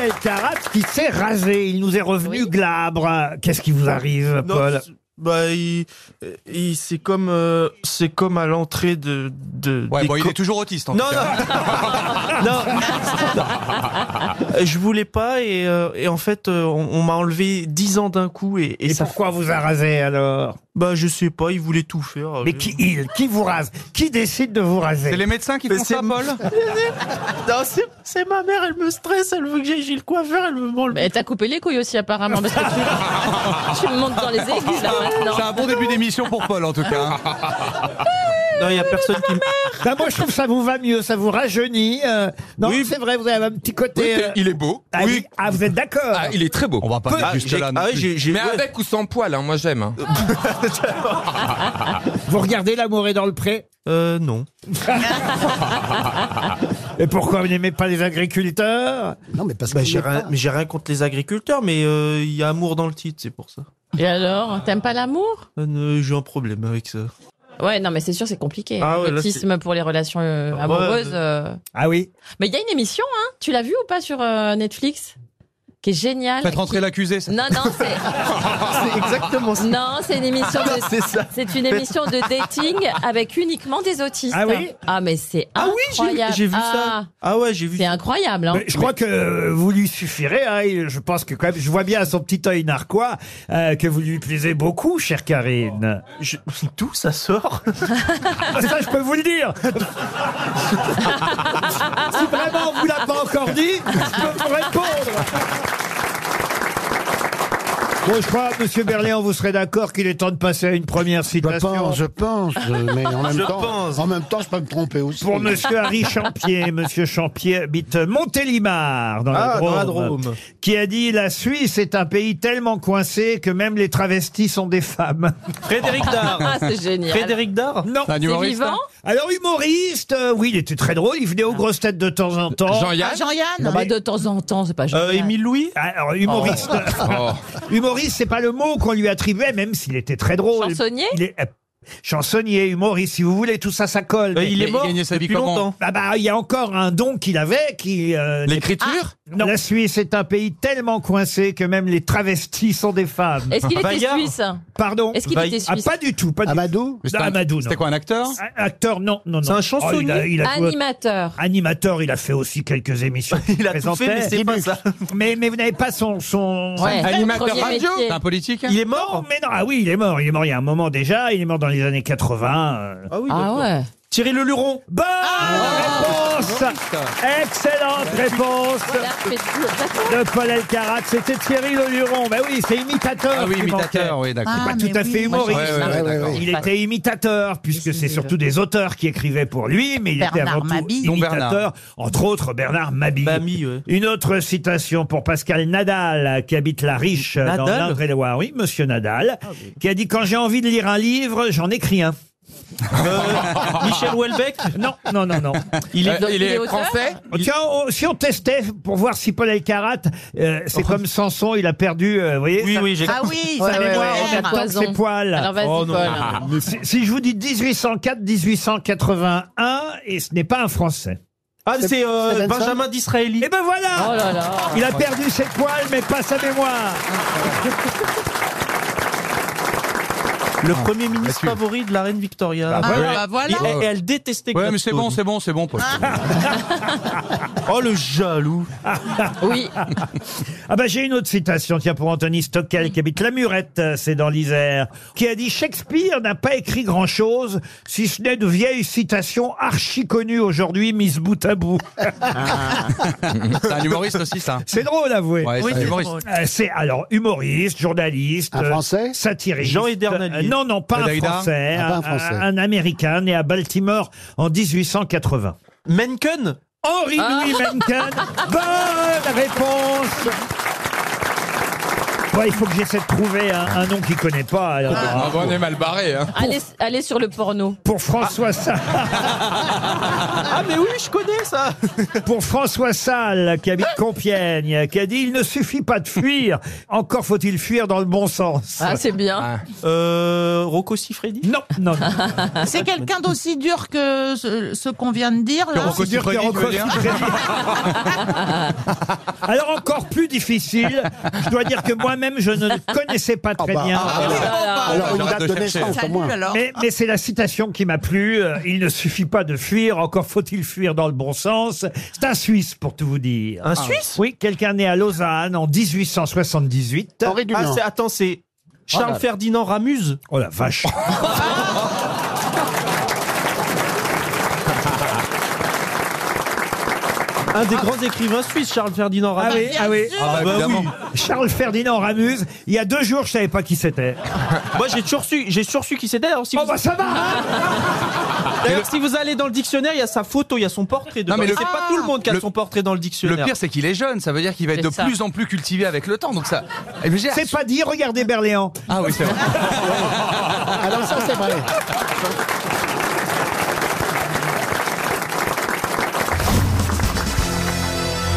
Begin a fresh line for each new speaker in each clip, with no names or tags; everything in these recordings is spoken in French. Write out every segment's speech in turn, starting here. Alcarat qui s'est rasé. Il nous est revenu glabre. Qu'est-ce qui vous arrive,
Non,
Paul
c'est- Bah, il, il- c'est comme, euh, c'est comme à l'entrée de, de.
Ouais,
des
bon, il
co-
est toujours autiste en
Non,
tout cas.
non, non. Je voulais pas et, euh, et en fait, euh, on, on m'a enlevé 10 ans d'un coup et, et
Et
ça.
pourquoi vous a rasé alors
Bah, je sais pas, il voulait tout faire.
Mais qui il Qui vous rase Qui décide de vous raser
C'est les médecins qui
Mais
font
c'est-
ça, Paul
Non, c'est, c'est ma mère, elle me stresse, elle veut que j'aille chez le coiffeur, elle me m'enlève.
Mais t'as coupé les couilles aussi apparemment parce que tu, tu me montes dans les aigus là
C'est
maintenant.
un bon début d'émission pour Paul en tout cas. hein.
Non, il y a personne qui me.
Bah, Moi, je trouve que ça vous va mieux, ça vous rajeunit. euh, non,
Oui.
c'est vrai, vous avez un petit côté. euh,
Il est beau.
ah, oui. ah, vous êtes d'accord
Ah, il est très beau.
On va pas
Peu-
aller jusque-là non
Ah ouais,
plus.
j'ai, j'ai-
Mais
ouais.
avec ou sans poil, hein, moi j'aime. hein.
Vous regardez L'amour est dans le pré
Euh, non.
Et pourquoi vous n'aimez pas les agriculteurs
Non, mais parce
Bah,
que
j'ai, rien, mais j'ai rien contre les agriculteurs, mais euh, il y a amour dans le titre, c'est pour ça.
Et alors, t'aimes pas l'amour
Euh, ne- j'ai un problème avec ça.
Ouais, non mais c'est sûr c'est compliqué.
Ah ouais, là,
L'autisme pour les relations euh,
Ah ouais,
amoureuses.
mais-
euh.
Ah oui
Mais il y a une émission, hein Tu l'as vue ou pas sur euh, Netflix Qui est géniale.
Faites rentrer l'accusé. ça.
Non, non, c'est
C'est exactement ça.
non, c'est une émission de
C'est ça.
c'est une émission de dating avec uniquement des autistes.
Ah oui
Ah mais c'est
Ah oui, j'ai vu-
incroyable.
j'ai vu ça. Ah ouais, j'ai vu
C'est incroyable. Hein.
Mais Je crois que euh, vous lui suffirez. hein, et je pense que quand même, je vois bien à son petit œil narquois euh, que vous lui plaisez beaucoup, chère Karine.
Je- D'où ça sort
Ah, Ça, je peux vous le dire. si vraiment on vous l'a pas encore dit, je peux vous répondre. Bon, je crois, Monsieur Berléand, vous serez d'accord qu'il est temps de passer à une première
je
citation.
pense, je pense, euh, mais en même
Je
temps,
pense.
en même temps, je peux me tromper aussi.
Pour Monsieur Harry Champier, Monsieur Champier habite Montélimar dans, la
Ah,
Drôme,
dans la Drôme.
qui a dit la Suisse est un pays tellement coincé que même les travestis sont des femmes.
Frédéric Dard.
Ah, c'est génial.
Frédéric Dard
Non.
C'est un
C'est
humoriste,
vivant
hein
Alors humoriste, euh, oui, il était très drôle. Il venait aux grosses têtes de temps en temps.
Ah,
Jean-Yann
Non, mais bah, de temps en temps, c'est pas
euh,
génial.
Émile Louis
Ah, Alors humoriste,
Oh.
humoriste, c'est pas le mot qu'on lui attribuait, même s'il était très drôle.
Chansonnier
Il est, euh, chansonnier, humoriste, si vous voulez, tout ça, ça colle.
Euh,
mais-
Il
Mais
est
il
mort
gagnait sa vie
depuis
comment
longtemps.
Ah bah, il y a encore un don qu'il avait qui. euh,
L'écriture
Non. La Suisse est un pays tellement coincé que même les travestis sont des femmes.
Est-ce qu'il était
Vaillard.
suisse
Pardon
Est-ce qu'il
Vaille-
était
Ah,
suisse
pas du tout, pas du
Amadou,
Mais c'était
Non,
un-
Amadou, non.
C'était quoi, un acteur
tout. A- Acteur, non, non, non.
C'est un
Oh, il a-
chansonnier
il a joué-
Animateur.
Animateur, il a fait aussi quelques émissions. qu'il
Il a tout
présentait.
fait, mais c'est pas ça.
mais, mais vous n'avez pas son... son...
Ouais.
Animateur
Premier
radio
métier.
C'est un politique hein
Il est
Non,
mort
mais non, ah oui, il est mort, il est mort il y a un moment déjà, il est mort dans les années 80. euh.
Ah oui,
Ah
d'accord.
ouais.
Thierry Le Luron.
Bonne
Ah,
réponse Excellente réponse
Là, je fais tout. D'accord.
de Paul Elkarat. C'était Thierry Leluron. Ben oui, c'est imitateur.
Ah oui,
qui
imitateur,
manquait.
oui, d'accord.
Pas tout à fait humoriste.
Ouais, ouais, ouais,
Ouais, ouais,
d'accord.
ouais.
Il était imitateur, puisque c'est surtout des auteurs qui écrivaient pour lui, mais il était
Bernard
avant tout
Mabille.
Non,
imitateur,
Bernard.
entre autres Bernard Mabille.
Mamie, ouais.
Une autre citation pour Pascal Nadal, qui habite La Riche euh, dans
Nadal
l'Indre-et-Loire. Oui, monsieur Nadal, qui a dit « Quand j'ai envie de lire un livre, j'en écris un
Euh, Michel Houellebecq. ».
Non, non, non, non.
Il est.
Euh, il
il est
est
auteur
français
Oh, Tiens, on- si on testait pour voir si Paul Elkarat, euh, c'est comme Samson, il a perdu, euh, vous voyez,
Oh. Oui,
sa-
oui, j'ai.
Ah oui,
sa
ouais, ouais,
mémoire
ouais.
en même temps que ses
Poison.
poils.
Alors vas-y,
Oh, non.
Paul.
Si, si je vous dis 1804-1881, et ce n'est pas un Français.
Ah, c'est euh,
C'est Benson
Benjamin Disraeli.
Et ben voilà
Oh là là.
Il a perdu ses poils, mais pas sa mémoire.
Le premier ministre
Mathieu.
favori de la reine Victoria.
Ah,
Ah,
ouais.
bah voilà.
Il- elle, elle détestait
Ouais, mais c'est
Clapton.
bon, c'est bon, c'est bon, Paul.
Oh, le jaloux.
Oui.
Ah ben j'ai une autre citation, tiens, pour Anthony Stockel, qui habite La Murette, euh, c'est dans l'Isère, qui a dit « Shakespeare n'a pas écrit grand-chose, si ce n'est de vieilles citations archi-connues aujourd'hui, mises bout à bout
Ah. C'est un humoriste aussi, ça. ».
C'est drôle, avouez.
Ouais, c'est un humoriste.
Euh, c'est alors humoriste, journaliste,
Un
euh,
Français
satiriste.
Jean Edernalier.
Euh, non, non, pas un
Dalida
français,
Ah, pas
un,
un Français.
un- un américain né à Baltimore en 1880.
Menken.
Henri
Ah.
Louis Mencken. Bonne réponse. Bon, il faut que j'essaie de trouver un, un nom qu'il connaît pas. alors.
Ah, bon, on est mal barré. Hein.
Allez, allez sur le porno.
Pour François Sa-
Ah, mais oui, je connais ça Ah.
Pour François Salle, qui habite Compiègne, qui a dit Il ne suffit pas de fuir, encore faut-il fuir dans le bon sens.
Ah, c'est bien.
Euh, Rocco Siffredi
Non, non, non.
C'est quelqu'un d'aussi dur que ce, ce qu'on vient de dire, là
C'est dur que
Siffredi, tu veux
Rocco
dire
Siffredi. Alors, encore plus difficile, je dois dire que moi-même, je ne le connaissais pas très
bah,
bien.
ah, Alors, une date de naissance, au moins.
Salut alors.
Mais, mais c'est la citation qui m'a plu. Euh, Il ne suffit pas de fuir, encore faut-il fuir dans le bon sens. C'est un Suisse, pour tout vous dire.
Un Suisse
Oui, quelqu'un né à Lausanne en 1878.
Henri
Ah,
Dunant.
c'est- attends, c'est Charles Ferdinand Ramuse
Oh la vache
Un des grands écrivains suisses, Charles Ferdinand
Ah
Ramuse.
oui, ah oui.
Ah
bah
évidemment.
Charles Ferdinand Ramuse, il y a deux jours, je savais pas qui c'était.
Moi, j'ai toujours su, j'ai toujours su qui c'était. D'ailleurs, si,
Oh
vous-
bah ça va hein
d'ailleurs, si vous allez dans le dictionnaire, il y a sa photo, il y a son portrait dedans.
Non, mais
mais
le-
c'est pas tout le monde qui a
le-
son portrait dans le
Le
dictionnaire.
pire, c'est qu'il est jeune. Ça veut dire qu'il va être de
C'est ça.
plus en plus cultivé avec le temps. Donc ça. Et je veux dire-
C'est pas dit, regardez Berléand.
Ah oui, c'est vrai.
Ah,
Alors, ça, c'est vrai.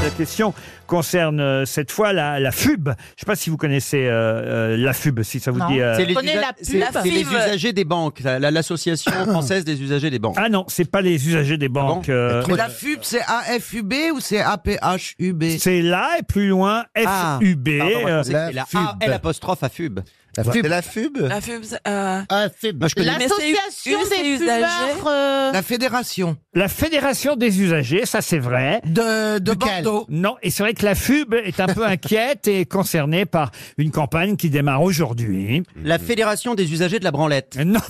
La question concerne euh, cette fois la, la FUB. Je sais pas si vous connaissez euh, euh, la FUB, si ça vous
Non.
dit... euh,
C'est les,
Prenez
usa-
la pub.
c'est-
La
c'est les
fibre.
usagers des banques, la- la- l'association française des usagers des banques. Ah
Ah non, c'est pas les usagers des banques. euh,
Mais la FUB, c'est AFUB ou c'est APHUB
C'est là et plus loin
Ah,
FUB.
Pardon, moi, je
euh,
pensais que c'était
la
la A-
FUB.
L apostrophe à FUB.
La FUB.
la FUB
La FUB, euh,
Ah, c'est
Moi, je connais-
L'association
Mais c'est
des
usagé.
fumeurs. euh,
La Fédération
la Fédération des usagers, ça c'est vrai.
de, de
Duquel
Bordeaux.
Non, et c'est vrai que la FUB est un peu inquiète et concernée par une campagne qui démarre aujourd'hui.
La Fédération des usagers de la branlette.
Non,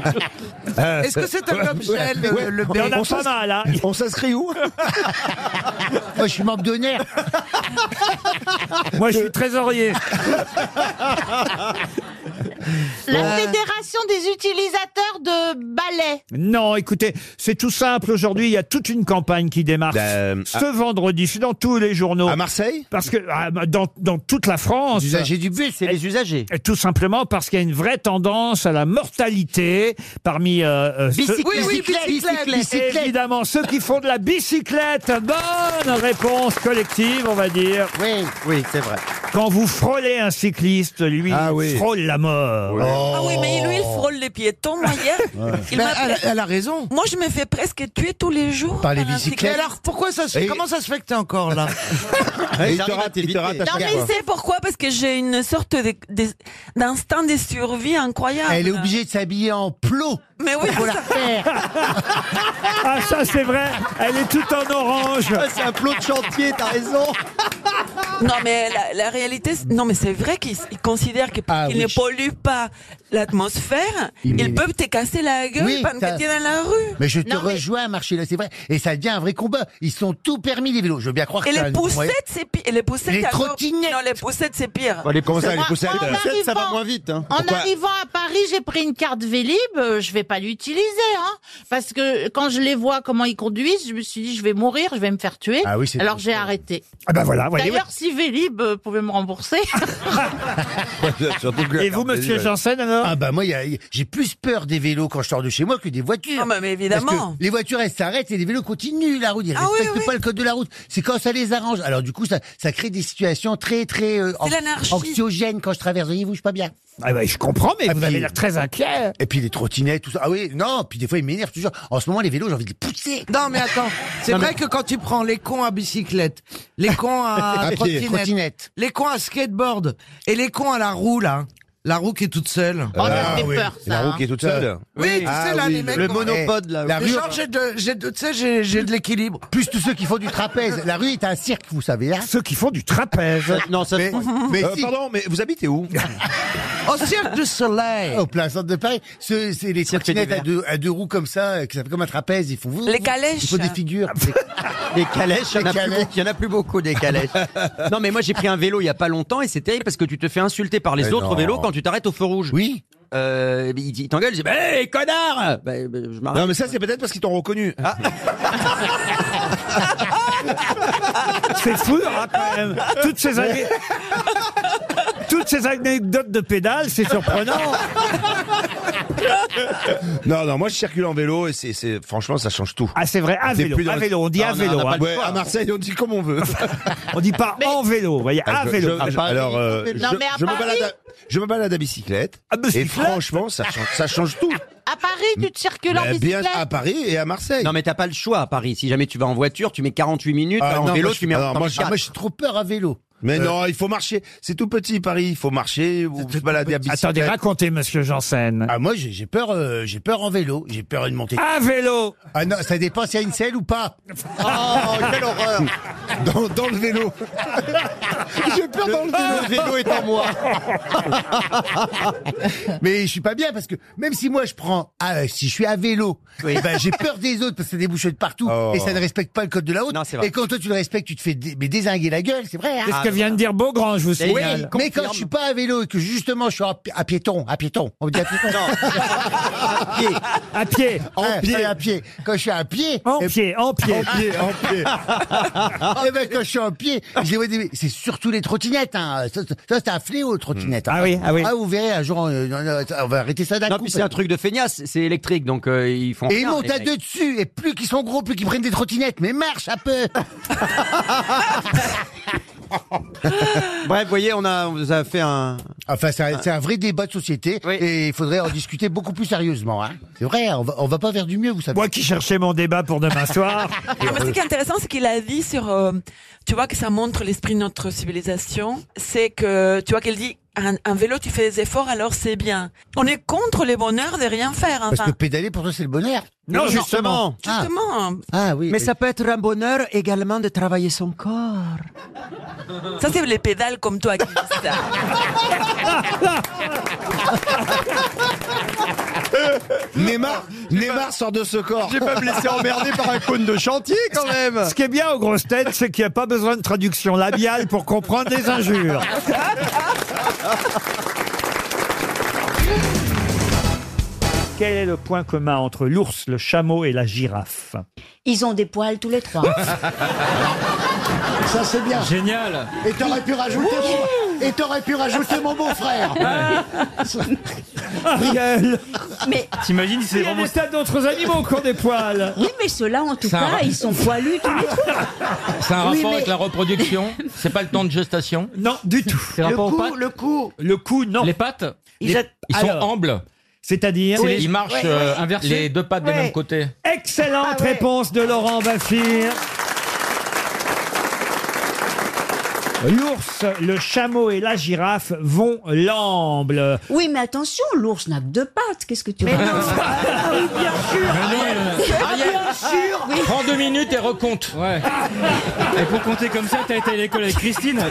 Euh,
Euh,
Est-ce que c'est un objet, le, le B
mais on a pas mal, hein.
eh, On s'inscrit où Moi, je suis membre d'honneur.
hein
Moi, je suis trésorier.
La Fédération des utilisateurs de balais.
Non, écoutez, c'est tout simple. Aujourd'hui, il y a toute une campagne qui démarre
Euh,
ce vendredi. C'est dans tous les journaux.
Marseille
Parce que ah, bah, dans, dans toute la France,
Usagers du bus, c'est les usagers.
Et tout simplement parce qu'il y a une vraie tendance à la mortalité parmi euh, euh, ceux-
Bicyclette,
Oui, oui,
bicyclette,
bicyclette.
bicyclette.
évidemment ceux qui font de la bicyclette. Bonne réponse collective, on va dire.
Oui.
Oui, c'est vrai.
Quand vous frôlez un cycliste, lui,
Ah
il
oui.
frôle la mort.
Ah oui, mais lui, il
Oh.
frôle les piétons. Moi, hier, il
Ben,
m'a
elle,
pris-
elle a raison.
moi, je me fais presque tuer tous les jours.
Par les
un
Mais
bicyclettes.
cycliste.
alors, pourquoi ça se
Et-
Comment ça se fait que t'es encore là
Ouais,
Et
j'arrive
il te
à
rate- il te
t'éviter.
rate à
Non, mais
D'accord.
c'est pourquoi Parce que j'ai une sorte de- de- d'instinct de survie incroyable.
Elle est obligée de s'habiller en plot.
Mais oui,
Faut la
ça-
faire.
Ah ça c'est vrai, elle est toute en orange.
Ah, C'est un plot de chantier, t'as raison.
non, mais la, la réalité, c'est- non, mais c'est vrai qu'ils ils considèrent que parce
Ah,
qu'ils
oui.
ne polluent pas l'atmosphère,
Il
ils
est-
peuvent te casser la gueule
Oui,
pendant
ça-
que t'es dans la rue.
Mais je te
Non, mais-
rejoins, marché là, c'est vrai. Et ça devient un vrai combat. Ils sont tout permis, les vélos. Je veux bien croire
Et
que ça a
les
une-
poussettes,
Ouais.
c'est pire. Et les poussettes,
Les
c'est encore-
trottinettes.
Non, les poussettes, c'est pire.
les
ça, les poussettes
moi, en arrivant-
ça va moins vite. hein.
En
Pourquoi
arrivant à Paris, j'ai pris une carte Vélib, euh, je vais pas l'utiliser, hein, parce que quand je les vois comment ils conduisent, je me suis dit je vais mourir, je vais me faire tuer.
Ah oui, c'est
Alors
triste.
j'ai arrêté.
Ah ben voilà, voyez.
D'ailleurs, si Vélib euh, pouvait me rembourser,
Et vous, Monsieur Janssen, alors
Ah bah moi, il y a- j'ai plus peur des vélos quand je sors de chez moi que des voitures.
Non, Ah, bah, mais, mais
Parce que
évidemment.
les voitures, elles s'arrêtent et les vélos continuent la route. Ils
Ah oui,
respectent
oui.
pas le code de la route. C'est quand ça les arrange. Alors du coup, ça, ça crée des situations très, très euh,
C'est l'anarchie.
anxiogènes quand je traverse. Voyez-vous, je suis pas bien.
Ah ben, je comprends, mais
Ah,
vous
puis-
avez l'air très inquiet.
Et puis les trottinettes, tout ça. Ah oui, non. Puis des fois, ils m'énervent toujours. En ce moment, les vélos, j'ai envie de les pousser.
Non, mais attends, c'est vrai que quand tu prends les cons à bicyclette, les cons à
À pied,
trottinette,
trottinette.
les cons à skateboard et les cons à la roue, là, la roue qui est toute
Ah,
seule.
oh, ça fait peur, ça. hein. Ah
est toute seule.
Oui, tu sais, là, les mecs.
Le
ont-
monopode, là.
Eh, La
Mais
rue,
genre, Eh, j'ai de, j'ai de- tu sais, j'ai, j'ai de l'équilibre.
plus tous ceux qui font du trapèze. La rue est un cirque, vous savez. Hein
Ceux qui font du trapèze.
Non, ça
mais, Euh, mais si,
Pardon, mais vous habitez où
Au cirque du soleil.
au plein centre de Paris, ce- c'est les
Cirque
trottinettes à
d'hiver.
deux, à deux roues comme ça, euh, qui ça fait comme un trapèze. Ils font vous.
Les calèches.
Ils font des figures.
Des calèches, il y en a
Des
plus
calèches.
beaucoup- il y en a plus beaucoup des calèches. Non, mais moi j'ai pris un vélo il y a pas longtemps et c'est terrible parce que tu te fais insulter par les
Mais
autres
non.
vélos quand tu t'arrêtes au feu rouge.
oui.
Euh, il il t'engueule, il dit bah, Hey, connard Bah, bah, je m'arrête. Ah.
mais ça, c'est peut-être parce qu'ils t'ont reconnu.
C'est fou, hein, quand même. Toutes ces années. toutes ces anecdotes de pédales, c'est surprenant.
Non, non, moi je circule en vélo et c'est, c'est- franchement ça change tout.
Ah, c'est vrai, à
T'es
vélo,
plus dans
à
le-
vélo, on dit à
Ah, non, on
vélo,
n'a pas
hein.
le
Ouais,
choix.
à
Marseille, on dit comme on veut.
on dit pas en vélo, vous voyez, à
Ah, je-
vélo.
je- je- alors, euh, je,
Non, mais à
je me
Paris-
balade à, je me balade à bicyclette.
Ah,
et franchement, ça change, ça change tout.
À Paris, tu te circules en
Mais bien
Ah, bicyclette
à Paris et à Marseille.
Non, mais t'as pas le choix à Paris. Si jamais tu vas en voiture, tu mets 48 minutes.
Ah,
en
non,
vélo,
moi, je-
tu mets
ah,
un
non,
temps
moi,
de
je-
quatre.
moi,
J'ai trop peur à vélo.
Mais
Euh,
non, il faut marcher. C'est tout petit Paris. Il faut marcher ou se balader à bicyclette.
Attendez, racontez, monsieur Janssen.
Ah, moi, j'ai j'ai peur, euh, j'ai peur en vélo. J'ai peur de monter.
À vélo
Ah non, ça dépend s'il y a une selle ou pas.
Oh, quelle horreur dans, dans le vélo.
J'ai peur dans le vélo.
vélo est à moi.
Mais je suis pas bien parce que même si moi je prends, ah, euh, si je suis à vélo, eh ben, j'ai peur des autres parce que c'est des bouchons de partout
Oh.
et ça ne respecte pas le code de la route.
Non, c'est vrai.
et quand toi tu le respectes, tu te fais dé- mais désinguer la gueule, c'est vrai. hein.
C'est ce que vient de dire Beaugrand, je vous
Oui.
signale.
mais quand je suis pas à vélo et que justement je suis à, pi- à piéton, à piéton, on me dit à piéton.
À pied.
À pied
Ouais, ouais, à pied. Quand je suis à pied,
En
eh
pied, en pied.
pied, en pied.
Eh ben, quand je suis en pied, je les vois des- c'est surtout les trottinettes. Hein. Ça, ça, ça, c'est un fléau, le trottinette. hein.
Ah oui, ah oui.
vous verrez, un jour, on, on- on va arrêter ça d'un
Non,
coup.
puis c'est un truc de feignasse. C'est électrique, donc euh, ils font.
Et ils
rien,
montent
les
à
mecs.
deux dessus, et plus qu'ils sont gros, plus qu'ils prennent des trottinettes. Mais marche un peu
Bref, vous voyez, on a, on vous a fait un.
Enfin, c'est un, c'est un vrai débat de société,
Oui.
et il faudrait en discuter beaucoup plus sérieusement. Hein. C'est vrai, on va, on va pas vers du mieux, vous savez. Ah,
Moi qui cherchais mon débat pour demain soir.
Non, Ah, mais ce qui est intéressant, c'est qu'il a dit sur, euh, tu vois, que ça montre l'esprit de notre civilisation, c'est que, tu vois, qu'elle dit, un, un vélo, tu fais des efforts, alors c'est bien. On est contre le bonheur de rien faire,
Parce
enfin.
que pédaler, pour toi, c'est le bonheur.
Non, justement.
Ah,
Justement,
ah oui.
Mais ça peut être un bonheur également de travailler son corps.
ça c'est les pédales comme toi qui disent ça.
Neymar, Neymar sort de ce corps. J'ai pas me laisser emmerder par un cône de chantier quand même.
Ce qui est bien aux grosses têtes, c'est qu'il n'y a pas besoin de traduction labiale pour comprendre les injures. Quel est le point commun entre l'ours, le chameau et la girafe
Ils ont des poils tous les trois.
Ça, c'est bien.
Génial.
Et t'aurais pu rajouter mon... Et t'aurais pu rajouter mon beau-frère Ah.
Ariel
mais
T'imagines, c'est
Il y a
vraiment.
des tas d'autres animaux qui ont des poils
oui, mais ceux-là, en tout
Ça
cas,
va.
ils sont poilus tous les trois.
C'est un rapport
Oui, mais-
avec la reproduction C'est pas le temps de gestation
Non, du tout.
C'est rapport aux pattes
le coup.
Le cou, non.
Les pattes
Ils
Les-
a-
Ils sont
Alors.
ambles.
C'est-à-dire
Ils marchent euh, les deux pattes des mêmes côtés.
Ah
Excellente réponse de Laurent Baffir. L'ours, le chameau et la girafe vont l'amble.
Oui, mais attention, l'ours n'a que deux pattes. Qu'est-ce que tu racontes Ah oui, bien sûr.
Ah,
bien sûr, oui.
euh, Prends deux minutes et recompte.
Ouais. Et pour compter comme ça, t'as été à l'école avec Christine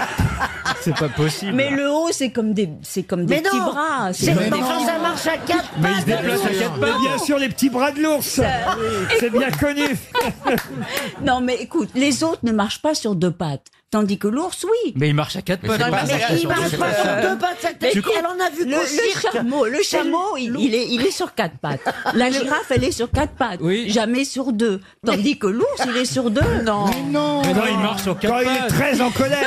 C'est pas possible.
Mais le haut, c'est comme des, c'est comme des
Mais
petits
non.
bras.
C'est
C'est
quand
comme des petits-
ça marche à quatre
Mais il se déplace à quatre
Mais bien sûr, les petits bras de l'ours. C'est bien connu.
Euh, Non, mais écoute, les autres ne marchent pas sur deux pattes, tandis que l'ours, oui.
Mais il marche à quatre pattes.
Il marche pas sur deux pattes, ça
Mais
Elle en a vu
Le, le chameau, le chameau, il, il est, il est sur quatre pattes. La girafe, elle est sur quatre pattes.
Oui.
Jamais sur deux. Tandis que l'ours, il est sur deux. Non.
Non
Mais non, il marche sur
Quand
quatre
il est
pattes.
très en colère.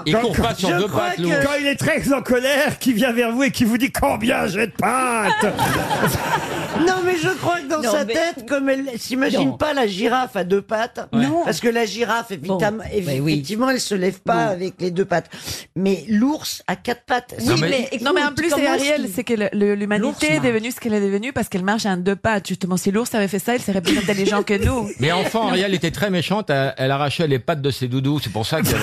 Ils courent pas sur deux
crois
pattes,
que-
Lou.
Quand il est très en colère, qui vient vers vous et qui vous dit combien j'ai de pattes.
Non, mais je crois que dans
Non,
sa
mais-
tête, comme elle s'imagine
Non.
pas la girafe à deux pattes,
Non.
parce que la girafe, évidemment,
Bon,
évi-
ben oui.
effectivement, elle se lève pas avec les deux pattes. Mais l'ours a quatre pattes.
Oui,
mais-
mais,
écoute,
non, mais en plus,
comment
c'est Ariel,
est-ce
c'est que le- le- l'humanité est
L'ours, là.
devenue ce qu'elle est devenue parce qu'elle marche à deux pattes. Justement, si l'ours avait fait ça, il serait plus intelligent que nous.
Mais enfant, Ariel était très méchante. Elle, elle arrachait les pattes de ses doudous. C'est pour ça qu'elle.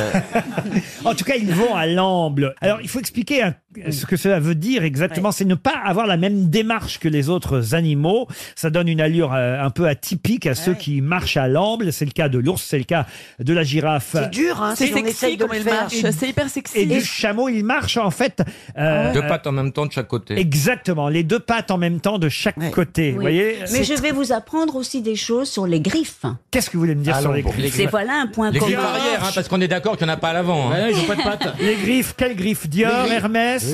En tout cas, ils vont à l'amble. Alors, il faut expliquer hein, ce que cela veut dire exactement. C'est ne pas avoir la même démarche que les autres animaux. Ça donne une allure euh, un peu atypique à ceux qui marchent à l'amble. C'est le cas de l'ours, c'est le cas de la girafe.
C'est dur, hein,
C'est
si on essaye
sexy
de
comme
le
il
faire.
marche. C'est hyper sexy.
Et du chameau, ils marchent en fait.
Ah
euh,
Deux pattes en même temps de chaque côté.
Exactement, les deux pattes en même temps de chaque côté. Vous
Oui.
voyez
Mais je vais vous apprendre aussi des choses sur les griffes.
Qu'est-ce que vous voulez me dire sur les griffes
Les
C'est
griffes
voilà un point
les griffes
commun.
arrière, hein, parce qu'on est d'accord qu'il n'y en a pas à l'avant. hein.
Ouais, ils ont pas de pattes.
Les griffes, quelles griffes Dior, Hermès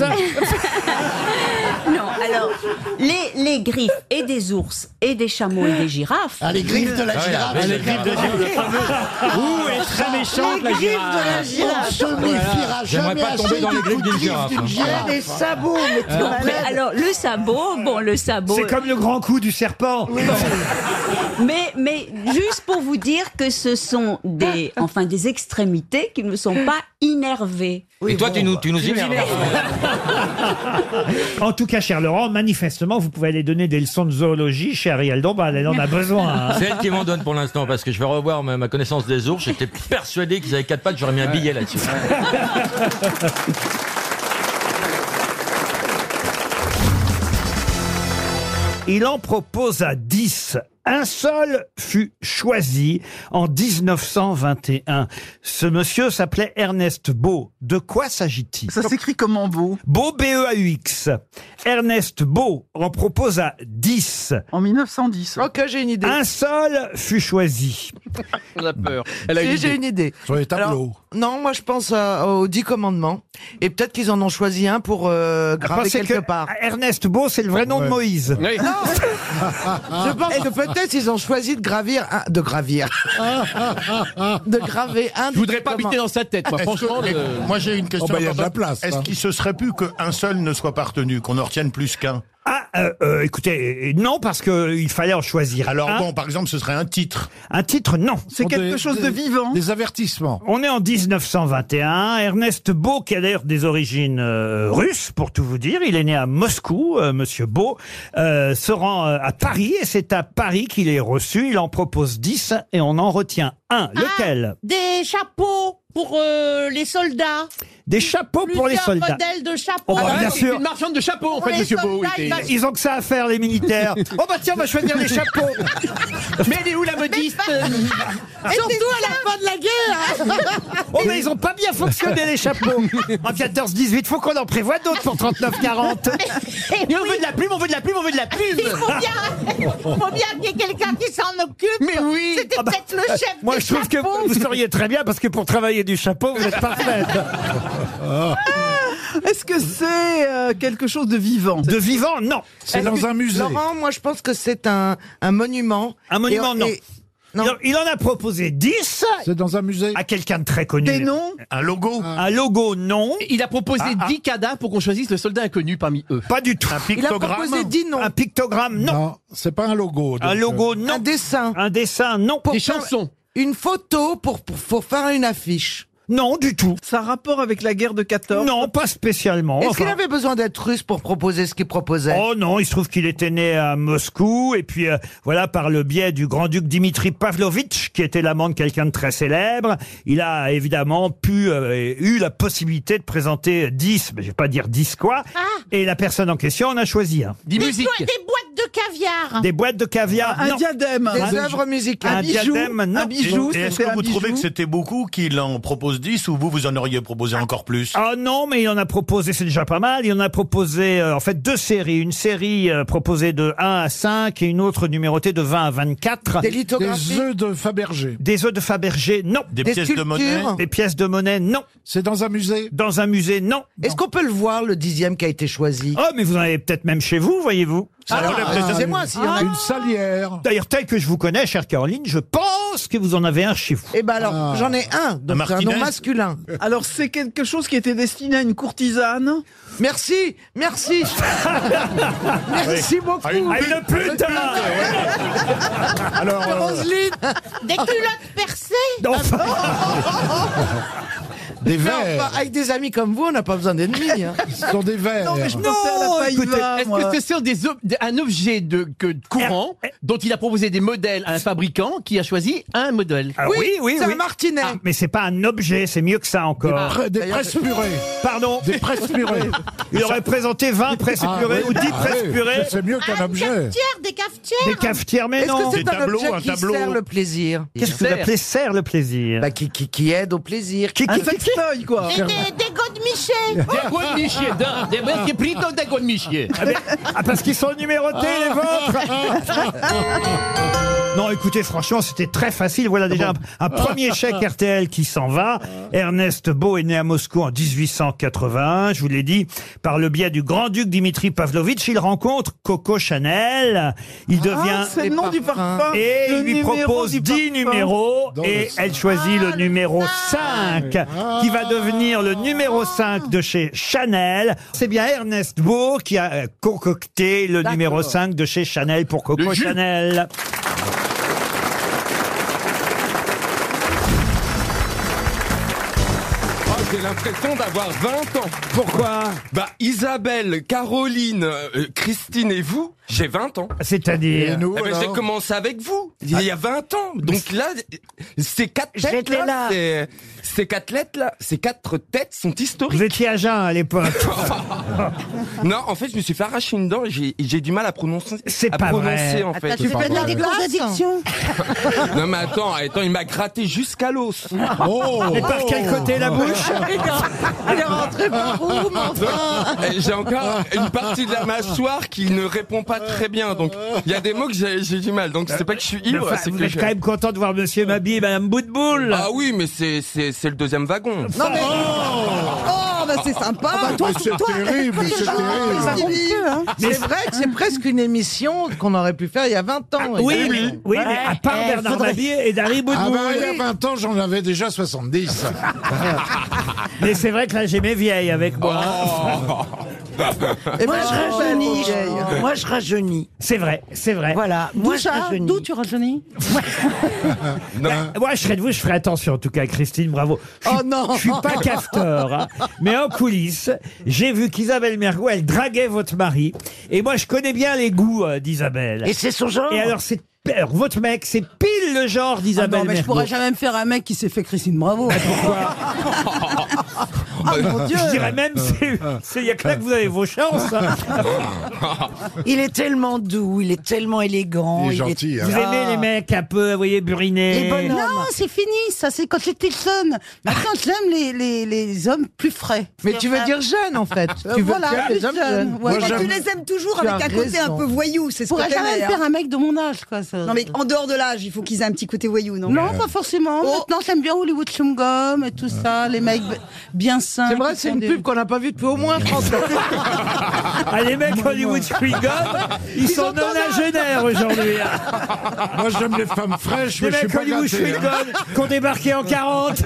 Non, Alors, les, les griffes et des ours et des chameaux et des girafes.
Ah, les griffes de la girafe.
Ah,
les
griffes de la
girafe.
Ouh, elle est très méchante,
les
la
griffes
girafe.
de la girafe. On se
Voilà.
méfiera
J'aimerais
jamais
pas tomber
assez
dans les
des
griffes
coups de
d'une
griffes
girafe.
d'une girafe. hein.
Des sabots, mais t'es
Euh,
malade. Alors, le sabot, bon, le sabot.
C'est comme le grand coup du serpent.
Mais, mais juste pour vous dire que ce sont des, enfin, des extrémités qui ne sont pas innervées.
Et toi, tu nous, tu nous énerves.
En tout cas, cher Laurent, manifestement, vous pouvez aller donner des leçons de zoologie chez Ariel Dombal. Elle en a besoin. hein.
C'est elle qui m'en donne pour l'instant parce que je vais revoir ma, ma connaissance des ours. J'étais persuadé qu'ils avaient quatre pattes, j'aurais mis un billet là-dessus.
Il en proposa 10. Un seul fut choisi en 1921. Ce monsieur s'appelait Ernest Beau. De quoi s'agit-il Ça s'écrit comment Beau Beau, E B-E-A-U-X. Ernest Beau en proposa 10. En 1910. Ok, j'ai une idée. Un seul fut choisi.
On a peur.
Si, J'ai une idée.
Sur les tableaux.
non, moi je pense à- aux dix commandements. Et peut-être qu'ils en ont choisi un pour euh, graver
Ah, Pensez
quelque
que
part.
Ernest Beau, c'est le vrai nom de Moïse.
Ah.
Je pense que peut-être ils ont choisi de gravir, un- de gravir, de graver un.
Je voudrais
des
pas
commandes.
habiter dans sa tête, moi, franchement. le-
Oh, bah, il y a de la place.
hein.
Est-ce qu'il se serait pu qu'un seul ne soit pas retenu, qu'on en retienne plus qu'un
Ah, euh, euh, écoutez, euh, non, parce qu'il fallait en choisir.
Alors
un.
bon, par exemple, ce serait un titre.
Un titre, non.
C'est quelque chose de
vivant. Des avertissements. On est en 1921. Ernest Beau, qui a d'ailleurs des origines euh, russes, pour tout vous dire, il est né à Moscou, euh, Monsieur Beau, euh, se rend euh, à Paris, et c'est à Paris qu'il est reçu. Il en propose 10, et on en retient un.
Ah,
Lequel
Des chapeaux pour euh, les soldats.
Des chapeaux pour les
Plusieurs
soldats.
modèles de chapeaux. Ah,
Oh, bah, bien
c'est
sûr.
Ah marchande de chapeaux, en
Pour les
fait, monsieur
soldats,
Beau. était-
il va-
Ah, Ils ont que ça à faire, les militaires. oh bah tiens, on va choisir les chapeaux.
Mais elle est où la modiste
Surtout à la fin de la guerre. hein.
Oh mais ils ont pas bien fonctionné les chapeaux. En 14-18, faut qu'on en prévoie d'autres pour 39-40.
Et on veut de la plume, on veut de la plume, on veut de la plume
Eh Il faut
Eh,
bien, faut bien qu'il y ait quelqu'un qui s'en occupe. Mais oui. C'était
Ah bah.
peut-être le chef.
Euh, Moi,
des
je trouve que
chapeaux.
vous seriez très bien parce que pour travailler du chapeau, vous êtes parfaite.
Est-ce que c'est euh, quelque chose de vivant
De vivant, non.
Est-ce que- Laurent, moi je pense que c'est un, un monument.
Un monument,
Et-
non.
et-
Il il en a proposé 10. C'est dans un musée. Ah. À quelqu'un de très connu.
Des noms
Un logo. Un logo, non.
Il a proposé
Ah, ah.
10 cadavres pour qu'on choisisse le soldat inconnu parmi eux.
Pas du tout. Un Un pictogramme, non.
c'est pas un logo.
Un logo, euh, non.
Un dessin.
Un dessin, non.
Des chansons. Une photo pour, pour, pour faire une affiche.
Non, du tout.
Ça a rapport avec la guerre de 14
Non, pas spécialement.
Est-ce
Oh, enfin.
qu'il avait besoin d'être russe pour proposer ce qu'il proposait
Oh non, il se trouve qu'il était né à Moscou et puis euh, voilà par le biais du grand-duc Dimitri Pavlovitch qui était l'amant de quelqu'un de très célèbre, il a évidemment pu euh, eu la possibilité de présenter 10, mais je vais pas dire 10 quoi et la personne en question en a choisi un.
Ah. Des, boi- des boîtes de caviar.
Des boîtes de caviar,
Un
non.
diadème.
Des œuvres musicales. Un diadème, non.
Et est-ce que vous trouvez que c'était beaucoup qu'il en propose 10 ou vous, vous en auriez proposé encore plus
Ah non, mais il en a proposé, c'est déjà pas mal. Il en a proposé euh, en fait deux séries, une série euh, proposée de 1 à 5 et une autre numérotée de 20 à 24.
Des lithographies Des œufs
de Fabergé. Des œufs de Fabergé, non.
Des Des pièces de Monet sculptures
Des pièces de Monet, non. C'est dans un musée Dans un musée, non.
Est-ce qu'on peut le voir, le dixième qui a été choisi Ah
Oh, mais vous en avez peut-être même chez vous, voyez-vous.
C'est moi, s'il y en a une
salière. D'ailleurs, tel que je vous connais, chère Caroline, je pense que vous en avez un chez vous.
Eh ben alors,
Ah.
Ah.
j'en ai un, donc c'est un nom masculin.
Alors c'est quelque chose qui était destiné à une courtisane
Merci, merci. merci beaucoup.
une pute
Alors, euh,
Roselyne.
Des culottes percées.
Des
Bah,
verres. avec des amis comme vous, on n'a pas besoin d'ennemis. hein.
Ce sont des verres.
Non, mais je pensais à la paille va,
Est-ce
moi.
que c'est sur des ob- des- un objet de, que- courant
Eh,
dont il a proposé des modèles à un fabricant qui a choisi un modèle
Ah oui, oui, oui.
martinet.
Ah, mais c'est pas un objet, c'est mieux que ça
Ah.
encore.
pre- des presses purées.
Pardon
Des presses purées.
Il aurait présenté 20 presses
Ah
purées
oui,
ou 10
ah
presses
oui,
purées.
C'est mieux
Ah,
qu'un objet.
Cafetières, des cafetières.
Des cafetières, mais
Est-ce
non.
que c'est un objet qui sert le plaisir
Qu'est-ce que vous appelez serre le plaisir
bah, qui, qui, qui aide au plaisir.
Qui-
Un
qui-
fait-
Feuille, quoi.
Et des, des godemichets.
Ah.
Des godemichés, d'un- des mecs qui prient dans des godemichés. Ah.
Ah, mais- ah, parce qu'ils sont numérotés, les vôtres Non, écoutez, franchement, c'était très facile.
Ah
Voilà déjà un- un, premier chèque RTL qui s'en va. Ernest Beau est né à Moscou en 1881. Je vous l'ai dit, par le biais du grand-duc Dimitri Pavlovitch, il rencontre Coco Chanel. Il devient...
Ah, c'est le nom du parfum.
Et
Le
il lui
numéro
propose
du
10
parfum.
numéros
Dans
et
le Ah.
elle choisit le numéro 5 qui va devenir le numéro 5 de chez Chanel. C'est bien Ernest Beau qui a euh, concocté le numéro 5 de chez Chanel pour Coco Chanel.
Oh, J'ai l'impression d'avoir 20 ans.
Pourquoi
Bah Isabelle, Caroline, euh, Christine et vous, j'ai 20 ans.
C'est-à-dire
Eh ben, J'ai commencé avec vous, il y a 20 ans. Donc là, ces quatre têtes
J'étais
là,
là.
Ces, ces quatre lettres là, ces quatre têtes sont historiques.
Vous étiez à jeun à l'époque.
non, en fait, je me suis fait arracher une dent et j'ai- j'ai du mal à prononcer.
C'est
à
pas
prononcer,
vrai.
en fait.
tu fais de la décontradiction
Non mais attends, attends, il m'a gratté jusqu'à l'os.
Oh. Mais par quel côté,
Oh.
la bouche
Il est rentré par où, eh, J'ai encore une partie de la mâchoire qui ne répond pas très bien, donc il y a des mots que j'ai j'ai du mal. Donc c'est pas que je suis ivre,
Enfin,
c'est
vous
que
êtes
je-
quand même content de voir Monsieur Mabi et Madame Boutboul.
Ah oui, mais c'est c'est c'est le deuxième wagon.
Non, mais-
Oh, bah c'est sympa.
Ah bah, toi, Mais c'est toi, terrible, toi, c'est toi, terrible.
Ça compte plus, hein.
C'est vrai que c'est presque une émission qu'on aurait pu faire il y a 20 ans. Eh,
Oui, oui, oui, mais à part
Eh,
Bernard Mabier et Dari Boudboul.
Ah bah, il y a 20 ans, j'en avais déjà 70.
Mais c'est vrai que là, j'ai mes vieilles avec moi.
Oh.
Oh.
Et moi, je rajeunis.
Oh.
Moi, je rajeunis.
C'est vrai, c'est vrai. Ah
Voilà. Moi, je rajeunis.
D'où tu rajeunis
Bah, moi, je serais de vous, je ferais attention en tout cas, Christine, bravo. Je suis-
Oh non.
Je suis pas cafeteur, hein. mais en coulisses, j'ai vu qu'Isabelle Mergo, elle draguait votre mari. Et moi, je connais bien les goûts euh, d'Isabelle.
Et c'est son genre
Et alors, c'est alors, votre mec, c'est pile le genre
Ah
d'Isabelle
non, mais je
Mergo.
pourrais jamais me faire un mec qui s'est fait Christine Bravo. Pourquoi Ah mon Dieu
Je dirais même, c'est- c'est- il y a que là que vous avez vos chances.
Il est tellement doux, il est tellement
Oh,
élégant. il est- hein.
Vous aimez les mecs un peu, vous voyez, burinés.
Les bonhommes. Non, c'est fini, ça c'est quand j'étais jeune. Maintenant, j'aime les, les, les hommes plus frais.
Mais tu veux dire jeune, en fait.
Euh,
Tu veux
voilà,
dire
plus
les hommes
jeune.
jeunes.
Ouais,
Moi,
mais
j'aime-
tu les aimes toujours
Tu
avec
as
un côté un
raison.
peu voyou, c'est ce
Pourrais
que t'aimes,
jamais me
hein.
faire un mec de mon âge, quoi. Ça.
Non mais en dehors de l'âge, il faut qu'ils aient un petit côté voyou, non Oh.
Non, pas forcément. Maintenant, j'aime bien Hollywood Chum Gum et tout ça, les mecs b- bien sains.
C'est vrai, c'est une pub qu'on n'a pas vue depuis au moins 30 ans.
Ah, les mecs Hollywood Chewing Gum, ils, sont nonagénaires aujourd'hui. hein.
Moi, j'aime les femmes fraîches,
les
mais je suis
mecs
pas
Hollywood
gâté, hein.
Chewing Gum qui ont débarqué en 40.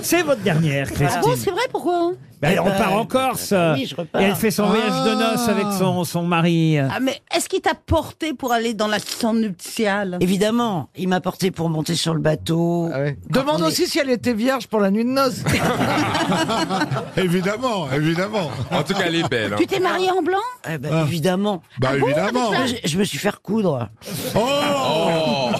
C'est votre dernière, Christine.
Ah bon, c'est vrai, pourquoi hein
Bah, elle repart en Corse.
Oui, je repars.
Et elle fait son voyage de noces avec son, son mari.
Ah mais est-ce qu'il t'a porté pour aller dans la chambre nuptiale
Évidemment, il m'a porté pour monter sur le bateau.
Ah, Demande
on est-
aussi si elle était vierge pour la nuit de noces.
Évidemment, évidemment.
En tout cas, elle est belle. hein.
Tu t'es marié en blanc
Eh ben,
Ah.
Évidemment.
Bah,
bon,
évidemment.
avec ça, je, je me suis fait recoudre.
Oh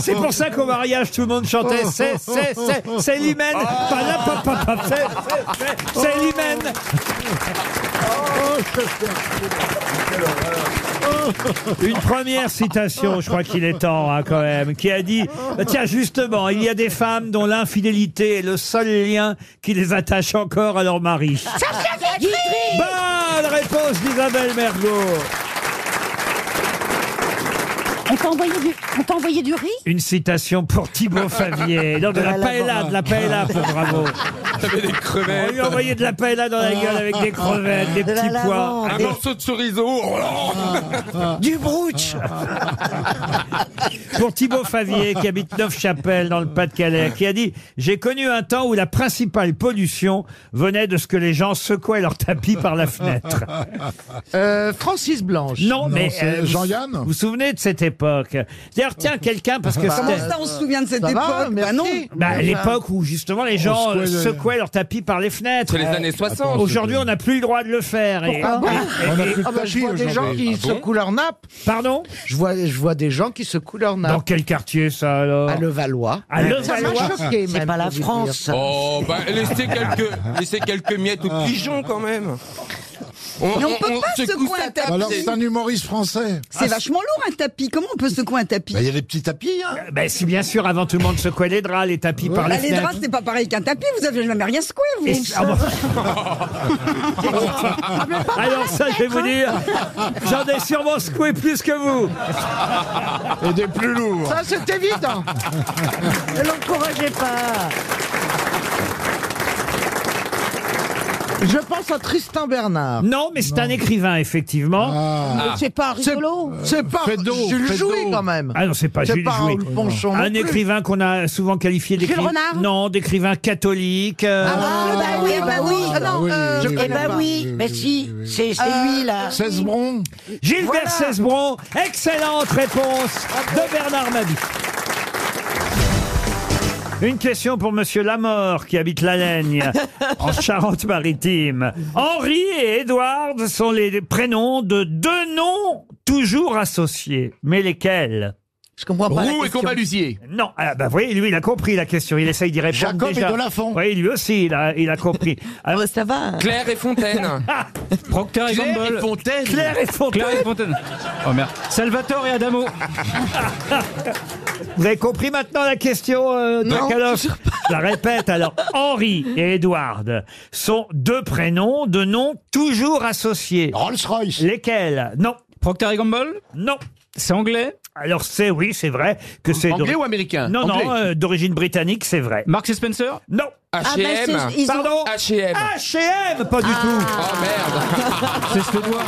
C'est pour ça qu'au mariage, tout le monde
Oh.
chantait C'est, c'est, c'est, c'est l'hymen.
Oh.
Ah.
Pas là, pas, pas, pas, c'est, c'est, c'est, c'est l'hymen. Oh. Une première citation, je crois qu'il est temps hein, quand même, qui a dit Tiens, justement, il y a des femmes dont l'infidélité est le seul lien qui les attache encore à leur mari. Bonne réponse d'Isabelle Mergot.
On t'a envoyé du, on t'a envoyé du riz
Une citation pour Thibaut Favier. Non, de, la, paella, de la paella pour bravo.
J'avais Ah. des crevettes.
On lui a envoyé de la paella dans
Ah.
la gueule avec des crevettes, des
De la
petits pois. Ah
Un morceau de chorizo. Oh là
Du brooch Pour Thibaut Favier, qui habite Neufchapelle, dans le Pas-de-Calais, qui a dit « J'ai connu un temps où la principale pollution venait de ce que les gens secouaient leur tapis par la fenêtre. »
Euh, Francis Blanche.
Non, mais
c'est
euh, vous-
Jean-Yann
Vous vous souvenez de cette époque D'ailleurs, tiens, quelqu'un parce que
Bah,
c'était-
comment ça, on se
souvient de cette Ça va, époque Bah non. merci.
Bah,
Enfin,
l'époque où justement les
on
gens euh,
secouait le-
secouaient leur tapis par les fenêtres. Euh,
C'est les années 60.
Aujourd'hui, on n'a plus le droit de le faire. Et-
Ah bon
et-
On a
et-
plus de
Ah bah, je
tapis
vois
aujourd'hui. Ah bon leur nappe.
Pardon
je vois, je vois des gens qui secouent leur nappe. Dans
quel quartier ça alors
À Levallois.
À
Levallois.
C'est pas la France.
Oh, bah, laissez quelques, laissez quelques miettes aux pigeons quand même.
Mais on peut pas secouer un tapis. Alors, c'est un humoriste français. Ah,
C'est vachement lourd un tapis. Comment on peut secouer un tapis
Bah, Il y a des petits tapis, hein.
Ben, si bien sûr, avant tout le monde secouait les draps, les tapis par les
Bah, les
fenêtres.
draps, c'est pas pareil qu'un tapis. Vous avez jamais rien secoué, vous.
Et- ah bon. Alors ça, je vais vous dire, j'en ai sûrement secoué plus que vous.
Et des plus lourds.
Ça, c'est évident.
Ne l'encouragez pas.
Je pense à Tristan Bernard. Ah.
Non, mais c'est un écrivain, effectivement.
Ah.
Mais c'est pas rigolo. C'est c'est pas
Fedot,
Jules
Fedot.
Jouy, quand même.
Ah non, c'est pas Jules Jouy.
Raoul Ponchon non
Un
plus.
écrivain qu'on a souvent qualifié
Jules
d'écrivain.
Renard
Non, d'écrivain catholique. euh,
Ah, bah oui, bah oui. Ah, non, euh,
oui,
eh
oui,
bah
oui,
oui. Euh, Mais si, c'est c'est lui, là.
Cesbron.
Gilbert Cesbron, excellente réponse de Bernard Mabie. Une question pour Monsieur Lamor qui habite la Laigne, en Charente-Maritime. Henri et Édouard sont les prénoms de deux noms toujours associés, mais lesquels Je comprends
pas la Roux et question. Combalusier.
Non, ah bah vous voyez, lui il a compris la question, il essaye d'y répondre
Jacob et
déjà.
Delafont.
Oui, lui aussi il a, il a compris. Alors ça va.
Claire et Fontaine.
Procter et
Claire
Gamble.
et Fontaine.
Claire et Fontaine.
Claire et Fontaine. Oh merde. Salvatore et Adamo.
Vous avez compris maintenant la question, euh,
Non,
Drakalov Je la répète alors. Henri et Edward sont deux prénoms de noms toujours associés. Rolls-Royce. Lesquels Non. Procter et Gamble Non. C'est anglais Alors c'est, oui, c'est vrai que c'est...
Anglais
d'ori-
ou américain
Non,
Anglais.
non, euh, d'origine britannique, c'est vrai. Marks Spencer Non.
Ah, mais H&M. c'est- ils ont-
Pardon
H&M. Ah,
H&M, pas du tout.
Ah,
Merde.
C'est suédois.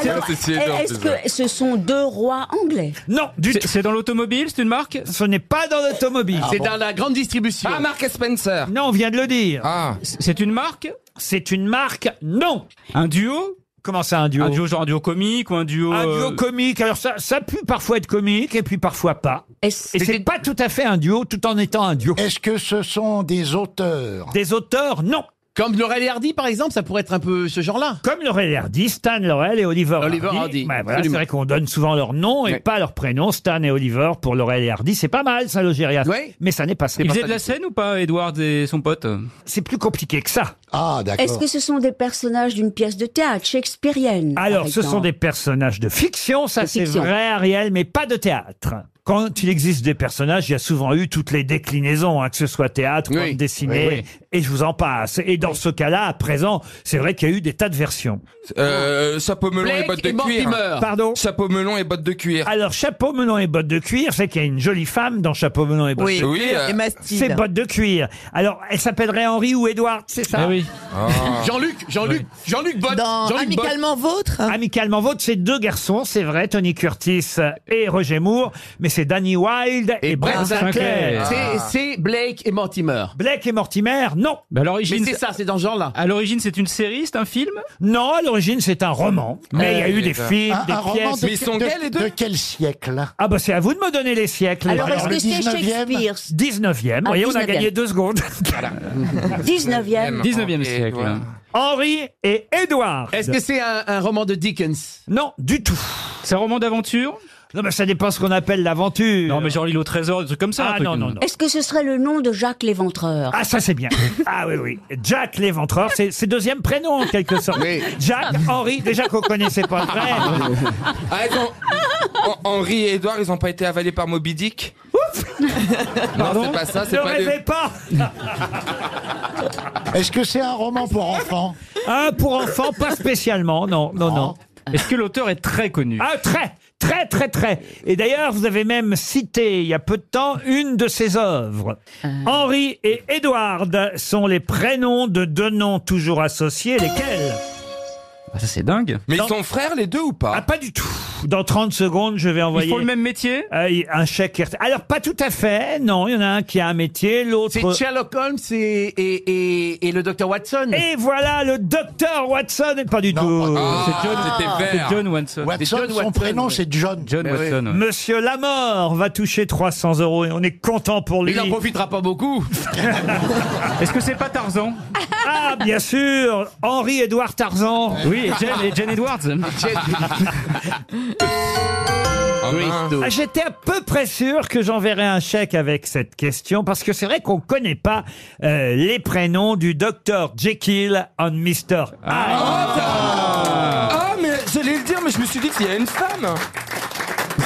Alors, est-ce que ce sont deux rois anglais
Non, du tout.
C'est dans l'automobile, c'est une marque Ah,
Ce n'est pas dans l'automobile.
C'est dans la grande distribution.
Ah, Marc Spencer.
Non, on vient de le dire.
C'est une marque
C'est une marque Non.
Un duo
Comment ça, un duo
Un duo, genre un duo comique ou un duo.
Un
euh,
duo comique, alors ça, ça peut parfois être comique et puis parfois pas. Et c'est pas tout à fait un duo tout en étant un duo.
Est-ce que ce sont des auteurs
Des auteurs, non.
Comme Laurel et Hardy, par exemple, ça pourrait être un peu ce genre-là.
Comme Laurel et Hardy, Stan Laurel et Oliver,
Oliver Hardy,
Ouais, voilà, c'est
absolument.
vrai qu'on donne souvent leur nom et pas leur prénom. Stan et Oliver pour Laurel et Hardy, c'est pas mal ça, Logéria. Mais ça n'est pas ça.
Il faisait de la scène ou pas, Edward et son pote
C'est plus compliqué que ça.
Ah,
Est-ce que ce sont des personnages d'une pièce de théâtre shakespearienne
Alors,
par
ce sont
exemple
des personnages de fiction, ça
De
c'est
fiction.
vrai, Ariel, mais pas de théâtre. Quand il existe des personnages, il y a souvent eu toutes les déclinaisons, hein, que ce soit théâtre, bande dessinée,
Oui, oui.
et je vous en passe. Et dans ce cas-là, à présent, c'est vrai qu'il y a eu des tas de versions.
Euh, chapeau melon et
Blake
bottes
et
de
Mortimer.
cuir.
Pardon
Chapeau melon et bottes de cuir.
Alors, chapeau melon et bottes de cuir, c'est qu'il y a une jolie femme dans chapeau melon et bottes
Oui,
de
oui,
cuir.
euh, et Mathilde.
C'est bottes de cuir. Alors, elle s'appellerait Henri ou Édouard, c'est ça
Ah oui.
Ah.
Eh Jean-Luc, Jean-Luc, Jean-Luc Bott. Jean-Luc Bott.
Vôtre Amicalement Vôtre, c'est deux garçons, c'est vrai, Tony Curtis et Roger Moore, mais c'est Danny Wilde et, Brett Sinclair.
C'est- C'est Blake et Mortimer.
Blake et Mortimer, non.
Bah, à l'origine,
Mais c'est ça, c'est dans ce genre-là.
À l'origine, c'est une série, c'est un film Ah,
Non, à l'origine, c'est un roman. Mais
Euh,
il y a eu des films,
un,
des
un roman
pièces.
de, de- de quel siècle
Ah bah c'est à vous de me donner les siècles.
Alors, est-ce que
le
c'est
19e?
Shakespeare
19e. Vous
Ah,
voyez, on a
19e.
gagné deux secondes.
19e.
19e siècle.
Henri et Édouard.
Est-ce que c'est un, un roman de Dickens
Non, du tout.
C'est un roman d'aventure
Non, mais ça dépend ce qu'on appelle l'aventure.
Non, mais genre l'île au trésor, des trucs comme ça.
Ah,
un truc-
non, non, non.
Est-ce que ce serait le nom de Jacques l'Éventreur
Ah, ça, c'est bien. Ah oui, oui. Jack l'éventreur, c'est c'est deuxième prénom, en quelque sorte. Jack, Henri, déjà qu'on connaissait pas le vrai.
Ah, ils ont- Hen- Henri et Edouard, ils ont pas été avalés par Moby Dick Ouf Non, c'est pas ça, c'est
Ne
pas les-
rêvez pas
Est-ce que c'est un roman pour enfants
Ah, pour enfants, pas spécialement, non, non, non.
Oh. Est-ce que l'auteur est très connu
Ah, très, très, très, très. Et d'ailleurs, vous avez même cité, il y a peu de temps, une de ses œuvres.
Euh.
Henri et Edward sont les prénoms de deux noms toujours associés, lesquels
Ah, Ça, c'est dingue.
Mais ils sont frères les deux ou pas
Ah, pas du tout. Dans 30 secondes, je vais envoyer...
Ils font le même métier
Euh, un chèque. RT- Alors, pas tout à fait, non. Il y en a un qui a un métier, l'autre...
C'est Sherlock Holmes et, et, et, et le docteur Watson.
Et voilà le docteur Watson, et pas du tout.
Ah,
C'est John-
c'était
C'est
vert.
John Watson.
Watson,
John
son
Watson,
prénom,
ouais.
c'est John.
Eh
John Watson. ouais.
Monsieur Lamor va toucher 300 euros et on est content pour
Mais
lui.
il en profitera pas beaucoup.
Est-ce que c'est pas Tarzan
Ah, bien sûr Henri-Édouard Tarzan
Oui, et Jane, et Jane Edwards.
Ah, mince.
Ah, J'étais à peu près sûr que j'enverrais un chèque avec cette question parce que c'est vrai qu'on connaît pas euh, les prénoms du docteur Jekyll and Mr. Hyde.
Ah. je me suis dit qu'il y a une femme.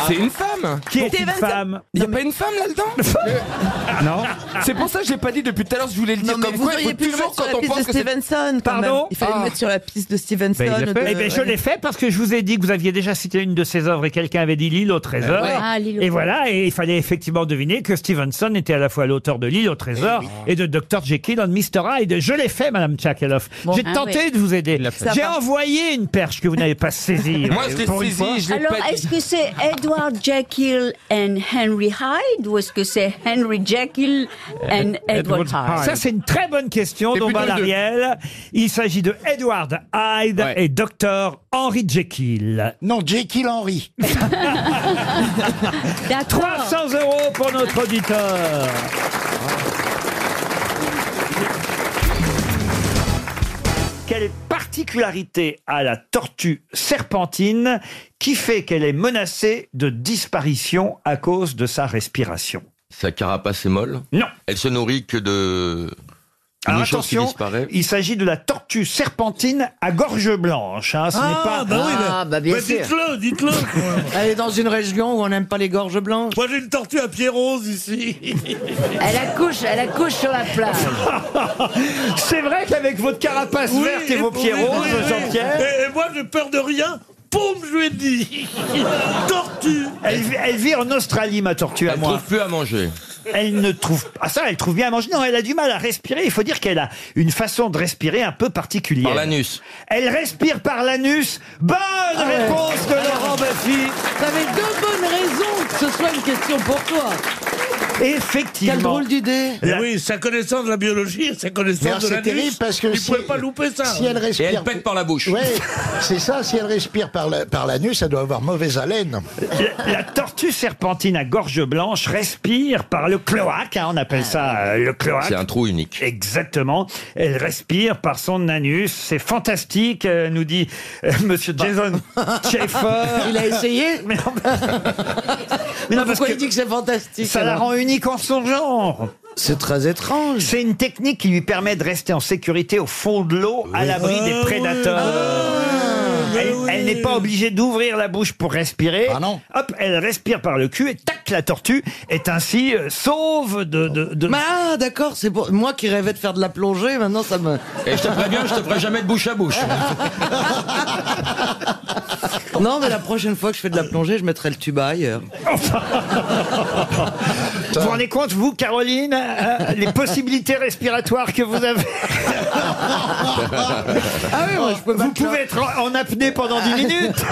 C'est une femme
Qui est
Donc,
une femme
Il n'y a pas une femme là-dedans
Non.
C'est pour ça que j'ai pas dit depuis tout à l'heure, je voulais le dire
mais
comme
vous
quoi, il
auriez
faut
pu le
toujours
mettre sur
quand
la
on
piste
pense
de
que c'est...
Stevenson. quand
Pardon
même. Il fallait
Ah.
le mettre sur la piste de Stevenson. euh, de-
Eh ben, je
ouais.
l'ai fait parce que je vous ai dit que vous aviez déjà cité une de ses œuvres et quelqu'un avait dit L'île au trésor.
Eh ouais. Ah, L'île au
et
trésor.
voilà, et il fallait effectivement deviner que Stevenson était à la fois l'auteur de L'île au
Eh
trésor et de Dr. Jekyll and Mr. Hyde. Je l'ai fait, Madame Tchakaloff. J'ai
Ah
tenté
ouais.
de vous aider.
fait.
J'ai
Ça va.
envoyé une perche que vous n'avez pas saisie.
Moi, je l'ai
Pour une
saisie,
fois.
je
Alors, est-ce que c'est Edward Jekyll and Henry Hyde ou est-ce que c'est Henry Jekyll and Edward Hyde
Ça, c'est une très bonne question,
C'est
dont
plutôt les deux.
Ariel. Il s'agit de Edward Hyde et Dr. Henry Jekyll. Non, Jekyll Henry. 300 euros pour notre auditeur. Quelle particularité a la tortue serpentine qui fait qu'elle est menacée de disparition à cause de sa respiration
Sa carapace est molle
Non.
Elle se nourrit que de...
Alors
une chose qui
attention,
disparaît.
il s'agit de la tortue serpentine à gorge blanche.
Ah,
hein, ce
Ah,
n'est pas...
bah
bah dites-le.
Elle est dans une région où on n'aime pas les gorges blanches.
Moi, j'ai une tortue à pied rose ici.
Elle accouche, elle accouche sur la plage.
C'est vrai qu'avec votre carapace
Oui,
verte et vos
oui,
pieds
oui,
roses,
oui.
Jean-Pierre...
Et, et moi, j'ai peur de rien. Poum, je lui ai dit. Tortue.
Elle, vit- elle vit en Australie, ma tortue, à
Elle
moi.
trouve plus à manger.
Elle ne trouve pas ça, elle trouve bien à manger. Non, elle a du mal à respirer. Il faut dire qu'elle a une façon de respirer un peu particulière.
Par l'anus.
Elle respire par l'anus. Bonne réponse de Laurent Baffy.
T'avais deux bonnes raisons que ce soit une question pour toi.
Effectivement.
Quelle drôle d'idée.
Eh oui, sa connaissance de la biologie, sa
Mais
connaissance
alors,
de la
c'est terrible parce que
il
si-
pouvait pas louper ça.
si elle respire- Et elle pète
par la bouche.
Ouais, c'est ça, si elle respire par la- par l'anus, elle doit avoir mauvaise haleine.
La, la tortue serpentine à gorge blanche respire par le cloaque. hein, on appelle ça euh, le cloaque.
C'est un trou unique.
Exactement. Elle respire par son anus. C'est fantastique, euh, nous dit euh, Monsieur Jason Schaeffer.
Bah. Il a essayé Bah,
Mais non, mais non, parce
Pourquoi
que
il dit que c'est fantastique
ça la
alors
rend unique en son genre. C'est très étrange. C'est une technique qui lui permet de rester en sécurité au fond de l'eau, à l'abri des
Ah
prédateurs. Ah, elle elle n'est pas obligée d'ouvrir la bouche pour respirer.
Ah,
Hop, elle respire par le cul et tac, la tortue est ainsi euh, sauve de. de, de-
Mais ah, d'accord, c'est pour moi qui rêvais de faire de la plongée, maintenant ça me.
Et je te préviens, je te ferai jamais de bouche à bouche.
Non, mais la prochaine fois que je fais de la plongée, je mettrai le tuba ailleurs.
Vous vous rendez compte, vous, Caroline, euh, les possibilités respiratoires que vous avez
Ah
Vous pouvez être en, en apnée pendant 10 minutes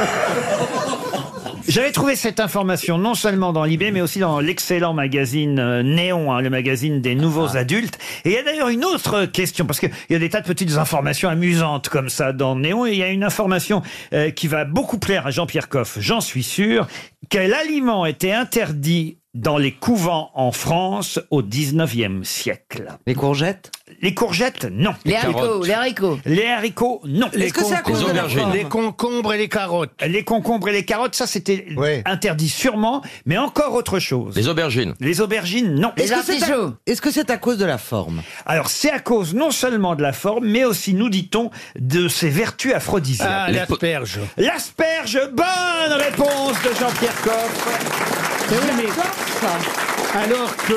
J'avais trouvé cette information non seulement dans l'IB, mais aussi dans l'excellent magazine euh, Néon, hein, le magazine des nouveaux adultes. Et il y a d'ailleurs une autre question, parce qu'il y a des tas de petites informations amusantes comme ça dans Néon, et il y a une information euh, qui va beaucoup plaire à Jean-Pierre Coff, j'en suis sûr. Quel aliment était interdit dans les couvents en France au 19e siècle Les courgettes Les courgettes, non.
Les, haricots, les haricots.
Les haricots, non.
Est-ce que c'est à cause Les de la aubergines. forme
Les concombres et les carottes. Les concombres et les carottes, ça c'était interdit sûrement, mais encore autre chose. Les
aubergines.
Les aubergines, non.
Est-ce que c'est à- est-ce que c'est à cause de la forme
Alors c'est à cause non seulement de la forme, mais aussi, nous dit-on, de ses vertus aphrodisiaques.
Ah,
Les
l'asperge.
po- L'asperge, bonne réponse de Jean-Pierre Coff.
Alors que,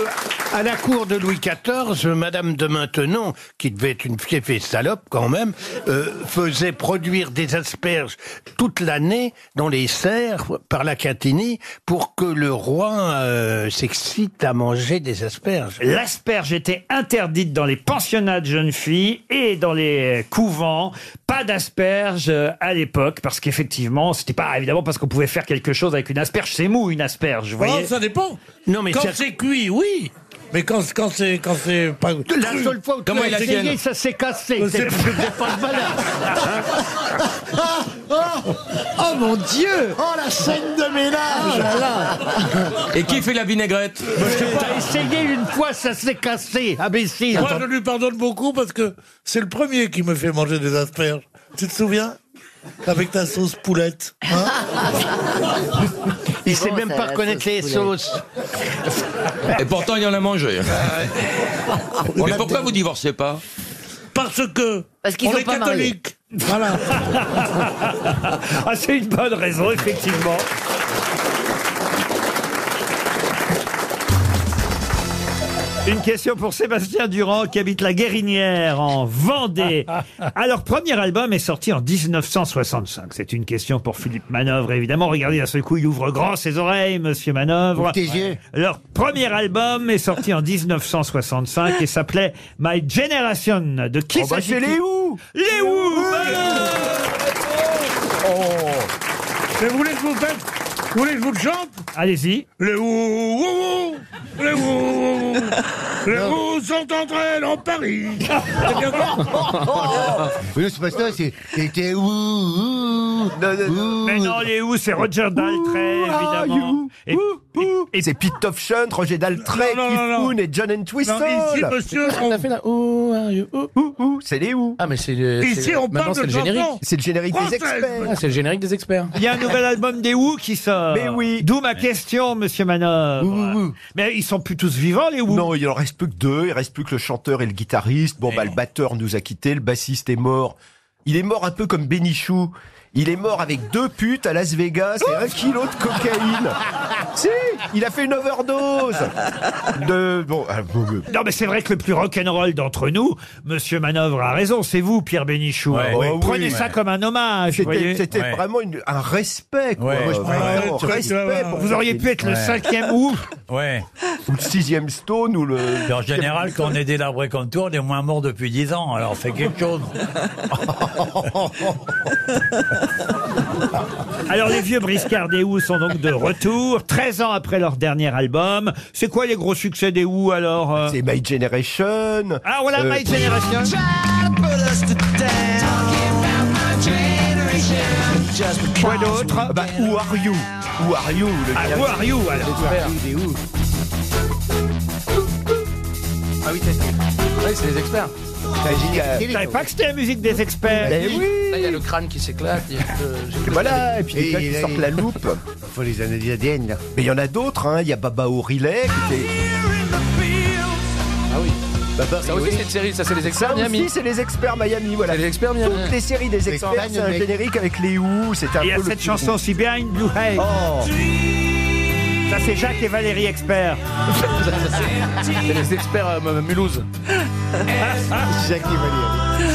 à la cour de Louis XIV, Madame de Maintenon, qui devait être une fiefée salope quand même, euh, faisait produire des asperges toute l'année dans les serres par la Catini pour que le roi euh, s'excite à manger des asperges.
L'asperge était interdite dans les pensionnats de jeunes filles et dans les couvents. Pas d'asperge euh, à l'époque parce qu'effectivement, c'était pas évidemment parce qu'on pouvait faire quelque chose avec une asperge. C'est mou une asperge, vous voyez.
Oh, ça dépend.
Non, mais
quand
c'est-
c'est cuit, oui. Mais quand quand c'est quand c'est pas
La
Hum.
seule fois où tu l'as essayé, ça
s'est cassé.
C'est parce que t'es pas de
oh, oh mon Dieu
Oh la scène de
Oh
ménage
Et qui fait la vinaigrette
T'as essayé une fois, ça s'est cassé, imbécile
Moi, je lui pardonne beaucoup parce que c'est le premier qui me fait manger des asperges. Tu te souviens Avec ta sauce poulette. hein
Il sait même pas reconnaître les sauces.
Et pourtant, il y en a mangé. Mais pourquoi vous divorcez pas
Parce que
Parce qu'ils
on
sont
est
pas mariés.
catholique.
Voilà. ah, c'est une bonne raison, effectivement. Une question pour Sébastien Durand qui habite la Guérinière en Vendée. Alors, premier album est sorti en 1965. C'est une question pour Philippe Manœuvre, évidemment. Regardez, d'un seul coup, il ouvre grand ses oreilles, monsieur Manœuvre.
Ouvre tes yeux.
Leur premier album est sorti en 1965 et s'appelait My Generation. De qui
Oh, bah,
s'agit-il
c'est les Who.
Les Who
Mais vous voulez que je vous fasse Vous voulez que je vous le chante
Allez-y.
Les ouh, ouh, ouh, les ouh, ouh, ouh. les ouh sont entrés dans Paris.
Oh.
Mais non, c'est pas ça, c'est. C'était ouh, ouh, ouh.
Mais non, les Who, c'est Roger Daltrey, évidemment. Et-
C'est Pete Townshend, Roger Daltrey,
Non, non,
Keith
non, non.
Moon et John Entwistle.
Non, ici, monsieur, on-
C'est les où Ah, mais c'est le.
Ici, on parle de chansons
C'est le générique des
françaises.
experts.
Ah, c'est
le générique des experts.
Il y a un nouvel album des Who qui sort.
Mais oui.
D'où ma question, monsieur Manœuvre. Mais ils sont plus tous vivants, les Who.
Non, il en reste plus que deux. Il reste plus que le chanteur et le guitariste.
Eh
Bon, bah, le batteur nous a quittés. Le bassiste est mort. Il est mort un peu comme Bénichou. Il est mort avec deux putes à Las Vegas et un kilo de cocaïne. si, il a fait une overdose. De bon. ah, bon, bon.
Non, mais c'est vrai que le plus rock'n'roll d'entre nous, Monsieur Manœuvre a raison, c'est vous, Pierre Bénichou.
Ouais,
Oh,
ouais,
Prenez
oui,
ça
ouais.
comme un hommage. vous
C'était
voyez.
c'était vraiment une- un respect. quoi.
Ouais,
Moi, je
ouais,
parle
ouais,
vraiment
tu-
respect pour
Vous auriez pu être le
Ouais.
cinquième Who.
Ouais.
Ou le sixième Stone ou le.
Puis en général, quand on est délabré comme toi, on est moins mort depuis 10 ans. Alors, fais quelque chose.
Alors, les vieux briscards des Who sont donc de retour, 13 ans après leur dernier album. C'est quoi les gros succès des Who, alors euh
C'est My Generation.
Ah, voilà,
Euh,
My Generation.
Quoi d'autre Bah, Who Are You Who Are You le
Ah,
gars-
Who Are You, alors.
Who Are You des Who. Ah oui, c'est c'est les experts.
Je savais pas que c'était la musique des experts.
Eh oui
Là, il y a le crâne qui s'éclate. il y a le- j'ai-
Et voilà, et puis les
Et
gars
il
qui
a-
sortent la loupe.
Faut les analyses ADN, là.
Mais il y en a d'autres, hein. Il y a Baba O'Riley qui était... Ah oui. Baba
Bah, Ça aussi, c'est une série, ça, c'est les experts
Ça aussi,
Miami.
c'est les experts Miami, voilà.
C'est les experts Miami.
Toutes les séries des experts,
Espagne,
c'est un
mec.
générique avec les Who, c'est un
Et il y a
peu le
cette
petit
chanson
Who.
aussi, Behind Blue Haze.
Oh.
Ça, c'est Jacques et Valérie Expert.
C'est les experts euh, Mulhouse.
Jacques et Valérie.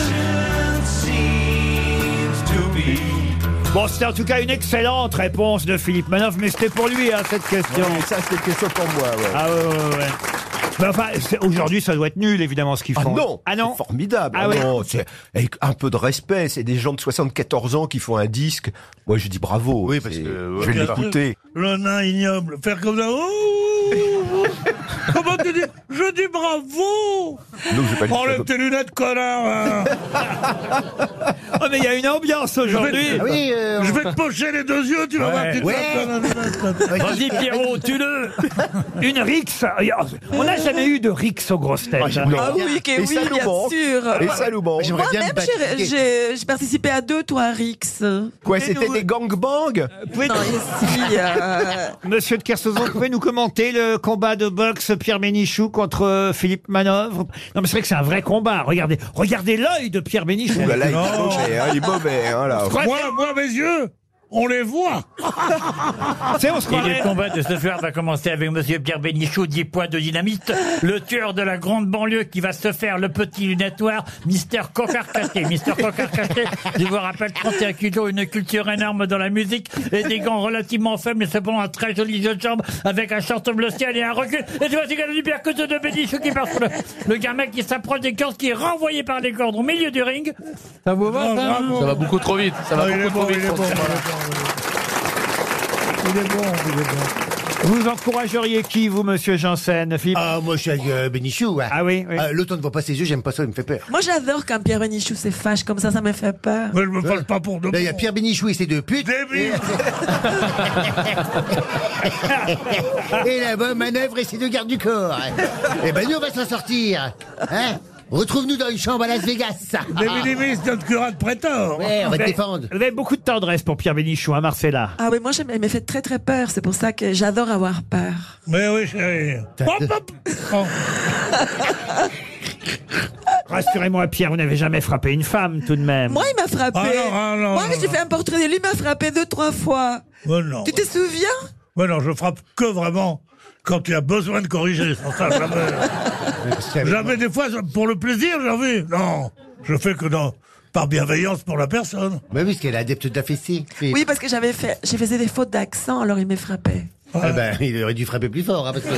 Bon, c'était en tout cas une excellente réponse de Philippe Manoff, mais c'était pour lui, hein, cette question.
Ouais, ça, c'est une question pour moi, ouais.
Ah ouais, ouais, ouais, ouais. Mais enfin, c'est- aujourd'hui, ça doit être nul, évidemment, ce qu'ils
Ah
font.
non
Ah non
C'est formidable
Ah
Ah
ouais.
non, c'est- Avec un peu de respect, c'est des gens de 74 ans qui font un disque. Moi, je dis bravo. Oui, parce que... Je vais l'écouter.
Le nain ignoble. Faire comme ça. ouh. Comment tu dis Je dis bravo
Donc, je vais pas le
Enlève tes lunettes, connard hein.
Oh, mais il y a une ambiance aujourd'hui
Je vais-
Oui, euh,
Je vais te pocher les deux yeux, tu vas
Ouais.
voir. tu te
Ouais.
Vas-y, Pierrot, tue-le Une rixe On n'a jamais eu de rixe aux grosses têtes.
Ah,
hein.
non.
oui, que
Et
oui,
ça nous
bien
manque.
sûr.
Et ça nous manque.
Moi même, j'ai- j'ai j'ai participé à deux toi, Rix.
Quoi,
Mais
c'était
nous-
des gangbangs
Pouvez-
Non, ici, euh,
Monsieur de Kersauzon, pouvez nous commenter le combat de boxe Pierre Bénichou contre euh, Philippe Manœuvre Non, mais c'est vrai que c'est un vrai combat. Regardez, regardez l'œil de Pierre Bénichou.
Ouh là là, il est
Non.
mauvais, hein, il est mauvais, hein, là.
Ouais.
Moi, moi, mes yeux, on les voit.
Ah,
C'est on se
Et
croirait.
le combat de ce soir va commencer avec Monsieur Pierre Bénichou, 10 points de dynamite, le tueur de la grande banlieue qui va se faire le petit lunatoir, Mister Cocarcaté. Mister Cocarcaté, je vous rappelle, 31 kilos, une culture énorme dans la musique, et des gants relativement faibles, mais cependant un très joli jeu de jambe, avec un short bleu ciel et un recul. Et tu vois, c'est du percute de Bénichou qui part sur le, le gamin qui s'approche des cordes, qui est renvoyé par les cordes au milieu du ring.
Ça vous va, ça
bravo.
Ça va beaucoup trop vite. Ça va
Ah, il est
beaucoup
bon,
trop
il
vite.
est bon.
pour ça.
Il est bon, il est bon.
Vous encourageriez qui, vous, monsieur Janssen, Philippe
Ah, moi, je suis avec euh, Benichou, ouais.
Ah oui, oui.
Ah, L'autre, on ne voit pas ses yeux, j'aime pas ça, il me fait peur.
moi, j'adore quand Pierre Benichou se fâche comme ça, ça me fait peur.
Mais je me passe pas pour de
Là, il y a Pierre Bénichou et ses deux putes.
Débile.
Et là-bas, manœuvre et ses deux gardes du corps. Eh ben, nous, on va s'en sortir. Hein Retrouve-nous dans une chambre à Las Vegas.
Ah.
Débile, c'est notre curat de prétor.
Ouais, on va te
Mais-
défendre.
Vous avez beaucoup de tendresse pour Pierre Bénichou, hein, Marcella
Ah oui, moi, j'aime- elle me fait très très peur, c'est pour ça que j'adore avoir peur.
Mais oui, chérie. Hop, hop. Oh.
Rassurez-moi, Pierre, vous n'avez jamais frappé une femme, tout de même. Ah
Moi, il m'a frappé.
Ah
Alors, alors,
Moi,
alors.
j'ai fait un portrait de lui, il m'a frappé deux, trois fois.
Mais Oh, non.
Tu te souviens
Mais non, je frappe que vraiment quand tu as besoin de corriger. Sans ça, jamais. jamais des fois, pour le plaisir, j'ai envie. Non, je fais que dans, par bienveillance pour la personne.
Mais oui, parce qu'elle est adepte de la fessée.
Oui, parce que j'avais fait, je faisais des fautes d'accent, alors il m'a frappé.
Ah ben, il aurait dû frapper plus fort. hein, parce que...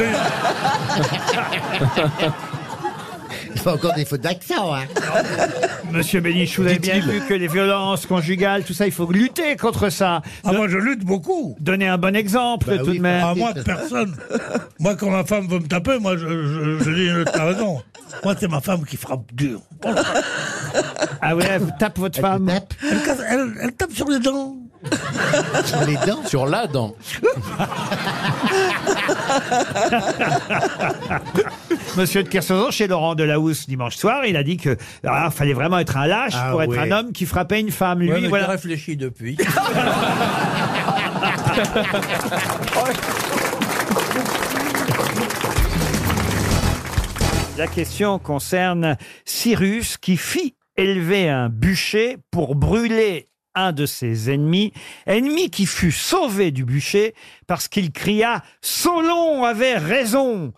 il fait encore des fautes d'accent. Hein.
Monsieur Bénichou, vous avez bien vu que les violences conjugales, tout ça, il faut lutter contre ça.
moi, je lutte beaucoup.
Donnez un bon
Bah
exemple,
Bah
tout de même. Ah,
À moi, personne. moi, quand ma femme veut me taper, moi, je, je, je dis, euh, t'as raison. Moi, c'est ma femme qui frappe dur.
Ah ouais, elle tape votre femme.
Elle, casse- elle- elle tape sur les dents.
Sur les dents
Sur la dent.
Monsieur de Kersauzon, chez Laurent Delahousse, dimanche soir, il a dit que ah, fallait vraiment être un lâche
Ah
pour être
ouais.
un homme qui frappait une femme. Lui,
Ouais, mais j'ai
voilà.
réfléchi depuis. Oh,
La question concerne Cyrus qui fit élever un bûcher pour brûler un de ses ennemis, ennemi qui fut sauvé du bûcher parce qu'il cria « Solon avait raison !»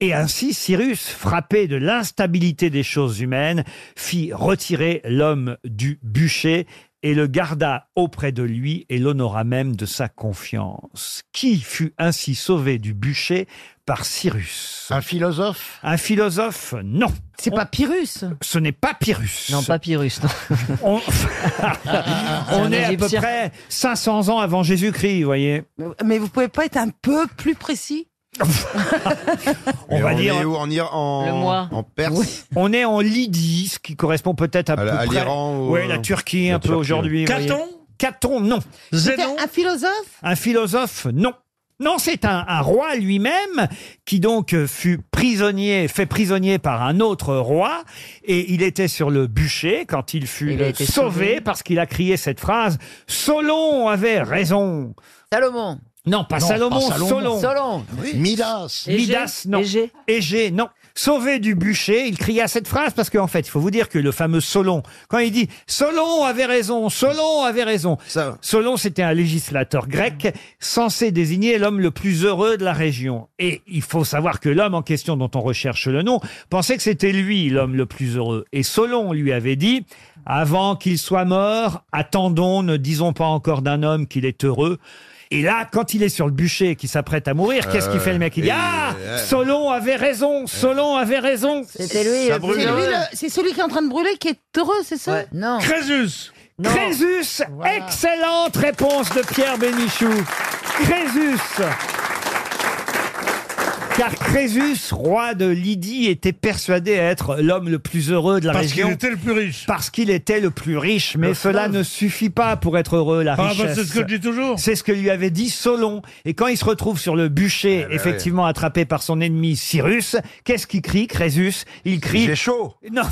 Et ainsi, Cyrus, frappé de l'instabilité des choses humaines, fit retirer l'homme du bûcher et le garda auprès de lui et l'honora même de sa confiance. Qui fut ainsi sauvé du bûcher par Cyrus Un philosophe Un philosophe, non. C'est pas Pyrrhus Ce n'est pas Pyrrhus. Non, pas Pyrrhus, On, On
un
est à peu
Égyptien.
près 500 ans avant Jésus-Christ, vous voyez.
Mais vous pouvez pas être un peu plus précis
On va dire...
est où en, Ir- en,
Le mois.
en Perse
On est en Lydie, ce qui correspond peut-être à, peu
la- à
près.
l'Iran ou-
Oui, la Turquie
La
un peu
Turquie,
aujourd'hui.
oui.
vous voyez.
Caton
Caton, non.
C'était un philosophe
Un philosophe, non. Non, c'est un, un roi lui-même qui donc euh, fut prisonnier, fait prisonnier par un autre roi, et il était sur le bûcher quand il fut
Il a
euh,
été
sauvé,
sauvé.
parce qu'il a crié cette phrase Solon avait raison. Salomon. Non, pas
Non,
Salomon,
pas Salomon.
Solon.
Solon. Oui.
Midas.
Égée.
Midas, non. Égée. non. Sauvé du bûcher, il cria cette phrase parce qu'en fait, il faut vous dire que le fameux Solon, quand il dit Solon avait raison, Solon avait raison. Solon, c'était un législateur grec censé désigner l'homme le plus heureux de la région. Et il faut savoir que l'homme en question dont on recherche le nom pensait que c'était lui l'homme le plus heureux. Et Solon lui avait dit avant qu'il soit mort, attendons, ne disons pas encore d'un homme qu'il est heureux. Et là, quand il est sur le bûcher et qu'il s'apprête à mourir, qu'est-ce qu'il
Euh,
fait le mec Il dit
et-
Ah
ouais.
Solon avait raison Solon avait raison
C'était lui,
Ça
le
brûle.
plus C'est lui, le- c'est celui qui est en train de brûler qui est heureux, c'est ça Non.
Crésus Crésus Excellente réponse de Pierre Bénichou Crésus car Crésus, roi de Lydie, était persuadé à être l'homme le plus heureux de la
Parce
région.
qu'il était le plus riche.
Parce qu'il était le plus riche, mais
Le
cela
fleuve.
ne suffit pas pour être heureux, la
Ah, bah,
richesse.
c'est ce que je dis toujours.
C'est ce que lui avait dit Solon. Et quand il se retrouve sur le bûcher,
bah
effectivement attrapé par son ennemi Cyrus, qu'est-ce qu'il crie, Crésus Il crie. J'ai chaud. Non.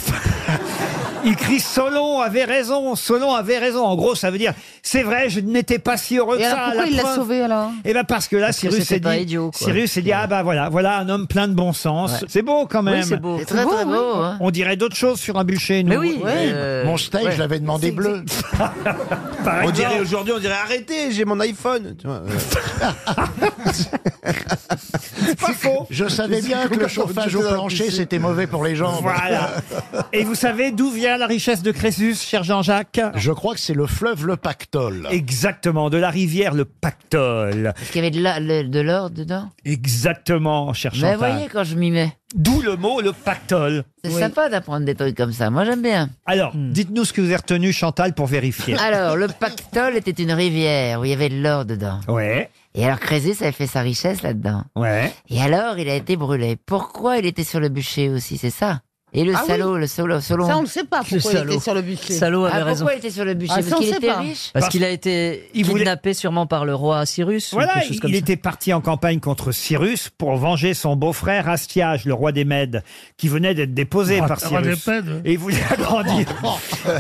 Il crie Solon avait raison, Solon avait raison. En gros, ça veut dire c'est vrai, je n'étais pas si heureux
Et
que
alors,
ça.
pourquoi
la
il l'a
preuve-
sauvé, alors
Eh ben parce que là,
Parce que
Cyrus
c'était
s'est dit,
pas idiot, quoi.
Cyrus s'est dit ah bah voilà, voilà un homme plein de bon sens. C'est beau quand
Oui,
même.
c'est beau. C'est très, très
oui.
beau, hein.
On dirait d'autres choses sur un bûcher. Nous.
Mais oui, Oui, euh, mon steak, ouais. je l'avais demandé C'est- bleu.
Par
on
exemple.
dirait aujourd'hui, on dirait arrêtez, j'ai mon iPhone. Tu vois,
Je savais bien que le chauffage au plancher, c'était mauvais pour les jambes.
Voilà. Et vous savez d'où vient la richesse de Crésus, cher Jean-Jacques
Je crois que c'est le fleuve le Pactole.
Exactement, de la rivière le Pactole.
Parce qu'il y avait de la- le- de l'or dedans.
Exactement, cher
Mais
Chantal.
voyez quand je m'y mets.
D'où le mot le pactole.
C'est
Oui.
sympa d'apprendre des trucs comme ça. Moi j'aime bien.
Alors,
Hmm.
dites-nous ce que vous avez retenu, Chantal, pour vérifier.
Alors, le pactole était une rivière où il y avait de l'or dedans.
Ouais.
Et alors Crésus avait fait sa richesse là-dedans.
Ouais.
Et alors il a été brûlé. Pourquoi il était sur le bûcher aussi, c'est ça Et le
Ah oui.
salaud, le solo, solon.
Ça, on le sait pas pourquoi il était sur le bûcher. Salaud avait
Ah,
raison.
Pourquoi il était sur le bûcher
Ah, ça,
Parce
on
qu'il
sait
était
pas.
riche.
Parce qu'il
a été
kidnappé
sûrement par le roi Cyrus.
Voilà, il, il était parti en campagne contre Cyrus pour venger son beau-frère Astiage, le roi des Mèdes, qui venait d'être déposé
Ah,
par
le roi
Cyrus.
des Mèdes.
Et il voulait agrandir,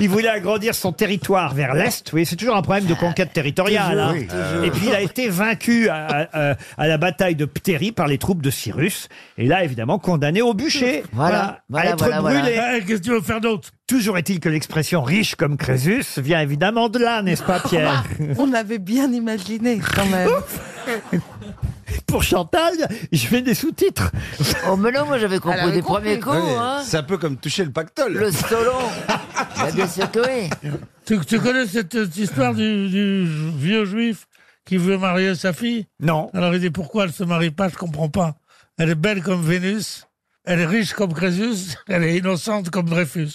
il voulait agrandir son territoire vers l'est. Oui, c'est toujours un problème de conquête territoriale.
Toujours,
hein.
oui, toujours.
Et puis il a été vaincu à, à- à- à la bataille de Ptéry par les troupes de Cyrus. Et là, évidemment, condamné au bûcher.
Voilà, voilà,
Eh ben, être
voilà, voilà.
brûlé.
Eh, Qu'est-ce que tu veux faire d'autre
Toujours est-il que l'expression riche comme Crésus vient évidemment de là, n'est-ce pas, Pierre
Oh, On avait bien imaginé quand même.
Pour Chantal, je fais des sous-titres.
Oh, mais non, moi j'avais
Elle
compris
avait
des
compris.
premiers coups.
Ouais,
hein.
C'est un peu comme toucher le pactole.
Le stolon. Bah, bien sûr que oui.
Tu, tu connais cette, cette histoire du, du vieux juif qui veut marier sa fille
Non.
Alors il dit pourquoi elle se marie pas, je comprends pas. Elle est belle comme Vénus, elle est riche comme Crésus, elle est innocente comme Dreyfus.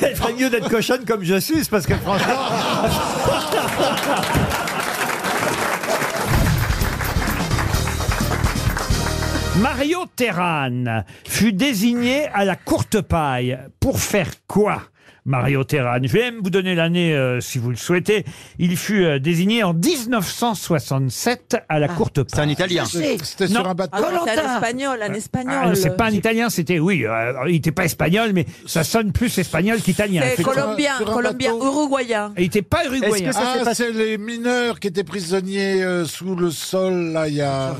Elle ferait mieux d'être cochonne comme je suis, parce que franchement. Mario Terran fut désigné à la courte paille pour faire quoi Mario Terran. Je vais même vous donner l'année euh, si vous le souhaitez. Il fut euh, désigné en 1967 à la courte paille. C'est un
Italien.
C'était
Non.
sur un bateau. Ah non, c'est un Espagnol, un Espagnol.
Ah, non, c'est pas un Italien, c'était oui, euh, il était pas espagnol, mais ça sonne plus espagnol qu'italien.
C'est
effectivement.
colombien,
Sur un
colombien,
bateau.
uruguayen.
Et Il était pas uruguayen.
Ah, c'est les mineurs qui étaient prisonniers euh, sous le sol, là, il y a,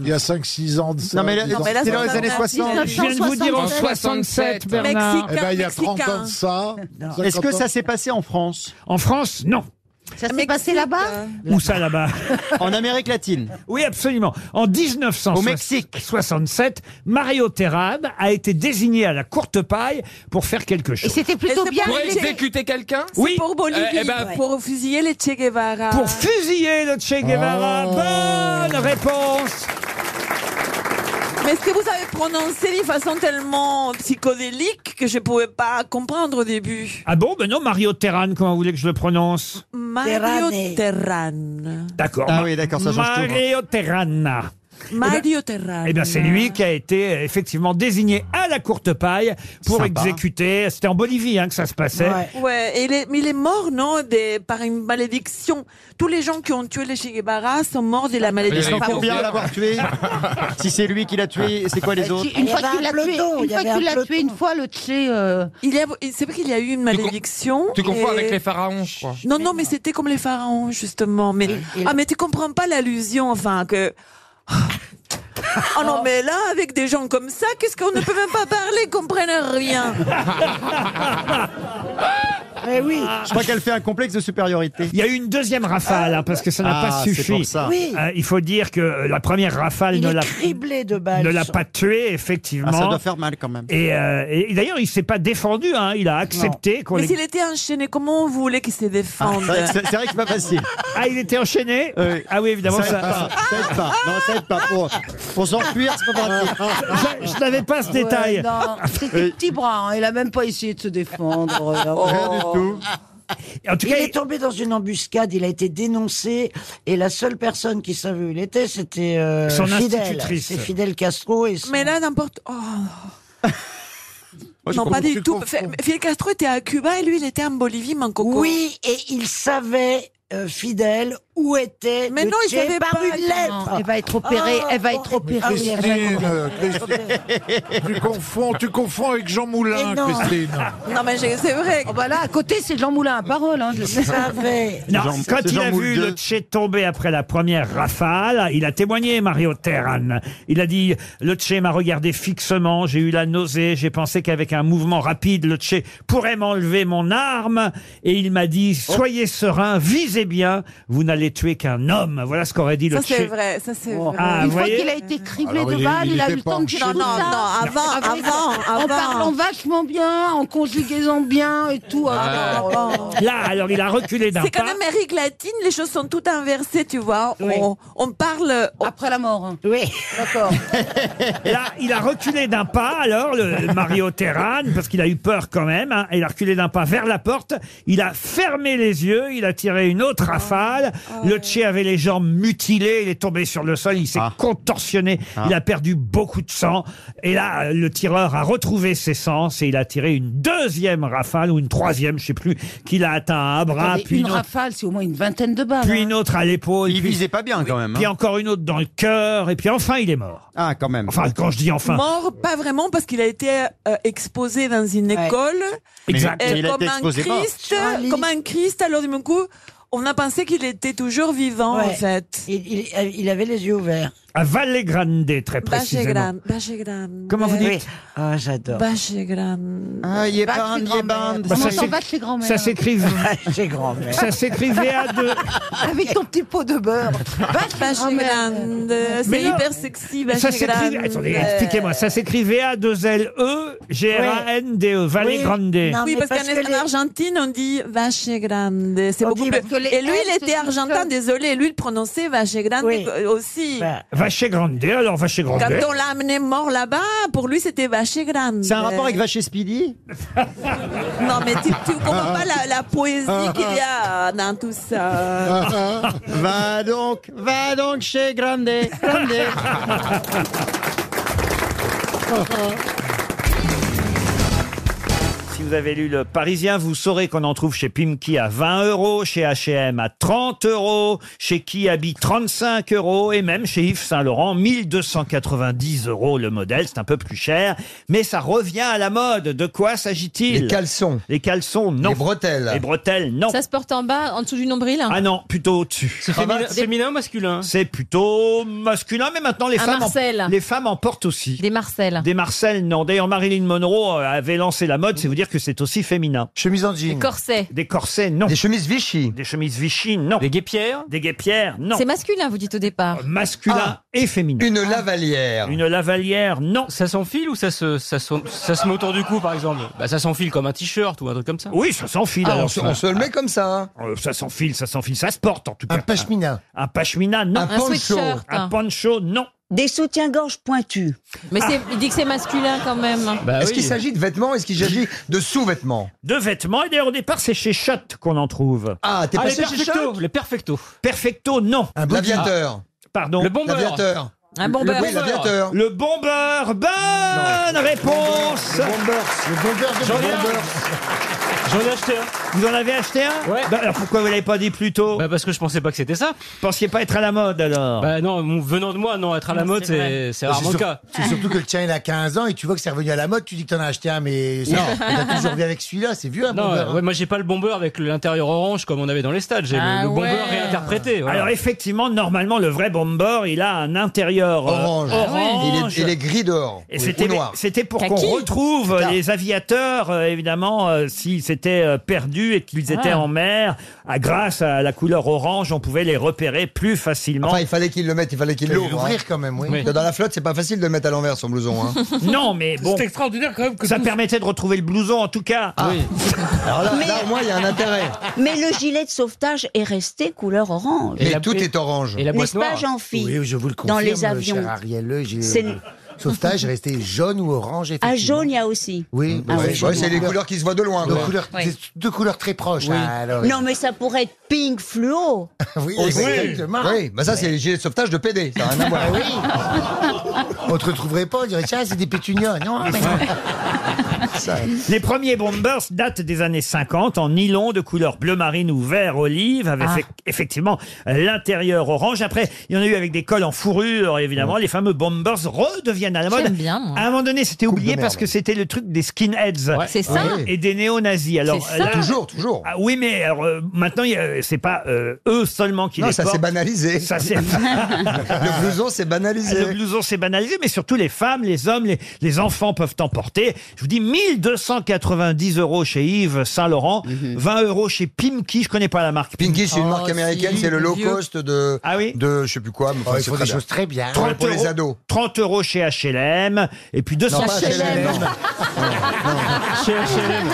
il y a 5-6 ans de ça.
Non, mais là,
dix ans.
non, mais là, c'est dans les années 60.
Je viens de vous dire en 67, Bernard.
Eh ben, il y a 30 ans de ça.
Est-ce que
50 ans.
ça s'est passé en France
En France, non.
Ah,
Ça s'est passé là-bas
hein.
Où ça là-bas
En Amérique latine.
Oui, absolument. En 1967, Mario Terran a été désigné à la courte paille pour faire quelque chose.
Et c'est pour
Pour
exé-
exécuter quelqu'un
Oui.
Pour Bolivie,
Eh, eh ben,
pour fusiller les Che Guevara.
Pour fusiller le Che Guevara. Bonne réponse
Oh. Mais ce que vous avez prononcé d'une façon tellement psychodélique que je pouvais pas comprendre au début.
Ah bon, ben non, Mario Terran, comment vous voulez que je le prononce
Mario Terran.
D'accord.
Ah
Ma-
oui, d'accord, ça change tout.
Mario Terran.
Mario Terran.
Eh bien, c'est lui qui a été euh, effectivement désigné à la courte paille pour
Sympa.
exécuter. C'était en Bolivie hein, que ça se passait.
Ouais, et il est, mais il est mort, non, des- par une malédiction. Tous les gens qui ont tué les Che Guevara sont morts de la
Ils
malédiction.
sont combien à l'avoir tué Si c'est lui qui l'a tué, c'est quoi les autres
Une fois qu'il l'a tué, une fois qu'il l'a tué, une fois le euh,
Che, il y a, c'est vrai qu'il y a eu une malédiction.
Tu confonds
et-
avec les pharaons, je crois.
Non, non, mais c'était comme les pharaons, justement. Mais, ah, mais tu comprends pas l'allusion, enfin, que. Oh non, mais là, avec des gens comme ça, qu'est-ce qu'on ne peut même pas parler, ils comprennent rien.
Eh oui. Je crois qu'elle fait un complexe de supériorité.
Il y a eu une deuxième rafale, hein, parce que ça n'a
Ah,
pas
c'est
suffi.
pour ça. Oui.
Euh, il faut dire que euh, la première rafale
Il
ne
est
l'a
criblé de balles.
ne l'a pas tué, effectivement.
Ah, ça doit faire mal quand même.
Et, euh, et- et d'ailleurs, il s'est pas défendu. hein, Il a accepté qu'on Ah,
mais
l'ait-
s'il était enchaîné, comment on voulait qu'il se défende
que c'est pas facile.
Ah, il était enchaîné
Euh,
Ah oui, évidemment.
Ça aide
ça-
pas. Ça aide pas. Non, ça aide pas. Pour, pour s'enfuir, c'est pas facile.
Je n'avais pas ce
Ouais,
détail.
non, c'est des petits bras, hein, il a même pas essayé de se défendre. euh, Oh.
Rien du tout.
En tout
il est tombé dans une embuscade, il a été dénoncé, et la seule personne qui savait où il était, c'était euh,
Son
Fidel.
institutrice.
C'est Fidel Castro. Et son-
Mais là, n'importe. Oh.
Moi, je
non,
pense
pas
que
du
tu
tout.
confonds.
Fait- Fidel Castro était à Cuba et lui, il était en Bolivie, Mancoco.
Oui, et il savait, euh, Fidel, où était.
Mais
le
non, il
Che
savait
par
pas.
une lettre.
Non, elle va être
Oh.
opérée, elle va être opérée.
Ah oui, elle va être opérée.
Christine, euh, Christine, tu confonds, tu confonds avec Jean Moulin,
Mais non.
Christine.
Non, mais j'ai- c'est vrai.
Oh, bah là, à côté, c'est Jean Moulin à parole, hein, je le sais.
Non,
Jean-
quand
c'est
il
Jean
a
Moule
vu
deux.
le Tché tomber après la première rafale, il a témoigné, Mario Terran. Il a dit, le Tché m'a regardé fixement, j'ai eu la nausée, j'ai pensé qu'avec un mouvement rapide, le Tché pourrait m'enlever mon arme. Et il m'a dit,
Oh.
soyez serein, visez bien, vous n'allez tuer qu'un homme. Voilà ce qu'aurait dit
Ça,
le
c'est
Tché.
vrai. Ça, c'est vrai.
Ah, vous
une fois
voyez
qu'il a été criblé
Alors,
de
il-
balles,
il
il, a eu
était
le
pas
temps de dire
Non,
tout
non,
ça.
non, avant,
Avec-
avant,
En
avant.
parlant vachement bien, en conjugaison bien et tout.
Ah. Là, alors, il a reculé d'un
Oh, C'est qu'en
pas.
Amérique latine, les choses sont toutes inversées, tu vois. On, on parle. Après la mort.
hein.
Oui.
D'accord.
Là, il a reculé d'un pas, alors, le Mario Terran, parce qu'il a eu peur quand même. hein. Il a reculé d'un pas vers la porte. Il a fermé les yeux. Il a tiré une
Oh.
autre rafale. Le Tché avait les jambes mutilées. Il est tombé sur le sol. Il s'est
Ah.
contorsionné. Il a perdu beaucoup de sang. Et là, le tireur a retrouvé ses sens et il a tiré une deuxième rafale ou une troisième, je sais plus, qu'il a atteint à un bras,
Attendez,
puis
une
une autre,
rafale, hein. c'est au moins une vingtaine de balles.
hein.
puis une autre à l'épaule.
Il
puis-
visait pas bien quand même.
Puis
hein.
encore une autre dans le cœur. Et puis enfin, il est mort.
Ah, quand même.
Enfin, quand je dis enfin.
Mort, pas vraiment, parce qu'il a été euh, exposé dans une école.
Mais- Exact.
Euh,
mais il a
comme,
été
un
exposé mort.
Christ, comme un Christ, alors du même coup, on a pensé qu'il était toujours vivant,
Ouais.
en fait.
Il, il- il avait les yeux ouverts.
À Valle Grande, très précisément.
Bachegram, Bachegram.
Comment vous dites
Ah, j'adore. Bachegram. Ah,
il est pas un, il est pas un. Bah, ça s'éc- ça s'écrit-
Ah,
Chez grand-mère.
Ça s'écrit VA2.
Avec ton petit pot de beurre. Bachegrande.
Mais
C'est
non.
hyper sexy,
Ça s'écrit,
Bachegrand.
attendez, expliquez-moi, ça s'écrit E V-A-2-L-E-G-R-A-N-D-E, Valle
Oui.
E, Grande.
oui, parce, qu'en en Argentine, on dit vache grande. C'est beaucoup
dit
plus-
parce que les
Et lui,
S
il était
sont
argentin, désolé. Lui, il prononçait vache grande euh, aussi.
Vache Grande, alors Vache Grande.
Quand on l'a amené mort là-bas, pour lui, c'était vache grande.
C'est un rapport avec Vacher Speedy
Non, mais tu, tu
Ah,
comprends pas la, la poésie qu'il y a dans tout ça.
Va donc, va donc chez Grande, Grande.
Si vous avez lu Le Parisien, vous saurez qu'on en trouve chez Pimki à 20 euros, chez H&M à 30 euros, chez Kiabi 35 euros et même chez Yves Saint-Laurent 1290 euros le modèle. C'est un peu plus cher, mais ça revient à la mode. De quoi s'agit-il
Les
caleçons. Les caleçons, non. Les bretelles. Les bretelles, non.
Ça Ah, se porte en bas, en dessous du nombril
Ah non, plutôt au-dessus. C'est
féminin- féminin
ou masculin C'est plutôt masculin, mais maintenant les
Un
femmes,
Marcel.
en, les femmes en portent aussi.
Des Marcel.
Des Marcel, non. D'ailleurs, Marilyn Monroe euh, avait lancé la mode, c'est vous dire que c'est aussi féminin. Chemise en jean.
Des corsets.
Des corsets, non. Des chemises Vichy. Des chemises Vichy, non. Des guépières. Des guépières, non. Euh,
C'est masculin, vous dites au départ. Ah.
Masculin et féminin.
Une
lavalière. Une lavalière, non.
Ça s'enfile ou ça se, ça, se, ça se met autour du cou, par exemple Bah, ça s'enfile comme un t-shirt ou un truc comme ça.
Oui, ça s'enfile.
Ah,
alors,
on se-
ça.
on se le met
comme ça. ça s'enfile, ça s'enfile, ça se porte en tout cas. Un pashmina. Un pashmina, non.
Un Un poncho. sweatshirt.
Un poncho, non. Ah.
Des soutiens-gorge pointus.
Mais c'est- il dit que c'est masculin quand même.
Bah oui.
Est-ce qu'il
s'agit de vêtements Est-ce qu'il s'agit de sous-vêtements De vêtements. Et d'ailleurs, au départ, c'est chez Schott qu'on en trouve.
Ah, t'es Ah, passé les chez Perfecto,
Les Perfecto. Perfecto, non. Un
body.
aviateur. Pardon.
Le bombeur. L'aviateur. Un bombeur.
Le
Oui, l'aviateur.
Le bombeur. Bonne réponse. Le bombeur. Le bombeur
de J'en ai un. bombeur.
J'en ai acheté un. Vous en avez acheté un Ouais. alors pourquoi vous l'avez pas dit plus tôt
Bah, Parce que je pensais pas que c'était ça.
Pensiez pas être à la mode alors
Bah non, mon- venant de moi, non, être à la mode, c'est c'est rarement le
sur-
cas.
C'est surtout que le tien, il a 15 ans et tu vois que c'est revenu à la mode. Tu dis que t'en as acheté un, mais ça,
Non.
t'as toujours vu avec celui-là. C'est vieux, un
Non,
bombeur,
euh,
hein.
ouais, moi j'ai pas le bomber avec l'intérieur orange comme on avait dans les stades. J'ai le-
Ah
le, bomber
ouais.
réinterprété. voilà.
Alors effectivement, normalement, le vrai bomber, il a un intérieur euh,
Orange. Ah oui.
orange.
Il est- il est
gris
dehors. Et
Oui.
c'était-
Ou noir.
c'était pour qu'on
Kaki.
retrouve
Plus tard.
les aviateurs, euh, évidemment, euh, s'ils s'étaient euh, perdus et qu'ils étaient
Ah.
en mer. Ah, grâce à la couleur orange, on pouvait les repérer plus facilement.
Enfin,
il fallait qu'ils le mettent, il fallait
qu'ils
l'ouvrent, l'ouvrir hein. quand même, oui. Oui.
Dans
la flotte, c'est pas facile de le mettre à l'envers son blouson.
hein.
non, mais bon.
C'est
extraordinaire quand même que ça permettait de retrouver le blouson en tout cas. Alors
là- Mais- là, au moins, il y a un
intérêt.
Mais le gilet de sauvetage est resté couleur orange.
orange.
et la boîte N'est-ce pas, noire Jean-Phil
Oui, je vous le
Dans
confirme,
les avions.
cher Ariel, le gilet
C'est-
de sauvetage est resté jaune ou orange,
À
effectivement.
jaune, il y a aussi.
Ah, Oui,
Ah
bah,
oui. Ouais, c'est les couleurs
qui se voient de loin. Deux,
quoi.
couleurs,
Oui.
des- deux couleurs très proches.
Oui.
Ah, alors,
non, mais ça pourrait être pink fluo.
oui,
Aussi.
exactement.
Oui, bah ça, c'est les gilets de sauvetage de PD. Ça n'a rien à voir.
Ah On te retrouverait pas, on dirait, tiens, c'est des pétunias. Non, mais non.
Les premiers bombers datent des années 50 en nylon de couleur bleu marine ou vert olive avec
Ah.
eff- effectivement l'intérieur orange. Après, il y en a eu avec des cols en fourrure évidemment. Les fameux bombers redeviennent à la mode.
J'aime bien, moi.
À un moment donné, c'était oublié
de
parce
merde.
que c'était le truc des skinheads.
C'est ça. Ouais.
Et des néo-nazis. Alors
C'est ça. Toujours,
toujours. oui, mais alors, euh, maintenant, il y a- c'est pas euh, eux seulement qui
Non,
les
ça
portent.
s'est banalisé.
Ça s'est-
Le
blouson, c'est banalisé. Le blouson, c'est banalisé, mais surtout les femmes, les hommes, les, les enfants peuvent en porter. Je vous dis 1290 euros chez Yves Saint-Laurent,
Mhm.
20 euros chez Pimki, je connais pas la marque.
Pinky, c'est une
Oh,
Oh,
marque américaine, c'est le low cost de,
Ah oui
de je sais plus quoi. Mais
Oh,
Ah,
enfin,
ils
c'est
font des
bien.
choses très bien.
Pour,
30
pour les
euros.
ados.
30 euros chez HLM, et puis 200
Non, pas HLM.
Chez HLM.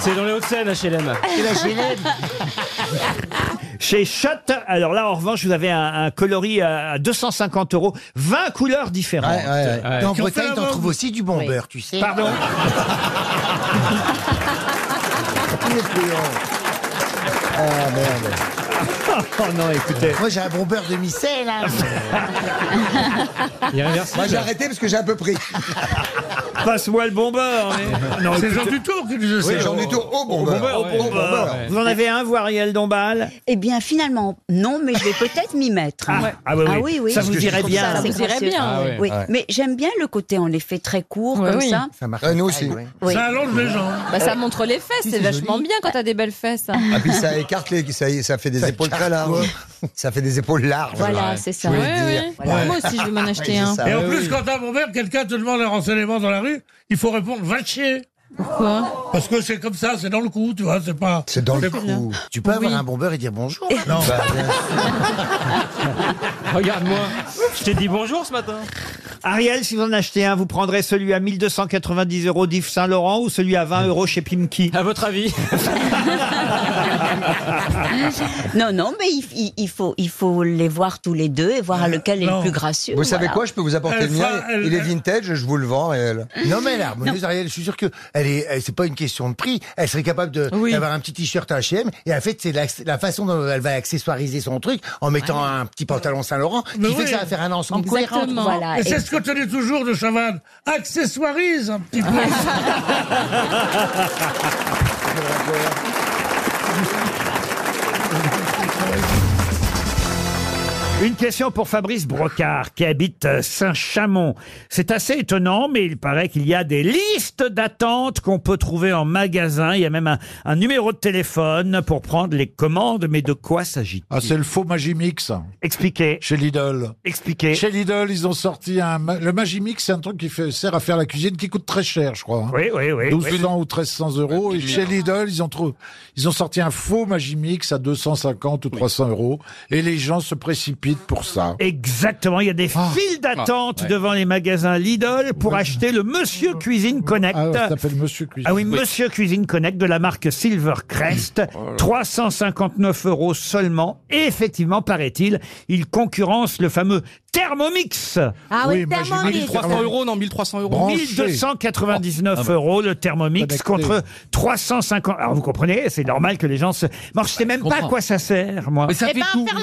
C'est dans les Hauts-de-Seine, HLM.
Chez Schott, alors là, en revanche, vous avez un, un coloris à à 250 euros, 20 couleurs différentes.
Et En Bretagne, t'en trouves aussi du bon beurre, tu sais.
Pardon
Ah merde.
Oh non, écoutez.
Moi j'ai un bon beurre demi-sel. Hein.
Moi j'ai arrêté parce que j'ai un peu pris.
Passe-moi le bon beurre. mais- Non,
C'est
écoute-
Jean Dutour qui disait ça.
Oui, Jean Dutour au bon beurre,
Au
ouais.
bon beurre.
Vous en avez un, vous, Ariel Dombal
Eh bien, finalement, non, mais je vais peut-être m'y mettre.
Ah,
Ouais.
ah oui, oui.
oui,
Ça vous
Parce que
irait
je trouve
bien.
Ça,
Ça vous
c'est
irait
gracieux.
bien, Ah oui.
Oui,
Ouais.
mais j'aime bien le côté, en effet, très court,
Ouais,
comme
oui.
ça.
Ça marque Ouais, nous aussi.
taille, ouais.
Oui.
Ça allonge les jambes.
Bah, ça montre les fesses,
Si,
c'est
c'est
vachement
joli.
bien quand t'as des belles fesses. hein.
Ah, puis ça écarte les. Ça, ça fait des épaules très larges. Ça fait des épaules larges.
Voilà, c'est ça.
je voulais
Ouais,
dire.
ouais. Moi aussi, je vais m'en acheter
c'est
un.
ça.
Et en
Ah,
plus,
oui.
quand à mon père, quelqu'un te demande un renseignement dans la rue, il faut répondre va chier. Pourquoi Parce que c'est comme ça, c'est dans le coup, tu vois, c'est pas.
C'est dans le
pas-
cou. Tu peux avoir un bon beurre et dire bonjour. hein. Bah, Non.
Regarde-moi. Je t'ai dit bonjour ce matin.
Ariel, si vous en achetez un, vous prendrez celui à 1290 euros d'Yves Saint-Laurent ou celui à 20 euros chez Pimki À votre avis
Bah,
Non, non, mais il, il- il faut, il faut les voir tous les deux et
Euh,
voir lequel est le plus gracieux.
Vous savez
voilà.
quoi Je peux vous apporter le mien. Il est vintage, je vous le vends, réel.
Non mais elle est harmonieuse, Ariel. Je suis sûr que elle est. elle- C'est pas une question de prix. Elle serait capable de d'avoir un petit t-shirt H&M. Et en fait, c'est la, la façon dont elle va accessoiriser son truc en mettant un petit pantalon Saint Laurent, qui
Mais
fait
oui.
que ça va faire un ensemble cohérent.
Et c'est ce que tu dis toujours de Chavannes. Accessoirise un petit peu.
Une question pour Fabrice Brocard qui habite euh, Saint-Chamond. C'est assez étonnant, mais il paraît qu'il y a des listes d'attente qu'on peut trouver en magasin. Il y a même un, un numéro de téléphone pour prendre les commandes. Mais de quoi s'agit-il
Ah, c'est le faux Magimix.
Expliquez.
Chez Lidl.
Expliquez.
Chez Lidl, ils ont sorti un. ma- Le Magimix, c'est un truc qui fait, sert à faire la cuisine qui coûte très cher, je crois. hein.
Oui, oui, oui.
1200 ou 1300 euros. Et chez Lidl, ils ont, trou- ils ont sorti un faux Magimix à 250 ou 300 euros. Et les gens se précipitent pour ça.
Exactement, il y a des files d'attente
Ah, ouais.
devant les magasins Lidl pour acheter le Monsieur Cuisine Connect.
Ah, ça s'appelle Monsieur Cuisine.
Ah oui, Monsieur Cuisine Connect de la marque Silvercrest.
Oh
359 euros seulement. Et effectivement, paraît-il, il concurrence le fameux Thermomix.
Ah oui, Oui, mais Thermomix. j'imagine 1300 euros, non, 1300 euros. Branché.
1299
Ah bah.
euros le Thermomix
Connecté.
contre 350. Alors vous comprenez, c'est normal que les gens se.
Ah,
Moi, je sais même pas à
comprends.
quoi ça sert, moi.
eh ben, faire la
Ah
cuisine.
bah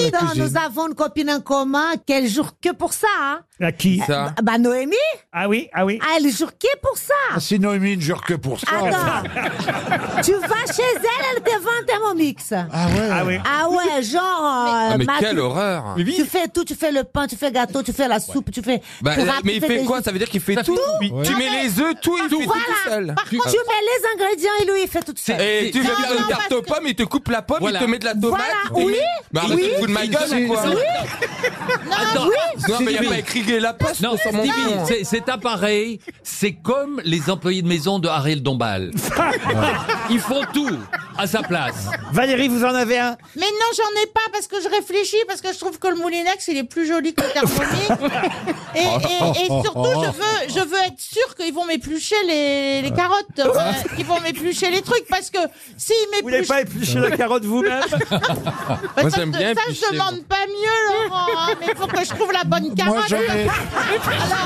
La
attends,
cuisine.
nous avons une copine en commun qu'elle joue que pour ça. hein.
À qui
Ah Bah Noémie
Ah oui, ah oui.
Elle joue que pour ça.
Ah, Si Noémie ne jure que pour ça.
Attends. tu vas chez elle, elle te vend Thermomix. Ah
ouais.
Ah
ouais.
ouais, genre. euh,
Ah, mais
Matt,
quelle
tu-
horreur. Mais
Tu fais tout, tu fais le pain, tu fais gâteau, tu fais la soupe, tu fais.
Bah,
tu
euh,
là,
râpes,
mais
tu
il
fais
fait
des-
quoi Ça veut dire qu'il fait tout. Tu mets les œufs, tout, il fait tout tout seul.
Par contre, tu mets les ingrédients et lui, il fait tout seul.
Et Eh, tu
Non,
veux faire
non,
une tarte aux pommes, il te coupe la pomme, Voilà. il te met de la tomate.
Voilà,
il te
oui,
met- Mais arrête oui. de te foutre de ma gueule ou quoi
Non, oui.
Non, mais il n'y a pas écrit la poste
Non,
sur mon
Stevie,
front.
c'est- cet appareil, c'est comme les employés de maison de Ariel Dombal. Ils font tout à sa place.
Valérie, vous en avez un
Mais non, j'en ai pas parce que je réfléchis, parce que je trouve que le Moulinex, il est plus joli que le Thermomix. et, et- et surtout, je veux, je veux être sûr qu'ils vont m'éplucher les, les carottes, euh, qu'ils vont m'éplucher les trucs, parce que s'ils m'épluchent... Vous
voulez pas éplucher la carotte vous-même
Moi,
ça,
j'aime bien
ça,
éplucher,
je demande pas mieux, Laurent, hein, mais faut que je trouve la bonne carotte. j'en ai- Alors,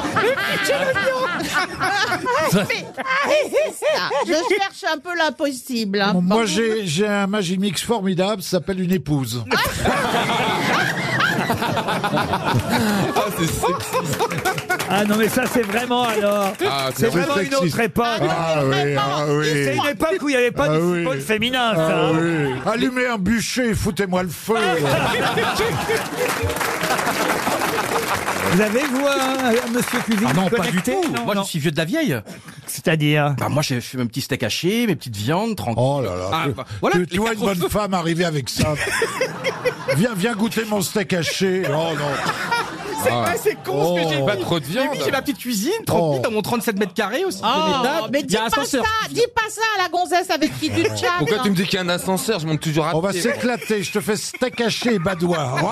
Ça-
Mais- c'est ça, je cherche un peu l'impossible. hein.
Moi, j'ai j'ai un Magimix formidable, ça s'appelle une épouse.
Ah non, mais ça, c'est vraiment alors.
Ah,
c'est
c'est
vraiment
vrai
une autre
sexiste.
époque.
Ah oui, ah oui.
C'est une époque où il n'y avait pas de football féminin, ça.
Ah
hein.
oui. Allumez un bûcher, foutez-moi le feu.
Ah,
Ah,
Vous avez, vous, un, un monsieur cuisine
Ah non,
qui
pas
connecte
du tout.
Non,
moi,
non.
je suis vieux de la vieille.
C'est-à-dire
Bah, moi, je fais mes petits steaks hachés, mes petites viandes, tranquille.
Oh là là.
Ah,
tu,
bah, voilà,
tu-
les
tu vois une
quatre
bonne
choses.
femme arriver avec ça. viens, viens goûter mon steak haché. Oh non.
C'est
Ah.
pas, c'est con ce que j'ai
Oh.
mis.
Pas trop de
Mais
viande.
oui, j'ai ma petite cuisine, tranquille,
Oh.
dans mon 37 mètres carrés aussi.
Ah.
Oh, mais
il y
dis
a un
pas ça,
ascenseur.
dis pas ça à la gonzesse avec qui tu tchat.
Pourquoi tu me dis qu'il y a un ascenseur Je monte toujours à
On va
pied.
s'éclater, je te fais steak haché et badois. Waouh.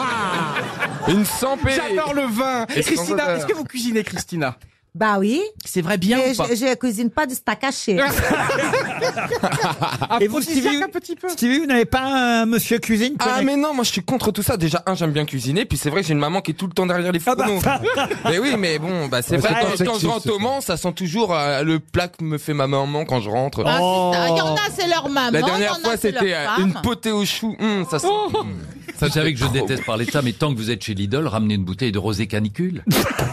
Une sampée.
J'adore le vin.
Et sans odeur.
Christina, est-ce que vous cuisinez, Christina
Bah oui.
C'est vrai bien
Mais
ou pas
je, je cuisine pas de steak haché.
Ah,
Et vous, Stevie, Stevie, vous n'avez pas
euh,
un monsieur cuisine
connect
Ah mais non, moi je suis contre tout ça. Déjà, un, j'aime bien cuisiner, puis c'est vrai que j'ai une maman qui est tout le temps derrière les
Ah, bah,
fourneaux. mais oui, mais bon, bah c'est
Ouais,
vrai.
c'est
Quand,
pas
quand
sexiste,
je rentre au Mans, ça sent toujours euh, le plat que me fait ma maman quand je rentre.
Oh.
Oh.
Ah, c'est ça. Il y en a, c'est leur maman.
La
il y en
dernière
a,
fois,
c'est leur
c'était euh,
femme.
une potée aux choux. Hum, ça sent. hum.
Vous savez que je déteste parler de ça, mais tant que vous êtes chez Lidl, ramenez une bouteille de rosé canicule.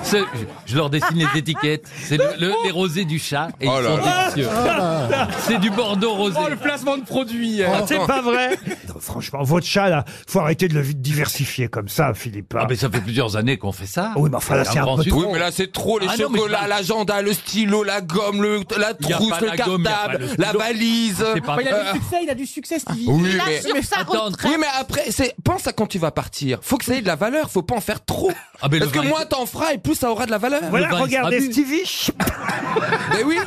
C'est- je, je leur dessine les étiquettes. C'est le- le- les rosés du chat et
Oh
ils
là
sont
là.
délicieux.
Ah.
Ah,
C'est du Bordeaux rosé.
Oh, le placement de produit.
Ah, c'est pas vrai Non, Franchement, votre chat, là, faut arrêter de le diversifier comme ça, Philippe. hein.
Ah, mais ça fait plusieurs années qu'on fait ça.
Oui, mais enfin, là, c'est un
grand
peu
succès.
Oui, mais là c'est trop les
Ah non, mais je
chocolats,
parle-
l'agenda, le stylo, la gomme, le, la
Il y a
trousse,
pas
le
la gomme, il y a pas
cartable,
le
la
stylo.
valise.
C'est pas-
Ah,
euh,
Il a du succès, il a du succès, Stevie.
oui,
Là,
mais...
sur sa retraite.
oui, mais après, c'est... pense à quand tu vas partir. Faut que ça ait de la valeur, faut pas en faire trop.
Ah, mais le
Parce que
vin,
moins t'en feras et plus ça aura de la valeur.
Voilà, regardez Stevie.
Mais oui.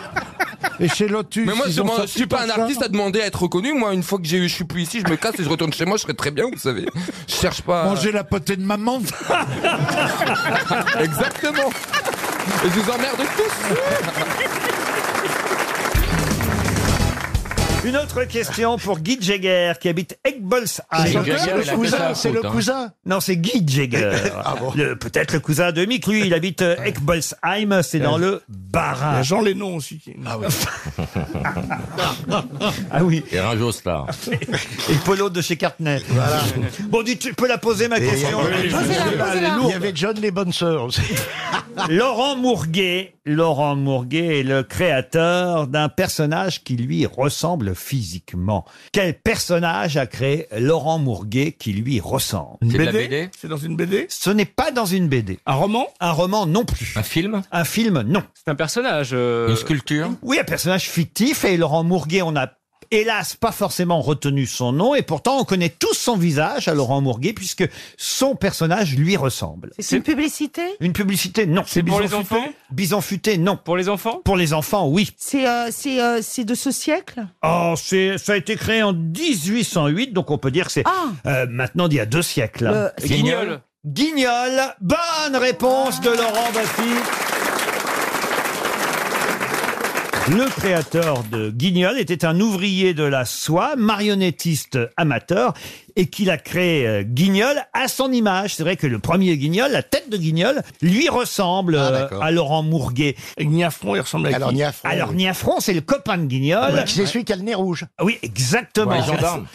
Et chez Lotus.
Mais moi,
ils
je,
ont
moi, je
sorti
suis pas un
ça.
artiste à demander à être reconnu. Moi, une fois que j'ai eu, je suis plus ici, je me casse et je retourne chez moi, je serai très bien, vous savez. Je cherche pas.
Manger la potée de maman.
Exactement. Et je vous emmerde tous.
Une autre question pour Guy Jagger qui habite Egbolsheim.
Ah, C'est le Jagger, cousin, il a fait ça au c'est le foot, hein. cousin Ah
Non, c'est Guy Jagger. Le- Peut-être le cousin de Mick. Lui, il habite euh, Egbolsheim, c'est dans le Bas-Rhin.
Il y a Jean
Lénon aussi. Ah oui.
ah
oui.
Et Ringo Star.
Et Polo de chez Cartney. Bon, dis, tu peux la poser ma
Et-
question.
Oui,
Ah, elle est lourde. Il y avait John les bonnes sœurs aussi.
Laurent Mourguet, Laurent Mourguet est le créateur d'un personnage qui lui ressemble physiquement. Quel personnage a créé Laurent Mourguet qui lui ressemble
C'est de la BD? BD?
C'est dans une BD Ce n'est pas dans une BD. Un roman Un roman non plus. Un film Un film non.
C'est un personnage. euh,
Une sculpture Oui, un personnage fictif et Laurent Mourguet, on a hélas pas forcément retenu son nom et pourtant on connaît tous son visage à Laurent Mourguet puisque son personnage lui ressemble.
C'est une publicité
Une publicité, non. C'est
pour les enfants
Bison futé, non. Pour les enfants Pour les enfants, oui.
C'est euh, c'est, euh, c'est de ce siècle
Oh, c'est, ça a été créé en 1808, donc on peut dire que c'est
Ah.
euh, maintenant d'il y a deux siècles. hein.
Le- Guignol.
Guignol. Bonne réponse de Laurent Baffy. Le créateur de Guignol était un ouvrier de la soie, marionnettiste amateur, et qu'il a créé euh, Guignol à son image. C'est vrai que le premier Guignol, la tête de Guignol, lui ressemble euh, à Laurent Mourguet. Niafron, il ressemble
à Alors, qui Niafron,
Alors
oui.
Niafron, c'est le copain de Guignol.
Ah Ouais, c'est celui qui a le nez rouge.
Oui, exactement.
Ouais, gendarme.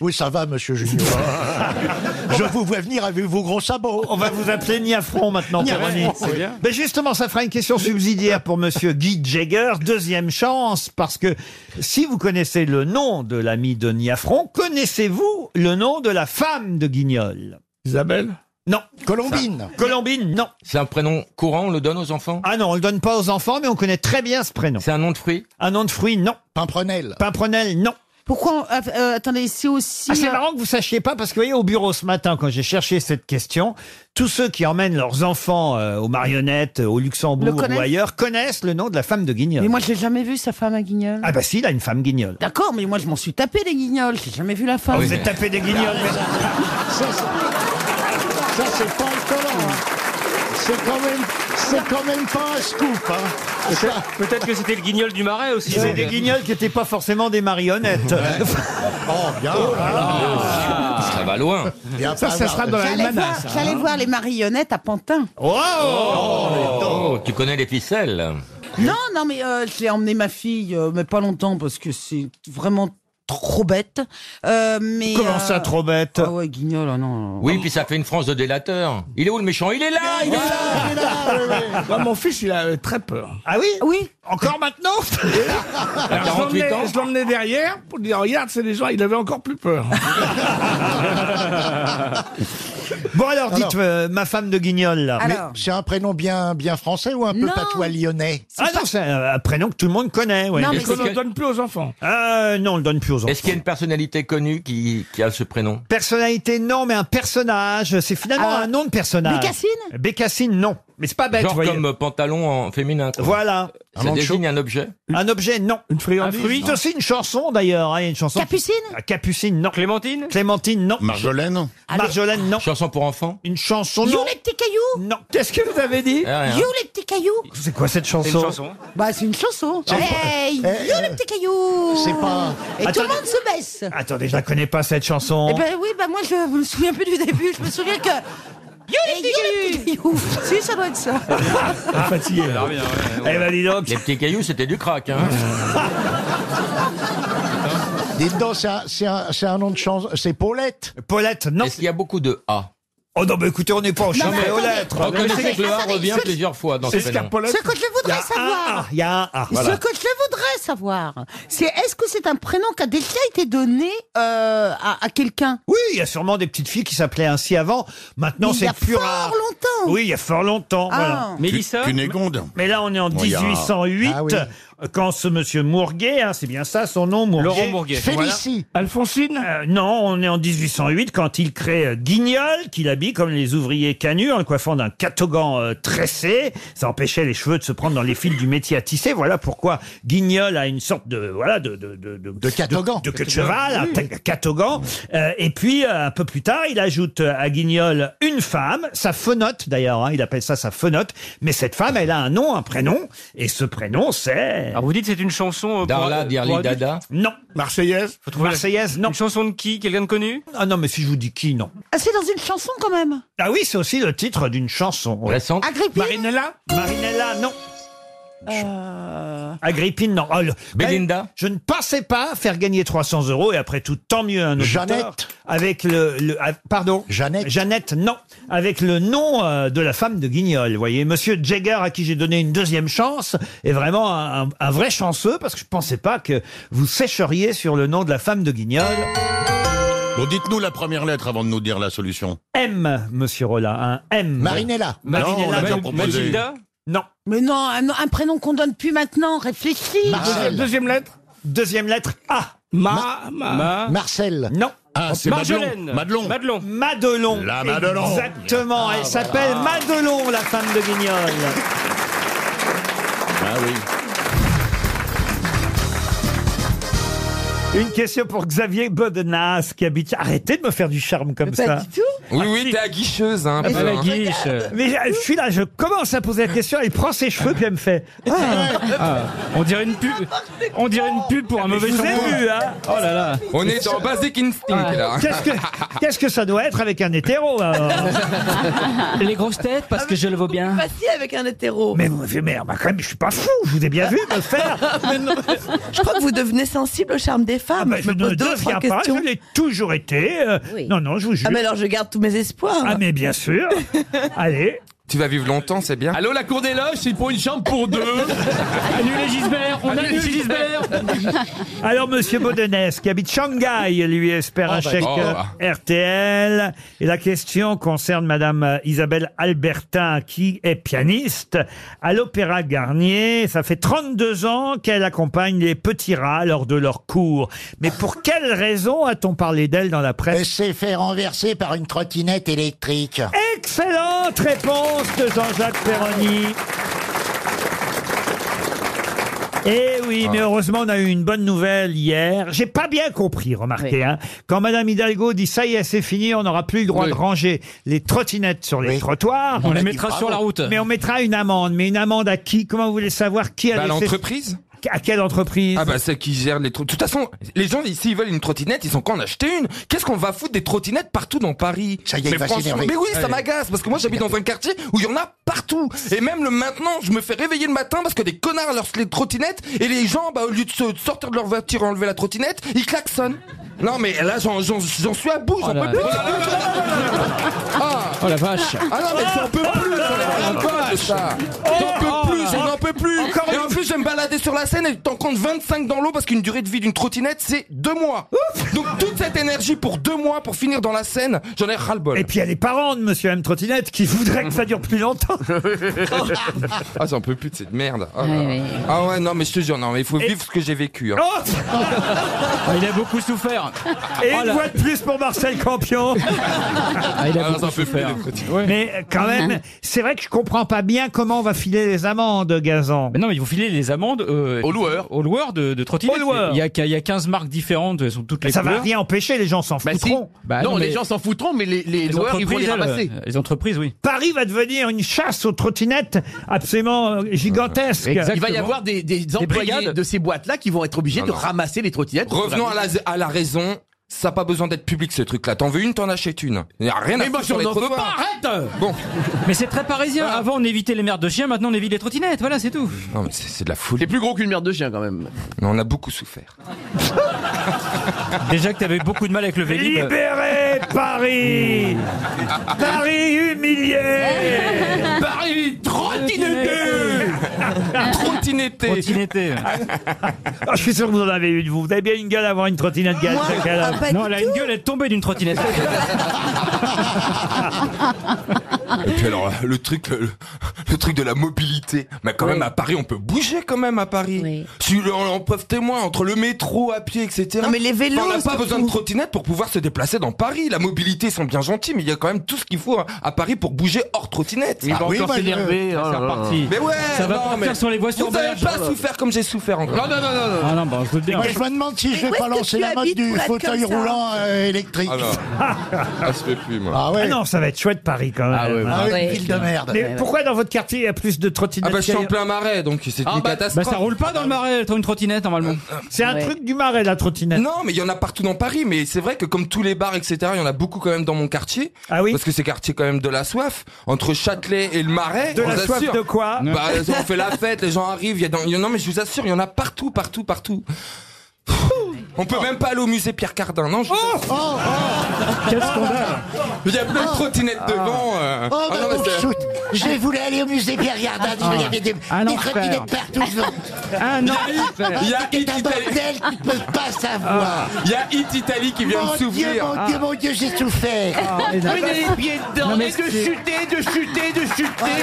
Oui, ça va, monsieur Junior. Je vous vois venir avec vos gros sabots.
On va vous appeler Niafron maintenant,
Niafron,
Péroni.
c'est bien.
Ben justement, ça fera une question subsidiaire pour Monsieur Guy Jagger. Deuxième chance, parce que si vous connaissez le nom de l'ami de Niafron, connaissez-vous le nom de la femme de Guignol Isabelle Non.
Colombine
Colombine, non.
C'est un prénom courant, on le donne aux enfants
Ah non, on le donne pas aux enfants, mais on connaît très bien ce prénom. C'est
un nom de fruit
Un nom de fruit, non.
Pimprenel
Pimprenel, non.
Pourquoi on- euh, attendez, c'est aussi.
Ah, c'est
euh,
marrant que vous sachiez pas parce que vous voyez au bureau ce matin quand j'ai cherché cette question, tous ceux qui emmènent leurs enfants euh, aux marionnettes euh, au
Le
Luxembourg
connaissent
ou ailleurs connaissent le nom de la femme de Guignol.
Mais moi, je l'ai jamais vu, sa femme à Guignol.
Ah bah si, il a une femme Guignol.
D'accord, mais moi, je m'en suis tapé des Guignols. J'ai jamais vu la femme.
Ah, vous êtes tapé des Guignols.
Ça, c'est- ça, c'est pas étonnant. hein. C'est quand même, c'est quand même pas un scoop. hein. Ça-
Peut-être que c'était le guignol du marais aussi.
C'est des Guignols qui n'étaient pas forcément des marionnettes.
Oh bien.
Ça va loin.
Ah. Ça, ça sera dans la
J'allais
Nana,
voir,
ça,
j'allais
hein.
voir les marionnettes à Pantin.
Oh, tu connais les ficelles
Non, non, mais euh, je l'ai emmené ma fille, euh, mais pas longtemps, parce que c'est vraiment trop bête. Euh, mais,
Comment
euh,
ça, trop
bête
Ah ouais, Guignol, ah non.
Oui, puis ça fait une France de délateurs. Il est où le méchant Il est là, il est là
Ah,
Moi, mon fils, il a euh, très peur.
Ah oui
Oui.
Encore maintenant
Alors, je
48
l'emmenais-
ans.
je l'emmenais derrière pour lui dire Regarde, c'est les gens, il avait encore plus peur.
Oh
Bon alors, dites euh, ma femme de Guignol là.
Mais c'est un prénom bien, bien français ou un peu patois lyonnais
Ah non, c'est un un prénom que tout le monde connaît. ouais.
Est-ce qu'on ne donne plus aux enfants
Euh, non, on le donne plus aux enfants.
Est-ce qu'il y a une personnalité connue qui, qui a ce prénom
Personnalité, non, mais un personnage. C'est finalement
Ah.
un nom de personnage.
Bécassine
Bécassine, non. Mais c'est pas
Bah,
bête,
Genre
vous voyez.
comme euh, pantalon en féminin. quoi.
Voilà. Un
Ça
manchot.
désigne un objet.
Un objet, non. Une
friandise, non.
C'est aussi une chanson, d'ailleurs. hein, il y a une chanson. Capucine Capucine, non. Clémentine Clémentine, non.
Marjolaine
Marjolaine, non.
Chanson pour enfants
Une chanson,
You
non.
les petits cailloux
Non.
Qu'est-ce que vous avez
Eh,
dit
Ah, rien.
You les petits cailloux
C'est quoi cette chanson
Bah, c'est une chanson.
C'est-
Hey,
Eh,
you les petits cailloux
c'est pas-
Et tout
Attendez.
le monde se baisse
Attendez, je la connais pas, cette chanson.
Eh ben oui, bah moi je me souviens plus du début, je me souviens que... Eh, You les petits cailloux Si, ça doit être ça
Ah, fatigué. Eh ben,
Les petits cailloux, c'était du crack. Hein.
Dites donc, c'est un, c'est un- c'est un nom de chanson. C'est Paulette.
Paulette, non.
Est-ce qu'il y a beaucoup de A
Oh non, mais écoutez, on n'est pas au
champ
champ aux lettres.
Reconnaissez que le A revient plusieurs fois dans
C'est
ce
ce
prénom.
qu'a Paulette-
Ce que je voudrais savoir.
Il y a un A. Voilà.
Ce que je voudrais savoir, c'est est-ce que c'est un prénom qui a déjà été donné euh, à, à quelqu'un
Oui, il y a sûrement des petites filles qui s'appelaient ainsi avant. Maintenant,
Mais il y
c'est
a
plus
fort
rare.
longtemps.
Oui, il y a fort longtemps.
Ah.
Voilà.
Mélissa
Cunégonde. Mais là, on est en
Oui, Oh, il y a-
1808,
Ah oui.
quand ce monsieur Mourguet, hein, c'est bien ça son nom, Mourguet.
Laurent Mourguet. Félicie.
Alphonsine Non, on est en 1808, quand il crée euh, Guignol, qu'il habille comme les ouvriers canus, en le coiffant d'un catogan euh, tressé. Ça empêchait les cheveux de se prendre dans les fils du métier à tisser. Voilà pourquoi Guignol a une sorte de... Voilà, de... De, de, de,
catogan.
De, de queue de cheval, un
Oui.
ta- catogan. Euh, et puis, euh, un peu plus tard, il ajoute euh, à Guignol une femme, sa fenote d'ailleurs, hein, il appelle ça sa fenote, mais cette femme, elle a un nom, un prénom, et ce prénom, c'est...
Alors vous dites c'est une chanson. euh,
Darla,
pour-
Dirli,
pour adultes
Dada. Non. Marseillaise
trouver la-
Marseillaise, non. Une
chanson de qui Quelqu'un de connu
Ah non, mais si je vous dis qui, non.
Ah, c'est dans une chanson quand même.
Ah oui, c'est aussi le titre d'une chanson. oui.
Agrippine
Marinella Marinella, non. Agrippine, non. Oh, le- Ben, Je ne pensais pas faire gagner 300 euros et après tout, tant mieux un autre.
Jeannette.
Avec le, le- ah, pardon. Jeannette. Jeannette, non. Avec le nom euh, de la femme de Guignol. Vous voyez, Monsieur Jagger à qui j'ai donné une deuxième chance est vraiment un, un- un vrai chanceux parce que je pensais pas que vous sécheriez sur le nom de la femme de Guignol.
Bon, dites-nous la première lettre avant de nous dire la solution.
M, Monsieur Rolla, un M.
Marinella. Non, on l'a
Marinella.
déjà proposé. Mathilda
Non.
Mais non, un, un prénom qu'on donne plus maintenant, réfléchis.
Deuxième- deuxième lettre Deuxième lettre A.
Ma- Ma- Ma-
Marcel. Non.
Ah, c'est Marjolaine. Madelon.
Madelon. Madelon.
La Madelon.
Exactement.
Ah, voilà.
Elle s'appelle Madelon, la femme de Guignol.
Ah oui.
Une question pour Xavier Bodenas qui habite. Arrêtez de me faire du charme comme
pas
ça.
du tout.
Ah,
Oui, oui, t'es aguicheuse, hein, un peu, hein.
Mais euh, je suis là, je commence à poser la question, elle prend ses cheveux puis elle me fait. Ah.
Ah, on dirait une pub. On dirait une pub pour un
Mais
mauvais
je vous ai
shampoing.
vu, hein.
Oh là là.
On est dans Basic
Instinct
Ah. Qu'est-ce que, qu'est-ce que ça doit être avec un hétéro alors
Les grosses têtes parce que je le vaux bien.
Facile avec un hétéro.
Mais vous m'avez- mais, bah, quand même, je suis pas fou, je vous ai
Euh,
bien vu me le faire.
Ah, Mais non. Je crois que vous devenez sensible au charme des femmes.
Ah, bah,
je me
ne
pose deux,
deviens
trois
pas,
questions.
je l'ai toujours été. euh,
Oui.
Non, non, je vous jure.
Ah, mais alors je garde tous mes espoirs.
Ah, mais bien sûr. Allez.
Tu vas vivre longtemps, c'est bien.
Allô, la cour des loges, c'est pour une chambre pour deux.
Annulez Gisbert, on annule Gisbert.
Alors, monsieur Baudenès, qui habite Shanghai, lui espère
Oh,
un
bah,
chèque
oh,
euh,
bah.
RTL. Et la question concerne madame euh, Isabelle Albertin, qui est pianiste à l'Opéra Garnier. Ça fait 32 ans qu'elle accompagne les petits rats lors de leurs cours. Mais pour quelle raison a-t-on parlé d'elle dans la presse
Elle s'est fait renverser par une trottinette électrique.
Excellente réponse de Jean-Jacques Perroni. Eh
Ah.
oui, mais heureusement, on a eu une bonne nouvelle hier. J'ai pas bien compris, remarquez. Hein. Quand Madame Hidalgo dit ça y est, c'est fini, on n'aura plus le droit de ranger les trottinettes sur les trottoirs.
On On les a dit mettra bravo. sur la route.
Mais on mettra une amende. Mais une amende à qui Comment vous voulez savoir qui a
Bah, à
laissé-
l'entreprise
À quelle entreprise
Ah bah ceux qui gèrent les trottinettes. De toute façon, les gens s'ils veulent une trottinette, ils sont qu'en acheter une. Qu'est-ce qu'on va foutre des trottinettes partout dans Paris
Ça y est,
mais
il va
franchement-
s'énerver.
Mais oui, ça
Allez.
m'agace parce que moi j'habite dans un quartier où il y en a partout. Et même le maintenant, je me fais réveiller le matin parce que des connards lancent les trottinettes et les gens, bah, au lieu de se- de sortir de leur voiture et enlever la trottinette, ils klaxonnent. Non mais là j'en j'en- j'en suis à
Oh
bout, j'en peux plus. Ah.
Oh la vache.
Ah non, mais j'en peux plus,
Ah,
j'en ai rien de ça.
Oh,
J'en peux plus, j'en en peux plus. Et en plus, je vais me balader sur la scène et t'en compte 25 dans l'eau parce qu'une durée de vie d'une trottinette, c'est deux mois. Donc toute cette énergie pour deux mois pour finir dans la scène, j'en ai ras-le-bol.
Et puis il y a les parents de Monsieur M. Trottinette qui voudraient que ça dure plus longtemps.
Ah, j'en peux plus de cette merde. Ah, là là. Ah ouais, non, mais je te jure, non, mais il faut vivre ce que j'ai vécu.
Oh
hein.
Oh Ah, Il a beaucoup souffert.
Et
Oh
une
là.
voix de plus pour Marcel Campion.
Ah, il a beaucoup souffert. Hein?
Mais quand même, c'est vrai que je comprends pas bien comment on va filer les amendes, Gazan.
Mais non, mais ils vont filer les amendes euh,
aux loueurs.
Aux loueurs de, de trottinettes.
Aux loueurs.
Il y, a, il y a 15 marques différentes, elles sont toutes
Mais
les
ça va
couleurs.
rien empêcher, les gens s'en foutront.
Bah, non, mais
s'en foutront, mais
les entreprises, elles, euh, Les entreprises, oui.
Paris va devenir une chasse aux trottinettes absolument euh, gigantesque.
Il va y avoir des, des employés
brigades.
de ces boîtes-là qui vont être obligés
Non,
de
non.
ramasser les trottinettes.
Revenons à la, à la raison. Ça n'a pas besoin d'être public ce truc-là. T'en veux une, t'en achètes une. Il n'y a rien à
Mais moi,
foutre sur
j'en
les
en veux
trottoirs.
pas, arrête
Bon.
Mais c'est très parisien. Avant, on évitait les merdes de chiens, maintenant, on évite les trottinettes. Voilà, c'est tout.
Non, mais c'est c'est de la folie. C'est plus gros qu'une merde de chien quand même. Non, on a beaucoup souffert.
Déjà que t'avais beaucoup de mal avec le Vélib.
Libérez Paris Paris humilié
Paris trottinetté
Trottinetté
Trottinetté
Ah, Je suis sûr que vous en avez une, vous. Vous avez bien une gueule à avoir une trottinette Gaël
Moi,
Chacal.
ah, pas Non, du elle a une tout. gueule, elle est tombée d'une trottinette.
Et puis alors, le truc, le, le truc de la mobilité. Mais quand même, à Paris, on peut bouger quand même à Paris. Si on en preuve témoin, entre le métro, à pied, etc.
Non, mais les vélos,
On n'a pas
surtout.
besoin de trottinette pour pouvoir se déplacer dans Paris. La mobilité, ils sont bien gentils, mais il y a quand même tout ce qu'il faut à- à Paris pour bouger hors trottinette. Ah
Il va encore
moi, je-
s'énerver, oh là là.
Mais ouais,
Ça va
non,
partir
mais
sur les oh voies
Vous n'avez
sauvages.
pas souffert comme j'ai souffert encore.
Non, non, non, non, non. Ah non, bah, je veux bien.
Moi, je me demande si je vais pas lancer la mode du fauteuil roulant euh, électrique.
Ah,
Ah,
se fait plus, moi.
non, ça va être chouette Paris quand même.
Ah ouais,
Ah ouais, ouais. ville de merde.
Mais
Ouais, ouais.
pourquoi dans votre quartier il y a plus de trottinettes
Ah bah je suis en
qu'ailleurs
plein marais, donc c'est une
Ah bah,
catastrophe. Euh,
bah, ça roule
pas dans le marais, une trottinette normalement.
C'est un truc du marais la trottinette.
Non, mais il y en a partout dans Paris, mais c'est vrai que comme tous les bars, etc., il y en a beaucoup quand même dans mon quartier.
Ah oui
Parce que c'est quartier quand même de la soif. Entre Châtelet et le Marais,
De
on
la
vous
soif
assure.
de quoi
Bah, on fait la fête, les gens arrivent, il y a dans... il y en- non mais je vous assure, il y en a partout, partout, partout. On peut même pas aller au musée Pierre Cardin, non je...
Oh,
Quel scandale
Il y a plein de trottinettes devant. euh.
Oh,
Ah
bah,
non, mais
bon,
c'est-
shoot. Je voulais aller au musée Pierre Gardin,
Ah.
il y avait des,
Un
des
enfer.
trottinettes partout.
Un
enfer. Il y a
C'est un bordel, tu ne peux pas savoir.
Il y a Hit Italy qui vient
Mon
de
Dieu,
s'ouvrir.
mon Dieu, mon Dieu, j'ai
Ah,
souffert.
Non, mais c'est-
de chuter, de chuter.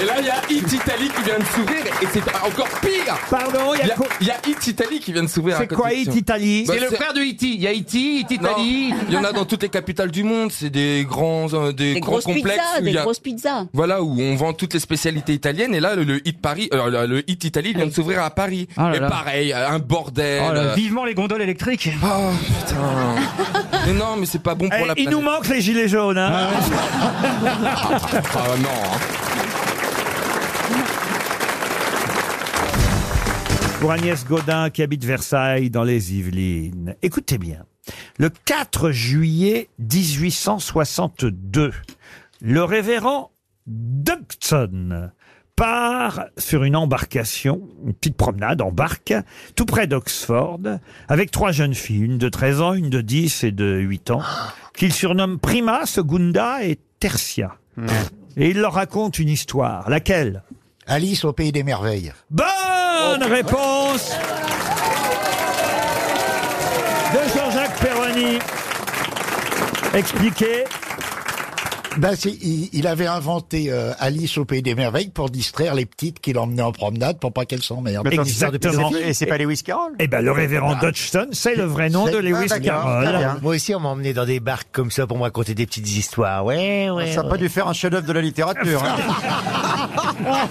Et là, il y a Hit Italy qui vient de s'ouvrir et c'est encore pire.
Pardon, il
y a, il y a Hit Italy qui vient de s'ouvrir.
C'est
à côté
quoi,
de
Hit
chez moi.
Italy
Bah,
C'est le frère
de Iti. Il y a Iti, Iti
Non, Il y en a dans toutes les capitales du monde. C'est des grands, euh, des,
Des
grands
grosses
complexes.
pizzas,
où
des
il y a-
grosses pizzas.
Voilà où on vend toutes les spécialités italiennes et là le, le hit Paris, euh, le, le hit Italie vient de s'ouvrir à Paris.
Oh là
et
là.
pareil, un bordel.
Oh là,
euh,
vivement les gondoles électriques.
Oh putain. Mais non, mais c'est pas bon pour
Eh,
la planète.
il nous manque les gilets jaunes. hein.
Ah non. hein.
Pour Agnès Godin qui habite Versailles dans les Yvelines. Écoutez bien. Le 4 juillet 1862, le révérend Dobson part sur une embarcation, une petite promenade en barque, tout près d'Oxford, avec trois jeunes filles, une de 13 ans, une de 10 et de 8 ans, qu'il surnomme Prima, Segunda et Tertia. Et il leur raconte une histoire. Laquelle
Alice au pays des merveilles.
Ah
Bonne réponse de Jean-Jacques Perroni. Expliquez.
Ben, c'est- il, il avait inventé euh, Alice au pays des merveilles pour distraire les petites qu'il emmenait en promenade pour pas qu'elles s'emmerdent.
Exactement. Eh ben, le révérend
Ah.
Dodgson, c'est le vrai nom de Lewis
Ah,
Carroll.
Moi aussi, on m'a emmené dans des barques comme ça pour me raconter des petites histoires. Ouais, ouais.
Ah, Ça n'a pas dû faire un chef-d'œuvre de la littérature. hein.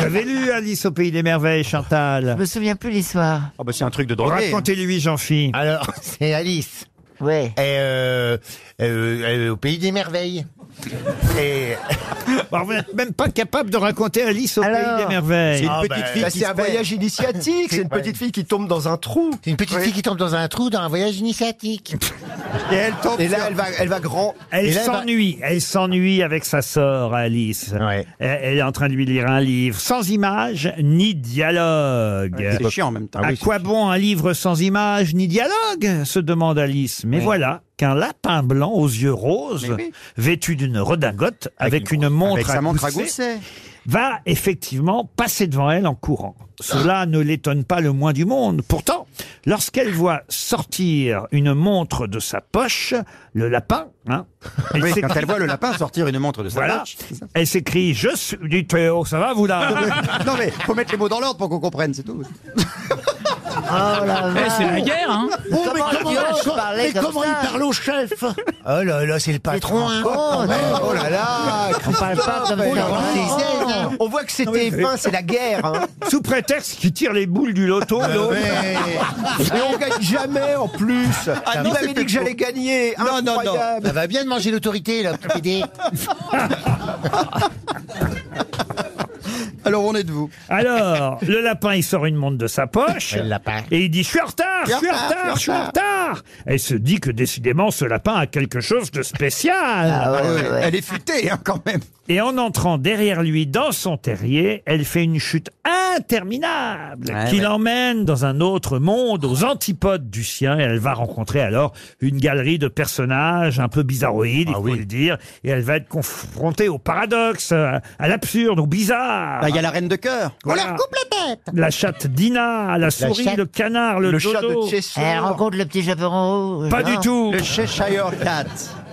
J'avais lu Alice au pays des merveilles, Chantal.
Je me souviens plus l'histoire.
Ah bah, c'est un truc de drogué.
Racontez-lui, Jean-Phi.
Alors, c'est Alice.
Ouais.
Et euh, euh, euh, au pays des merveilles. Et...
vous n'êtes même pas capable de raconter Alice au pays des merveilles. Ah bah,
C'est un voyage initiatique. C'est une petite fille qui tombe dans un trou. C'est une petite fille qui tombe dans un trou dans un voyage initiatique.
Et elle tombe. Et là, elle va, elle va grand.
Elle
Et là, elle va-
s'ennuie, elle s'ennuie avec sa sœur Alice. Elle, elle est en train de lui lire un livre sans images ni dialogue.
Ouais, c'est chiant en même temps. Ah
À
oui,
quoi bon un livre sans images ni dialogue se demande Alice. Mais voilà qu'un lapin blanc aux yeux roses, vêtu d'une redingote avec, une, montre,
avec sa
à
montre à
gousset,
gousset.
va effectivement passer devant elle en courant. Cela ne l'étonne pas le moins du monde. Pourtant, lorsqu'elle voit sortir une montre de sa poche, le lapin, hein,
Ah Oui,
s'écrie-
quand elle voit le lapin sortir une montre de sa
Voilà.
poche.
Elle s'écrie Je suis du Théo, ça va vous là
non mais faut mettre les mots dans l'ordre pour qu'on comprenne, c'est tout.
Ah,
Eh, c'est la guerre, hein.
Oh, mais
Comment
comment,
il parle,
co-
parlait
mais
comme
comment
ça.
il parle au chef
Oh là là, c'est le patron. hein.
Oh,
Oh là là,
On parle pas comme ça.
Oh là là.
On voit que c'était
fin, c'est
la guerre.
Sous prétexte qu'il tire les boules du loto,
Ah
l'autre.
Et on gagne jamais en plus.
Ah,
il
non,
m'avait dit que j'allais gagner.
Non, non, non.
Incroyable.
Ça va bien de manger l'autorité, là, PD.
Alors
alors on est de vous. Alors, le lapin, il sort une montre de sa poche.
Le lapin.
Et il dit, je suis en retard, je
Je
suis en retard, je suis en retard. Elle se dit que décidément, ce lapin a quelque chose de spécial.
Ah ouais, ouais, ouais. Elle est
futée, hein, quand même. Et en entrant derrière lui dans son terrier, elle fait une chute interminable
Ouais,
qui
ouais.
l'emmène dans un autre monde, aux antipodes du sien. Et elle va rencontrer alors une galerie de personnages un peu
Ah
bizarroïdes, il faut le dire. Et elle va être confrontée au paradoxe, à à l'absurde, au bizarre.
Bah, il y a la reine de cœur.
Voilà. La chatte Dina, la souris,
chatte-
le canard, le,
le
dodo.
chat de Cheshire.
Elle
Eh,
rencontre le petit chaperon rouge.
hein.
Pas du
non
tout.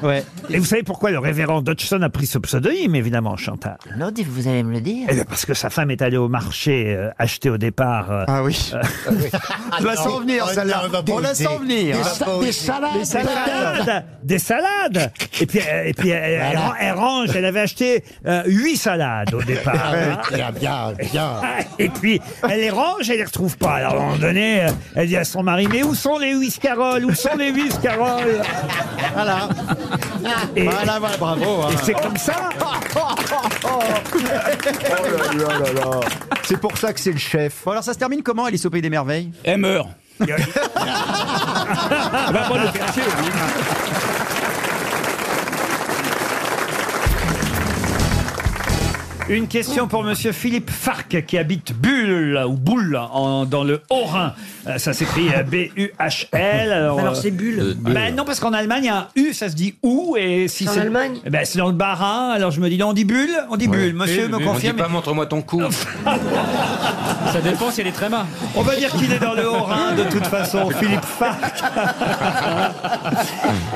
Ouais.
Et vous savez pourquoi le révérend Dodgson a pris ce pseudonyme, évidemment, Chantal
Non, dites- vous allez me le dire.
Eh bien, parce que sa femme est allée au marché euh, acheter au départ. ah oui.
Je la sens venir, celle-là. On la sent venir.
Des salades. Des salades. Et puis, euh, et puis elle, elle-
Voilà.
elle range. Elle avait acheté euh, huit salades au
Ah,
Ah,
Ah
départ. hein.
Ouais,
bien, bien, Et puis elle les range, elle les retrouve pas. Alors à un moment donné, euh, elle dit à son mari Mais où sont les huit caroles Où sont les huit caroles Voilà.
Voilà, voilà, bravo, hein.
Et c'est comme ça.
C'est pour ça que c'est le chef. Bon, alors ça se termine comment, Alice au Pays des Merveilles Elle meurt.
Une question pour Monsieur Philippe Farc qui habite Bulle ou Boule en- dans le Haut-Rhin. Euh, ça s'écrit euh, B-U-H-L.
Alors,
euh,
c'est Bulle.
bah,
Bulle.
non, parce qu'en Allemagne, il y a un U, ça se dit OU. Et si
C'est en Allemagne
Eh ben, C'est dans le Bas-Rhin. Alors je me dis, non, on dit Bulle On dit Bulle. Monsieur me
Eh, On dit
confirme.
pas montre-moi ton cou.
Ça dépend si elle est très mal.
Oh,
On va dire qu'il est dans le Haut-Rhin de toute façon, Philippe Farc.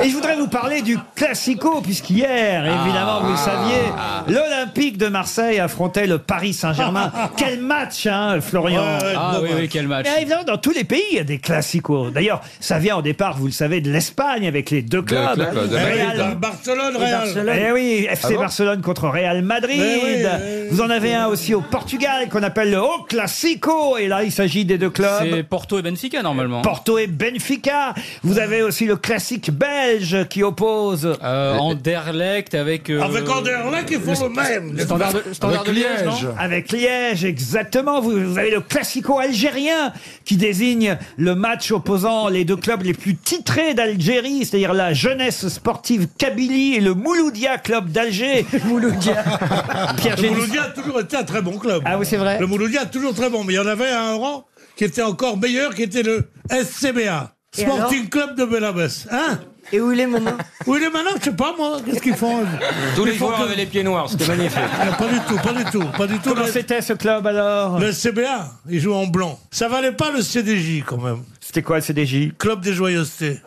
Et je voudrais vous parler du Classico, puisqu'hier,
Ah.
évidemment, vous le saviez, l'Olympique de Marseille affrontait le Paris Saint-Germain. quel match, hein, Florian
Ah oui, oui, quel match.
Mais évidemment, dans tous les pays, il y a des Classicos. D'ailleurs, ça vient au départ, vous le savez, de l'Espagne avec les deux
ben,
clubs.
clubs, de
Real
Eh,
Madrid. Barcelone,
et
Real.
Eh oui,
Ah
FC
bon
Barcelone contre Real Madrid.
Mais oui,
vous en avez un aussi au Portugal qu'on appelle le Haut Classico. Et là, il s'agit des deux clubs.
C'est Porto et Benfica normalement.
Porto et Benfica. Vous avez aussi le classique belge qui oppose.
Euh, Anderlecht avec. euh,
Avec
Anderlecht, ils font
st-
le même.
le Standard de, standard de Liège. non
Avec Liège, exactement. Vous, vous avez le classico algérien qui désigne le match opposant les deux clubs les plus titrés d'Algérie, c'est-à-dire la jeunesse sportive Kabylie et le Mouloudia Club d'Alger. Mouloudia. Pierre
le
Génis-
Mouloudia a toujours été un très bon club.
Ah oui, c'est vrai.
Le Mouloudia toujours très bon, mais il y en avait un rang qui était encore meilleur, qui était le SCBA,
Et
Sporting
alors
Club de Belabès. Hein
Et où il est maintenant
Où il est maintenant Je sais pas moi. Qu'est-ce qu'ils font
Tous les
Ils font
joueurs
que-
avaient les pieds noirs, c'était magnifique.
Ah, pas du tout, pas du tout, pas du tout.
Comment
Le-
c'était ce club alors
Le CBA, il joue en blanc. Ça valait pas le CDJ quand même.
C'était quoi le CDJ
Club des joyeusetés.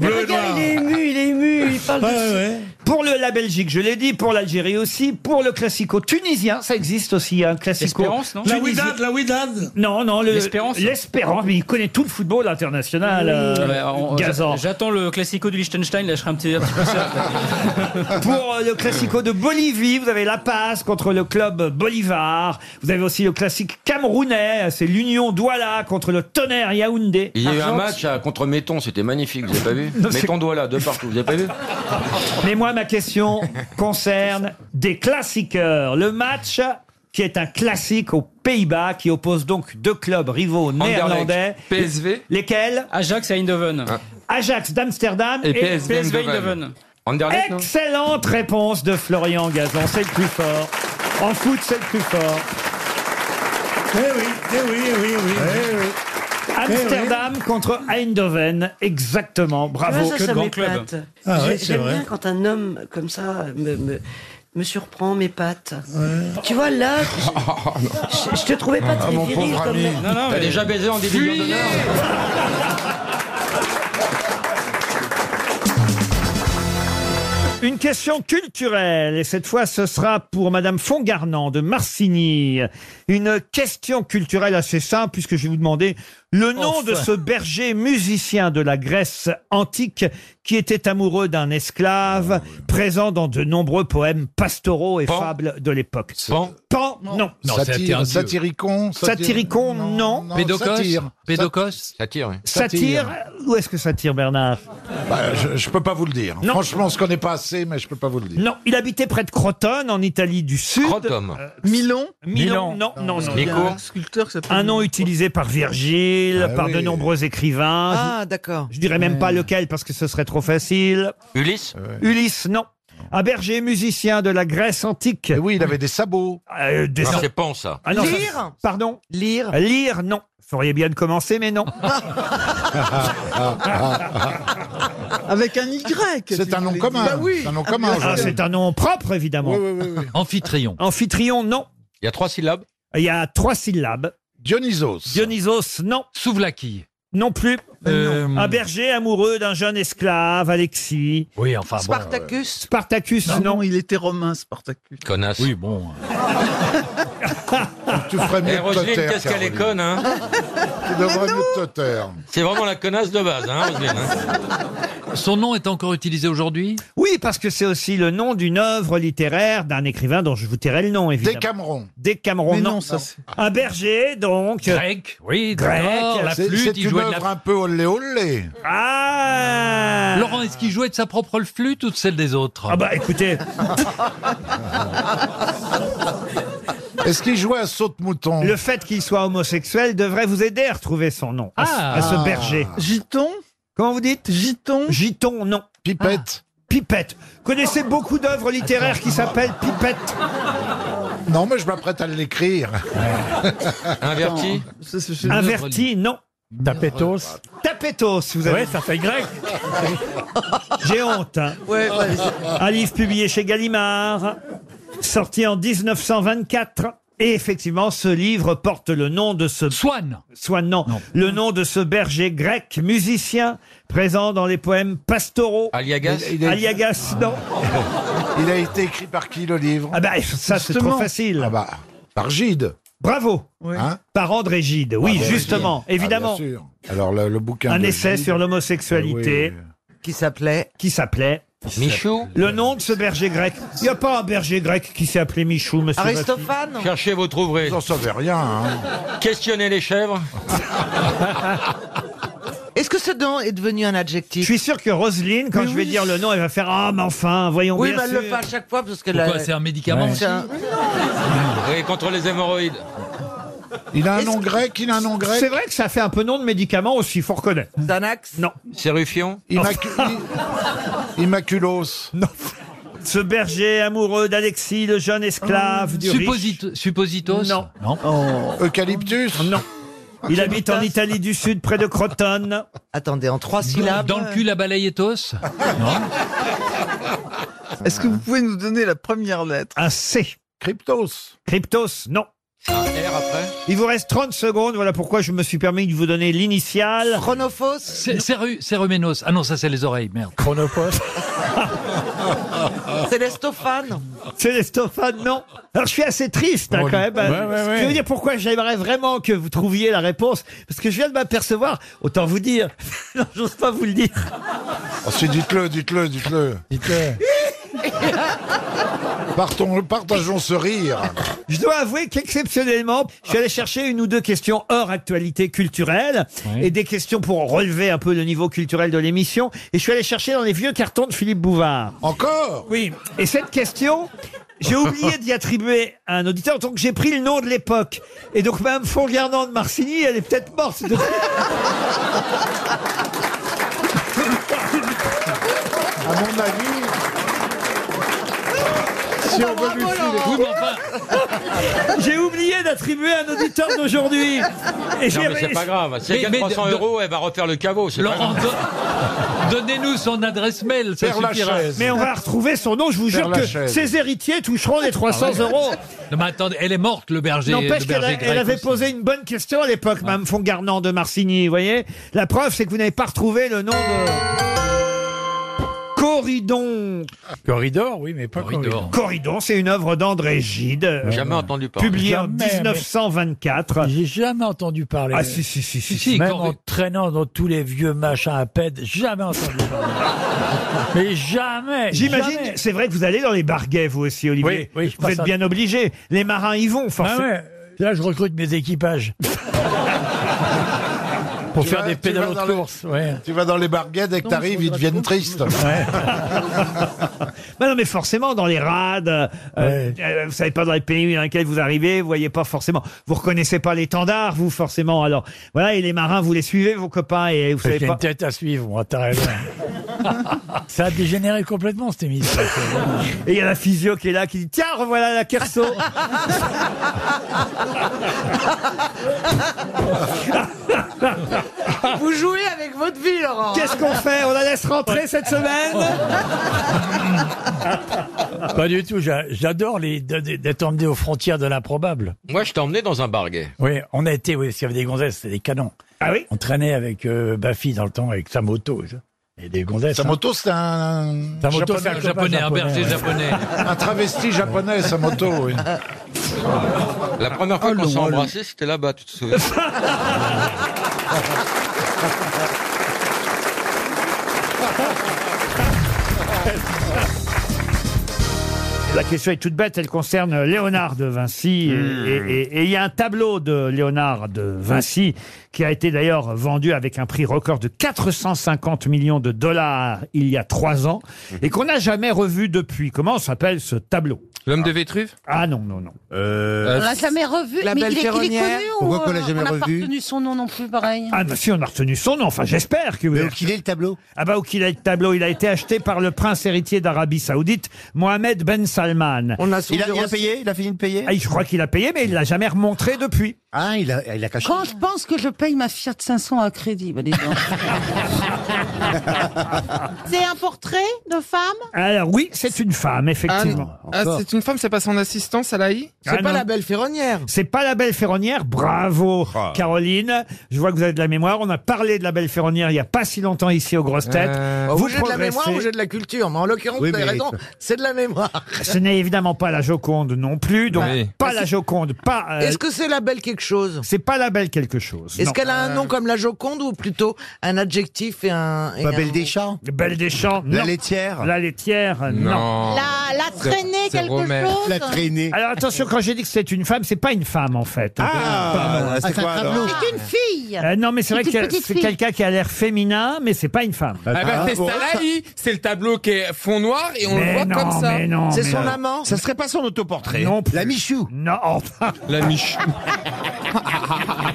Mais
Bleu et
regarde,
noir.
il est ému, il est ému, il parle
Ouais,
de...
ouais.
Pour le, la Belgique, je l'ai dit, pour l'Algérie aussi, pour le classico tunisien, ça existe aussi, un classico.
L'Espérance, non La Wydad, la Wydad
Non, non, le-
L'Espérance
L'Espérance, mais il connaît tout le football international, euh,
Ouais, on-
Gazan.
j'a- J'attends le classico du Liechtenstein, là je ferai un petit, un petit concert.
Pour euh, le classico de Bolivie, vous avez La Paz contre le club Bolivar. Vous avez aussi le classique camerounais, c'est l'Union Douala contre le Tonnerre Yaoundé.
Il y a eu un
Argentine.
match à- contre Méton, c'était magnifique, vous avez pas vu
Non, c'est-
Méton doigt là, de partout, vous avez pas vu
Mais moi, ma question concerne des classiqueurs. Le match qui est un classique aux Pays-Bas, qui oppose donc deux clubs rivaux
Anderlecht,
néerlandais.
PSV.
Lesquels Ah.
Ajax à Eindhoven.
Ajax d'Amsterdam et,
PSV Eindhoven.
Excellente réponse de Florian Gazan, c'est le plus fort. En foot, c'est le plus fort.
Eh oui, eh oui, eh oui, eh oui.
Amsterdam contre Eindhoven, exactement. Bravo,
ça, ça m'épate.
Ah
J'ai- J'aime bien quand un homme comme ça me, me, me surprend mes pattes. Tu vois, là,
Ah,
je, je te trouvais pas
Ah,
très viril comme mec.
T'as déjà baisé en division d'honneur
Une question culturelle, et cette fois ce sera pour Madame Fongarnand de Marcigny. Une question culturelle assez simple, puisque je vais vous demander le nom
Enfin.
de ce berger musicien de la Grèce antique qui était amoureux d'un esclave, présent dans de nombreux poèmes pastoraux et fables de l'époque. Pan Pan, non.
Non, Satire, c'était un dieu. satiricon, satir-
Satiricon, non.
non, Pédocos, satire.
Pédocos Satire, Satire, où est-ce que ça tire, Bernard
Bah, je, je peux pas vous le dire. Franchement, on se connaît pas assez, mais je peux pas vous le dire.
Non, il habitait près de Crotone, en Italie du Sud.
Crotone.
Euh,
Milan
Milan, non,
Milan.
non, non.
Nico.
Un
sculpteur
Un nom utilisé par Virgile,
Ah
par de
oui.
nombreux écrivains.
Ah, d'accord.
Je dirais même
Ouais.
pas lequel parce que ce serait trop facile.
Ulysse
Ulysse, non. Un berger musicien de la Grèce antique. Euh,
oui, il avait des sabots.
des
Ah,
sabots.
c'est pan, ça.
Ah non, ça-
Lire
Pardon Lire. Lire, non. Vous feriez bien de commencer, mais non.
Avec un Y. C'est un nom commun.
Bah
C'est un nom commun.
Ah,
aujourd'hui.
c'est un nom propre, évidemment.
Oui, oui, oui, oui.
Amphitryon.
Amphitryon, non.
Il y a trois syllabes
Il y a trois syllabes.
Dionysos.
Dionysos, non.
Souvlaki.
Non plus.
Euh,
Un berger amoureux d'un jeune esclave, Alexis.
Oui, enfin bon, euh,
Spartacus. Spartacus, non. Il était romain, Spartacus.
Connasse.
Oui, bon.
Tu ferais mieux
Eh,
de
Roselyne,
te taire,
qu'est-ce qu'elle est conne,
Caroline.
hein
Tu devrais mieux te taire.
C'est vraiment la connasse de base, hein, Roselyne hein
Son nom est encore utilisé aujourd'hui
Oui, parce que c'est aussi le nom d'une œuvre littéraire d'un écrivain dont je vous tairai le nom, évidemment.
Décameron.
Décameron,
Mais
non.
non, ça, c'est-
Un berger, donc. euh,
Grec, oui,
Grec.
d'accord, la
C'est
flûte,
c'est
il
une
jouait de la-
œuvre un peu olé olé.
Ah
Laurent, est-ce qu'il jouait de sa propre flûte ou de celle des autres
Ah bah écoutez,
Est-ce qu'il jouait à saut de mouton
Le fait qu'il soit homosexuel devrait vous aider à retrouver son nom, à, ce-
Ah.
à ce berger. Giton Comment vous dites Giton Giton, non. Ah.
Pipette
Pipette. Connaissez beaucoup d'œuvres littéraires qui s'appellent Pipette.
Non, mais je m'apprête à l'écrire.
Inverti
Inverti, non. Tapetos Tapetos, vous avez. Ouais, ça fait grec. J'ai honte. hein.
Ouais, ouais,
Un livre publié chez Gallimard, sorti en 1924. Et effectivement, ce livre porte le nom de ce...
Swann
Swann, non. Le nom de ce berger grec, musicien, présent dans les poèmes pastoraux.
Aliagas
Il- il est-
Aliagas, non.
Il a été écrit par qui le livre
Ah bah ça c'est
Justement.
trop facile.
Ah bah, par Gide.
Bravo.
Hein
Par André Gide, oui,
Ah, bah,
justement,
Gide. Ah,
évidemment.
bien sûr. Alors le, le bouquin.
Un
de
essai
Gide.
sur l'homosexualité.
Ah
Qui s'appelait Qui s'appelait
Michou
Le nom de ce berger grec. Il n'y a pas un berger grec qui s'est appelé Michou, monsieur.
Cherchez, vous trouverez.
Vous en savez rien. hein.
Questionnez les chèvres.
Est-ce que ce nom est devenu un adjectif Je suis sûr que Roselyne, quand
Mais
je vais
oui.
dire le nom, elle va faire Ah, mais enfin, voyons
Oui,
bien.
mais elle
sûr.
le fait à chaque fois parce que
Pourquoi, c'est un médicament aussi
Et contre les hémorroïdes.
Il a un nom grec, il a un nom grec.
C'est vrai que ça fait un peu nom de médicament aussi, faut reconnaître.
Danax
Non.
Serrufion
Immacu- I- Immaculos.
Non. Ce berger amoureux d'Alexis, le jeune esclave du riche.
Supposito- Suppositos
Non. Oh.
Non.
Eucalyptus
Non. Il habite en Italie du Sud, près de Crotone.
Attendez, en trois syllabes.
Dans le cul, la balaye ethos
Est-ce que vous pouvez nous donner la première lettre Un C.
Cryptos.
Cryptos, non.
R après
Il vous reste 30 secondes, voilà pourquoi je me suis permis de vous donner l'initiale.
Chronophos
C'est Céruménos. Ah non, ça c'est les oreilles, merde.
Chronopost.
Célestophane
Célestophane, Ah. non. Alors je suis assez triste hein,
Bon,
quand même.
ouais, ouais, ouais.
Je veux dire pourquoi j'aimerais vraiment que vous trouviez la réponse, parce que je viens de m'apercevoir, autant vous dire, non, j'ose pas vous le dire.
Ensuite, dites-le, dites-le, dites-le. Partons- partageons ce rire.
Je dois avouer qu'exceptionnellement, je suis allé chercher une ou deux questions hors actualité culturelle et des questions pour relever un peu le niveau culturel de l'émission. Et je suis allé chercher dans les vieux cartons de Philippe Bouvard.
Encore
Oui. Et cette question, j'ai oublié d'y attribuer à un auditeur, donc j'ai pris le nom de l'époque. Et donc Madame Fongarnand de Marcigny, elle est peut-être morte. Donc-
À mon avis. Si on veut lui
Oui,
filer.
mais enfin,
j'ai oublié d'attribuer à un auditeur d'aujourd'hui. Et
Non,
j'ai-
mais c'est pas grave. Si
Mais-
elle gagne
mais
300
de-
euros, elle va refaire le caveau. C'est pas
Laurent,
grave.
don- donnez-nous son adresse mail, ça
Père
suffira.
Lachaise.
Mais on va retrouver son nom, je vous
Père
jure que
Lachaise. Ah
ses héritiers toucheront les 300 euros.
Ah Non, mais attendez, elle est morte, le berger.
N'empêche
le
qu'elle
berger
a-
grec
elle avait
aussi.
posé une bonne question à l'époque, Mme Fongarnand de Marcigny, vous voyez La preuve, c'est que vous n'avez pas retrouvé le nom de... Corridon.
Corridor, oui, mais pas corridor.
Corridor.
Corridon, c'est une œuvre d'André Gide,
Jamais entendu parler.
publiée en
Jamais, mais-
1924.
J'ai jamais entendu parler.
Ah si, si, si, si.
Si,
Même
Corri-
en traînant dans tous les vieux machins à pède, jamais entendu parler. mais jamais.
J'imagine,
jamais.
c'est vrai que vous allez dans les barguets, vous aussi, Olivier.
Oui, oui, je
vous
passe
êtes
à-
bien obligés. Les marins y vont,
Ah
forcément.
ouais. Là, je recrute mes équipages.
Pour
Tu
faire
vas-
des
tu vas
pédalos de
dans les-
course, ouais.
Tu vas dans les barguettes, dès que t'arrives, ils deviennent tristes.
Bah non, mais forcément, dans les rades, euh, euh, vous savez pas dans les pays dans lesquels vous arrivez, vous voyez pas forcément, vous reconnaissez pas l'étendard, vous forcément. Alors voilà, et les marins, vous les suivez, vos copains, et vous savez
J'ai
pas.
une tête à suivre, moi, t'as raison. Ça a dégénéré complètement, cette émission.
Et il y a la physio qui est là, qui dit Tiens, revoilà la Kerso Ah,
Vous jouez avec votre vie, Laurent.
Qu'est-ce qu'on fait On la laisse rentrer cette semaine
Pas du tout, j'a- j'adore les- de- de- d'être emmené aux frontières de l'improbable.
Moi, je t'ai emmené dans un barguet.
Oui, on a été, oui, parce qu'il y avait des gonzesses, c'était des canons.
Ah oui
On traînait avec euh, Baffy dans le temps, avec sa moto. ça. Et des gonzesses.
Sa
hein.
moto, c'est un.
Sa moto, c'est un
copain
japonais, un berger
ouais.
japonais.
un travesti japonais, sa moto, oui. Ah,
La première fois qu'on s'est embrassé, c'était là-bas, tu te souviens
La question est toute bête, elle concerne Léonard de Vinci. et- Et et- et il y a un tableau de Léonard de Vinci qui a été d'ailleurs vendu avec un prix record de 450 millions de dollars il y a trois ans et qu'on n'a jamais revu depuis. Comment s'appelle ce tableau
L'homme de Vétruve
Ah non, non, non. Euh,
On l'a jamais revu.
La
mais
belle
il est, il est
ferronnière.
connu ou
Pourquoi qu'on l'a
euh,
jamais
on n'a pas
revu
retenu son nom non plus, pareil
Ah bah si, on a retenu son nom, enfin j'espère que oui. Mais où qu'il est le tableau Ah bah où qu'il est le tableau, il a été acheté par le prince héritier d'Arabie Saoudite, Mohamed Ben Salman. On
Il a, il a payé Il a fini de payer
Je crois qu'il a payé, mais Ah, il l'a jamais remontré depuis.
Ah, il a, il a caché.
Quand je pense que je paye ma Fiat 500 à crédit, bah dis donc.
C'est un portrait de femme
Alors oui, c'est une femme, effectivement.
Ah, c'est une femme, c'est pas son assistance à l'AI C'est
Ah
pas
non.
la belle ferronnière. Ah.
C'est pas la belle ferronnière, bravo Caroline. Je vois que vous avez de la mémoire. On a parlé de la belle ferronnière il y a pas si longtemps ici aux grosses têtes.
Euh,
Vous
au jeu de la mémoire,
progressez.
au jeu de la culture, mais en l'occurrence,
Oui,
vous avez
mais-
raison, c'est de la mémoire.
Ce n'est évidemment pas la Joconde non plus, donc
Oui.
pas
Ah,
la
c'est-
Joconde, pas. euh,
Est-ce que c'est la belle quelque chose
c'est pas la belle quelque chose.
Est-ce
non.
qu'elle a un nom comme la Joconde ou plutôt un adjectif et un. et
Pas
un
Belle des
mot
Champs Belle des Champs,
La
non.
laitière
La laitière, non.
Non.
La, la traînée, quelque chose
Alors attention, quand j'ai dit que c'est une femme, c'est pas une femme en fait.
Ah,
Pardon.
c'est quoi, C'est une fille
Euh, non, mais c'est vrai
une
que
petite
c'est
fille.
quelqu'un qui a l'air féminin, mais c'est pas une femme.
Ah bah, c'est Salahi, c'est le tableau qui est fond noir et on
Mais
le voit
non,
comme ça.
mais non,
c'est
mais
son
non.
amant.
Ça
serait pas son autoportrait.
Non, la Michou. Non, enfin.
La Michou.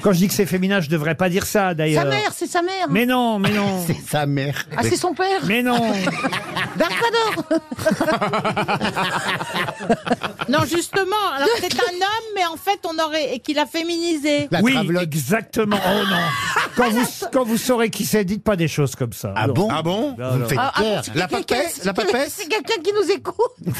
Quand je dis que c'est féminin, je devrais pas dire ça d'ailleurs.
Sa mère, c'est sa mère
euh, Mais non, mais non.
C'est sa mère.
Ah, c'est son père
Mais non
Dark Vador
Non, justement, alors c'est un homme, mais en fait, on aurait. et qu'il a féminisé.
oui, exactement. Oh non. Quand vous, quand vous saurez qui c'est, dites pas des choses comme ça. Ah bon
Ah bon
Vous me faites peur.
La papesse La papesse
C'est quelqu'un qui nous écoute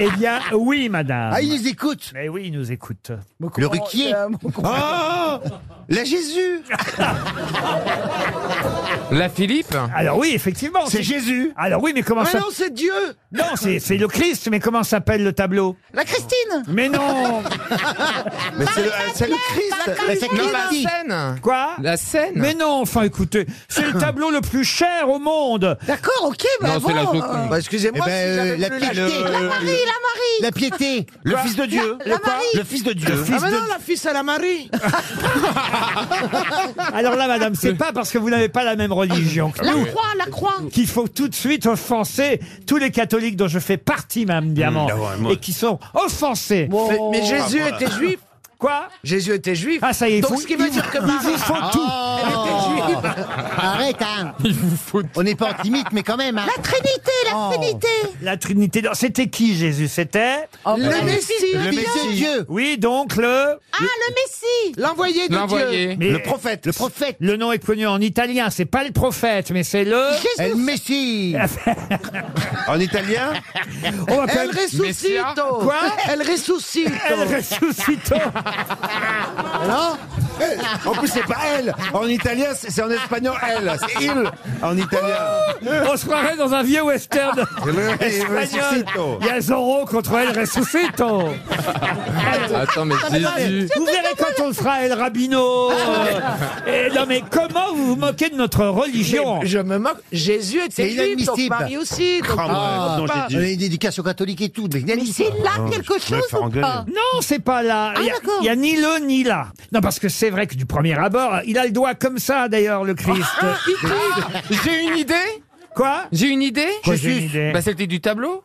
Eh bien, oui, madame.
Ah, il nous écoute
Mais oui, il nous écoute.
Le ruquier
euh,
Ah
Oh La Jésus La Philippe
Alors oui, effectivement.
C'est Jésus.
Alors oui, mais comment
Mais
ça
non, c'est Dieu
Non, c'est c'est le Christ, mais comment s'appelle le tableau
La Christine
Mais non
Mais c'est le, c'est le Christ
Mais c'est
Bah, Non, la
Christ.
scène
Quoi
La scène Ah.
Mais non, enfin écoutez, c'est le tableau le plus cher au monde.
D'accord, ok, bah bon euh,
Bah, excusez-moi,
Eh ben,
si j'avais
euh, la
plus
piété.
l'acheter.
La Marie, la Marie
La piété
Le fils de Dieu.
La Marie
Le fils de Dieu.
Ah, mais non, la fils à la Marie
Alors là, madame,
Euh.
c'est pas parce que vous n'avez pas la même religion que
La
nous
croix, la croix
qu'il faut tout de suite offenser tous les catholiques dont je fais partie, Mme Diamant, et qui sont offensés.
Mais, mais Jésus
Ah, voilà.
était juif
Quoi
Jésus était juif.
Ah, ça y est,
Donc
faut-
ce qui veut
il-
dire que
il vous faut
Ah.
tout.
Elle était juive.
Arrête, hein On n'est pas en limite, mais quand même, hein
La Trinité, la Trinité Oh,
La Trinité, non, c'était qui Jésus C'était
Le Messie.
Le Messie de Dieu
Oui, donc le...
Ah, le Messie
L'envoyé de Dieu.
Mais-
Le prophète Le prophète
Le nom est connu en italien, c'est pas le prophète, mais c'est le...
El Messi
En italien
On va quand
Elle
même-
ressuscite.
Quoi
Elle ressuscite.
El Resuscito
Non
Eh,
En plus, c'est pas elle En italien, c'est c'est en espagnol, elle C'est il En italien
On se croirait dans un vieux western western
El
espagnol.
Resucito.
Il y a Zorro contre El Resucito.
Ah, Attends, mais Jésus.
Vous verrez quand on sera El Rabino. Et non, mais comment vous vous moquez de notre religion
Mais je
me moque. Jésus
C'est inadmissible. Ah, non, j'ai dit- Il y a une éducation catholique et tout, mais inadmissible.
c'est là Ah, quelque je vais chose faire ou engueuler. pas Ah, Non, c'est pas là. Il y a- il y, a ni le ni là. Non, parce que c'est vrai que du premier abord, il a le doigt comme ça, d'ailleurs, le Christ.
Ah, J'ai une idée
Quoi
J'ai une idée
Quoi, j'ai une
Jésus
idée
Bah c'était du tableau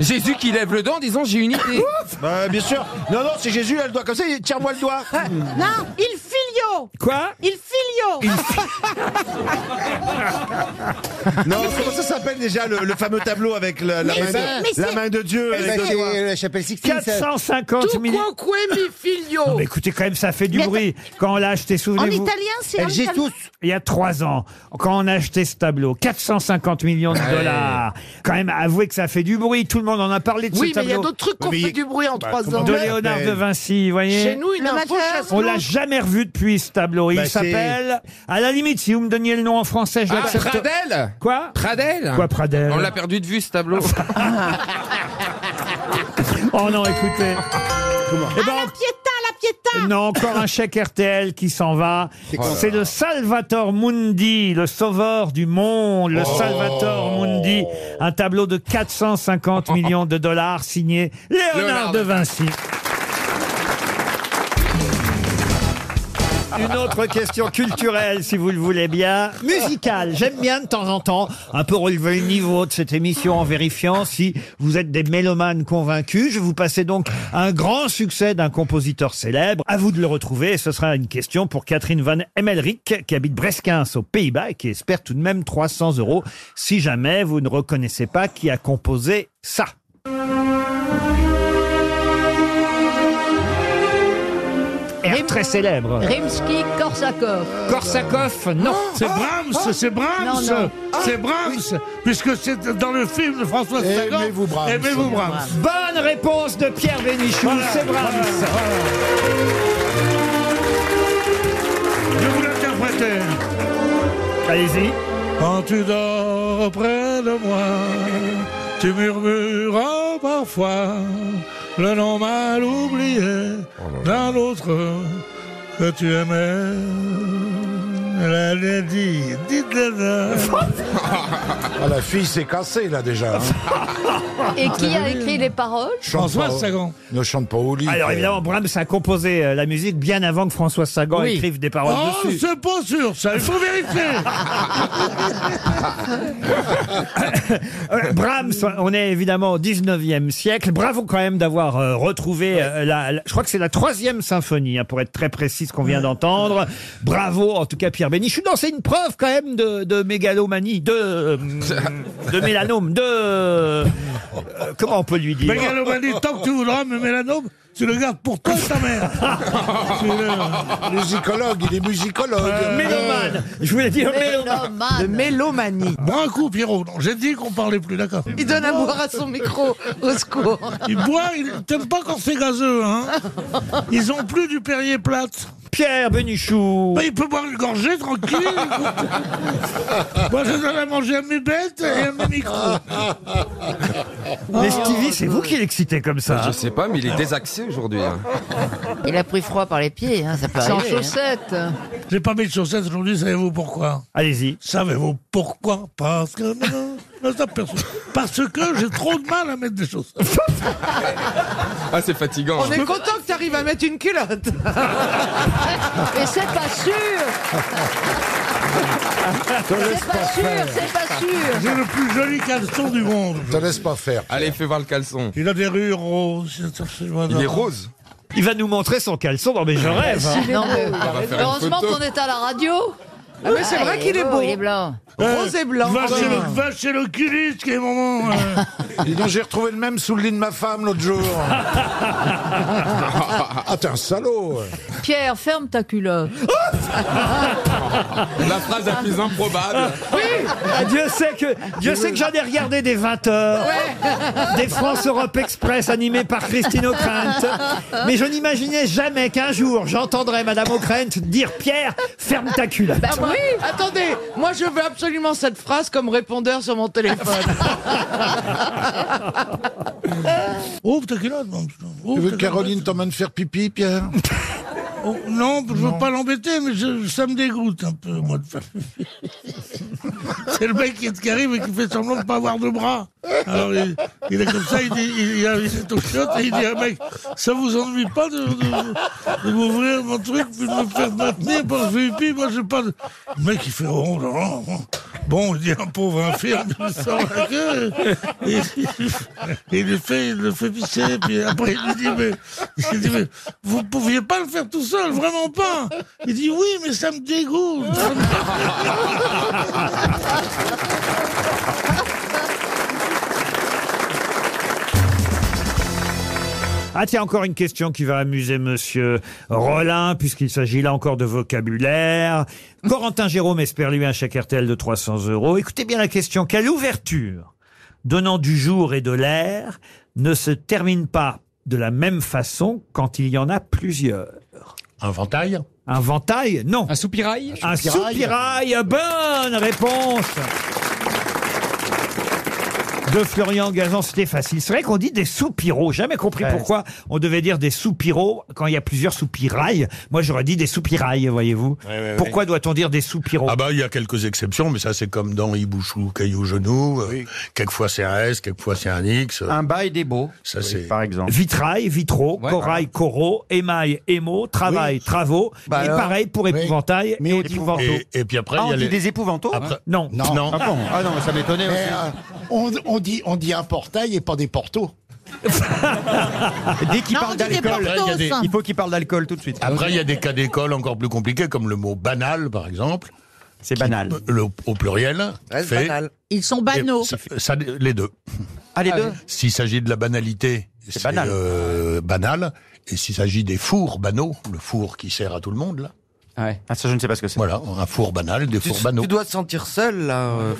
Jésus qui lève le doigt en disant j'ai une idée
Bah bien sûr Non, non, c'est Jésus, elle doit comme ça, il dit, tire-moi le doigt
Non, il filio
Quoi
Il filio
Non, comment ça s'appelle déjà le, le fameux tableau avec la, la
Mais
main,
c'est- mais
de, la
c'est-
main de Dieu
Eh
avec
ben,
deux
c'est,
doigts.
euh, la chapelle Sixtine, ça- 450
Tu milli-
Quoque mi filio
Non, mais écoutez, quand même, ça fait du
Mais
bruit. Quand on l'a acheté, souvenez-vous.
En italien, c'est El en italien. Jesus.
Il y a trois ans, quand on a acheté ce tableau, 450 millions de
Ouais.
dollars. Quand même, avouez que ça fait du bruit. Tout le monde en a parlé de
Oui,
ce
mais il y a
tableau.
d'autres trucs qu'on fait du bruit
Bah,
en trois ans.
De Léonard
Ben.
de Vinci, vous voyez.
Chez nous, une info chasse
On l'a jamais revu depuis ce tableau. Il
Bah, c'est-
s'appelle. À la limite, si vous me donniez le nom en français, je
Ah,
l'accepte.
Pradel
Quoi
Pradel
Quoi, Pradel
On l'a perdu de vue ce tableau.
Oh non, écoutez. Eh ben,
Pietà, Ah, la pietà
Non, encore un chèque RTL qui s'en va.
quoi
C'est le Salvator Mundi, le sauveur du monde, le
Oh.
Salvator Mundi. Un tableau de 450 millions de dollars signé Léonard
Léonard
de
de
Vinci. Une autre question culturelle, si vous le voulez bien. Musicale. J'aime bien de temps en temps un peu relever le niveau de cette émission en vérifiant si vous êtes des mélomanes convaincus. Je vous passais donc un grand succès d'un compositeur célèbre. À vous de le retrouver. Et ce sera une question pour Catherine Van Emmelrich, qui habite Breskens aux Pays-Bas et qui espère tout de même 300 euros si jamais vous ne reconnaissez pas qui a composé ça. Air très célèbre.
Rimsky Korsakov.
Korsakov, non.
Ah, C'est Brahms, c'est Brahms,
Non, non.
c'est Brahms, puisque c'est dans le film de François Sagan.
Aimez-vous Brahms.
Aimez-vous Brahms.
Bonne réponse de Pierre Bénichou, c'est Brahms.
Je vous l'interprétais.
Allez-y.
Quand tu dors près de moi, tu murmures oh, parfois le nom mal oublié d'un autre que tu aimais. La lady, dites
Ah, la fille s'est cassée, là, déjà. hein.
Et qui a écrit les paroles
Chante pas au- Ne chante pas au lit.
Alors
euh.
évidemment, Brahms a composé euh, la musique bien avant que François Sagan
Oui.
écrive des paroles
Oh,
dessus.
c'est pas sûr, ça, il faut vérifier.
Euh, Brahms, on est évidemment au 19e siècle. Bravo quand même d'avoir euh, retrouvé euh, la, la- Je crois que c'est la troisième symphonie, hein, pour être très précis, ce qu'on vient d'entendre. Bravo, en tout cas, Pierre Bénichou. Non, c'est une preuve quand même de, de mégalomanie, de. euh, de mélanome, de. euh, comment on peut lui dire
Mégalomanie, tant que tu voudras, mais mélanome, tu le gardes pour toi et ta mère. Tu le-
Musicologue, il est musicologue.
Euh,
Mélomane. Je voulais dire
mélomane.
De mélomanie.
Bois un coup, Pierrot. Non, J'ai dit qu'on parlait plus, d'accord.
Il donne à boire à son micro. Au secours.
Il boit, il t'aime pas quand c'est gazeux, hein. Ils ont plus du Perrier plate. Bah,
Pierre Benichou.
il peut boire une gorgée tranquille. Moi, je donne à manger à mes bêtes et à mes micros. Oh.
Mais Stevie, c'est vous qui l'excitez comme ça.
Je
hein.
sais pas, mais il est désaxé aujourd'hui. hein.
Il a pris froid par les pieds, hein, ça peut
Sans
arriver. hein.
Chaussette.
J'ai pas mis de chaussettes aujourd'hui, savez-vous pourquoi
Allez-y.
Savez-vous pourquoi Parce que. Non, non, ça, personne. Parce que j'ai trop de mal à mettre des chaussettes.
Ah, c'est fatigant.
On est content que tu arrives à mettre une culotte.
Mais c'est pas sûr C'est pas sûr, c'est pas sûr
J'ai le plus joli caleçon du monde.
Te laisse pas faire.
Allez, fais voir le caleçon.
Il a des rures roses.
Il est rose.
Il va nous montrer son caleçon dans mes je rêve. hein.
Non, mais-
On va faire une
Heureusement
photo.
qu'on est à la radio
Ah, mais c'est vrai
il
qu'il est beau.
Il est blanc.
Euh,
Euh,
Rose et blanc.
Va
Ah,
chez, le,
ouais.
va chez l'oculiste, qui est moment. euh.
Dis donc, j'ai retrouvé le même sous le lit de ma femme l'autre jour. ah, t'es un salaud.
Pierre, ferme ta culotte.
La phrase la plus improbable.
Ah, Dieu sait que Dieu sait que j'en ai regardé des 20 heures,
Ouais.
des France Europe Express animés par Christine O'Krent, mais je n'imaginais jamais qu'un jour j'entendrais Madame O'Krent dire Pierre, ferme ta culotte.
Ah bah, Attendez, moi je veux absolument cette phrase comme répondeur sur mon téléphone.
Ouvre ta culotte, mon putain. Ouvre
Tu veux
ta
que Caroline t'emmène faire pipi, Pierre
culotte. Oh, non, je veux pas l'embêter, mais je- ça me dégoûte un peu, moi, de faire pipi. C'est le mec qui, est- qui arrive et qui fait semblant de pas avoir de bras. Alors, il, il est comme ça, il, dit, il, il, a- il est aux chiottes et il dit, ah, mec, ça vous ennuie pas de, de- de m'ouvrir mon truc, puis de me faire maintenir pour le pipi, moi, j'ai pas de... Le mec, il fait, oh, non, non, non. Bon, il dit, un pauvre infirme, il sort la gueule, et, et il le fait, il le fait pisser, puis après, il lui dit, mais, il dit, mais vous pouviez pas le faire tout seul, vraiment pas. Il dit, oui, mais ça me dégoûte. Ça me
Ah tiens, encore une question qui va amuser Monsieur Rollin, puisqu'il s'agit là encore de vocabulaire. Corentin Jérôme espère lui un chèque RTL de 300 euros. Écoutez bien la question. Quelle ouverture, donnant du jour et de l'air, ne se termine pas de la même façon quand il y en a plusieurs Un ventail Un ventail Non. Un soupirail Un soupirail, bonne réponse de Florian Gazan, c'était facile. C'est vrai qu'on dit des soupiraux. Jamais compris pourquoi on devait dire des soupiraux quand il y a plusieurs soupirails. Moi, j'aurais dit des soupirails, voyez-vous.
ouais,
pourquoi doit-on dire des soupiraux
Ah bah il y a quelques exceptions, mais ça c'est comme dans Ibouchou, Caillou Genou. euh, Quelquefois c'est un S, quelquefois c'est un X.
Un
bail des beaux. Ça c'est. Par exemple.
Vitrail, vitraux,
Ouais, Ah.
corail, coraux, émail, émo, travail, travaux.
Bah
et
alors,
pareil pour épouvantail et épouvanteau.
Et, et puis après, il y a les...
épouvantos
Après-
Non.
Non. Non. Ah bon Ah non, mais ça m'étonnait aussi.
on, euh, on dit, on dit un portail et pas des portos.
Dès qu'il
Ah, Non,
parle
on dit des
d'alcool,
portos.
il, y a des- il faut qu'il parle d'alcool tout de suite.
Après, il y a des cas d'école encore plus compliqués, comme le mot banal, par exemple.
C'est banal.
Le, au pluriel.
Reste
fait-
banal.
Ils sont
banaux.
Ça, ça- les deux.
Ah, les Ah deux oui.
S'il s'agit de la banalité, c'est banal. banal. Et s'il s'agit des fours banaux, le four qui sert à tout le monde, là.
Ah, ça, je ne sais pas ce que c'est.
Voilà, un four banal, des fours banaux.
Tu dois te sentir seul, là. euh.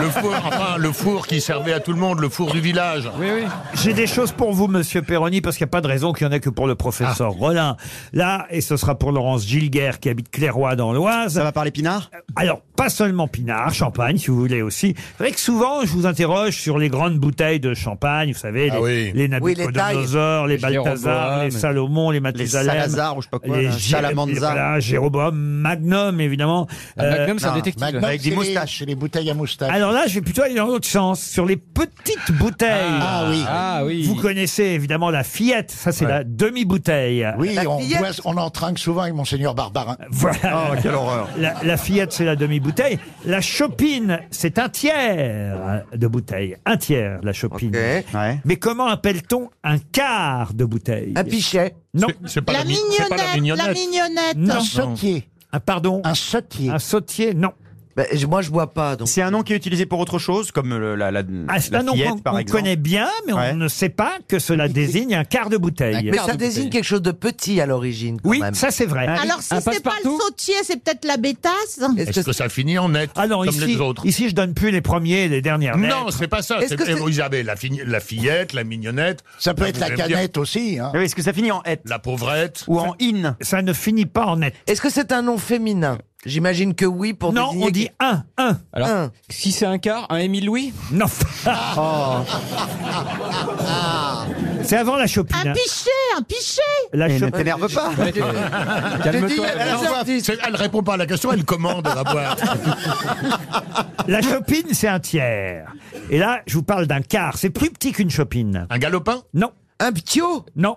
Le four, enfin, le four qui servait à tout le monde, le four du village.
Oui, oui.
J'ai des choses pour vous, monsieur Perroni, parce qu'il n'y a pas de raison qu'il n'y en ait que pour le
Ah.
professeur Rollin. Là, et ce sera pour Laurence Gilguerre, qui habite Clairoy dans l'Oise. Ça
va parler Pinard
Alors, pas seulement Pinard, Champagne, si vous voulez aussi. C'est vrai que souvent, je vous interroge sur les grandes bouteilles de Champagne, vous savez, les,
Ah oui.
les
Oui, les tailles.
Nabucodonosor, les,
Les
Balthazar, les
Jéroboam.
Salomon, les Mathusalem.
Salazar, ou je sais pas quoi,
Les
là,
Gé-
Salamanza.
Voilà, Jéroboam, Magnum, évidemment.
Ah, Magnum, c'est un
Euh, non,
détective.
Magnum, c'est les- C'est les bouteilles à moustache.
alors là, je vais plutôt aller dans l'autre sens, sur les petites bouteilles.
Ah, oui. Ah oui.
Vous connaissez évidemment la fillette, ça c'est
Ouais.
la demi-bouteille.
oui,
La
on,
fillette.
boit- on en trinque souvent avec Monseigneur Barbarin.
Voilà.
Oh,
Oh,
La, la fillette, c'est la demi-bouteille. La chopine, c'est un tiers de bouteille. Un tiers, la chopine. Mais comment appelle-t-on un quart de bouteille Un pichet. Non.
pas La la mi- c'est pas la mignonnette, la mignonnette.
Non.
Un sautier.
Ah, pardon
Un sautier.
Un sautier, non.
moi, je bois pas. C'est un nom qui est utilisé pour autre chose, comme le- la, la,
Ah, c'est
la
un nom
fillette,
qu'on
par
qu'on
exemple.
connaît bien, mais on ne sait pas que cela désigne un quart de bouteille.
Mais ça désigne quelque chose de petit à l'origine.
Oui, ça c'est vrai.
Alors, si c'est pas le sautier, c'est peut-être la bétasse.
Est-ce que ça finit en net
Alors
comme
Ah ici,
les autres
ici, je donne plus les premiers et les dernières
Non,
lettres.
c'est pas ça.
Est-ce
C'est
que c'est-
Isabelle, la, fi- la fillette, la mignonnette.
Ça peut
Là,
être
vous
la
allez me dire,
canette aussi. hein.
Ah Oui, est-ce que ça finit en et
La pauvrette.
ou en in
Ça ne finit pas en net.
Est-ce que c'est un nom féminin J'imagine que oui pour
Non,
désigner
on dit un, un.
Alors,
si c'est un quart, un Émile Louis
Non.
Ah.
C'est avant la chopine.
Un
hein.
pichet, un pichet.
La
Eh, ne
chopine.
t'énerve pas.
J'ai dit, elle, elle envoie- c'est- elle répond pas à la question, elle commande la boîte.
La chopine, c'est un tiers. Et là, je vous parle d'un quart. C'est plus petit qu'une chopine.
Un galopin
Non.
Un ptio
Non.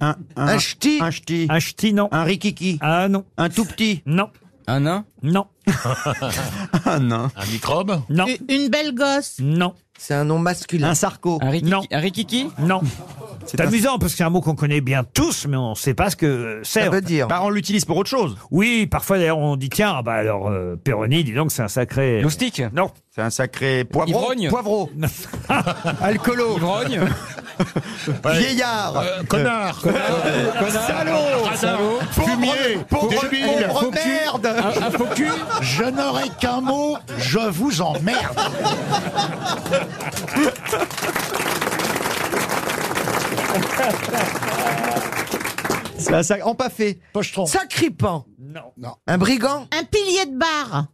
Un,
Un ch'ti
Un ch'ti.
Un ch'ti, non.
Un rikiki.
Ah non.
Un tout petit.
Non.
Un nain
Non.
un nain.
Un microbe
Non.
Une belle gosse.
Non.
C'est un nom masculin.
Un sarco.
Un rikiki,
Non.
un rikiki
Non. C'est amusant parce que c'est un mot qu'on connaît bien tous, mais on ne sait pas ce que euh, c'est.
Ça veut dire.
Bah, on l'utilise pour autre chose.
Oui, parfois d'ailleurs on dit tiens, ah bah alors euh, Péroni, dis donc c'est un sacré. euh,
Loustic
Non.
C'est un sacré poivron.
Ivrogne.
Poivreau. Alcoolo.
Ivrogne Vieillard.
Euh, connard.
Salaud.
Salaud.
Fumier.
Pauvre-
Débile.
pauvre
Faux cul.
merde.
Un- un faux cul.
Je n'aurai qu'un mot, je vous emmerde.
Ça, ça, empaffé.
Pochetron.
Sacripant.
Non.
Un brigand.
Un pilier de bar.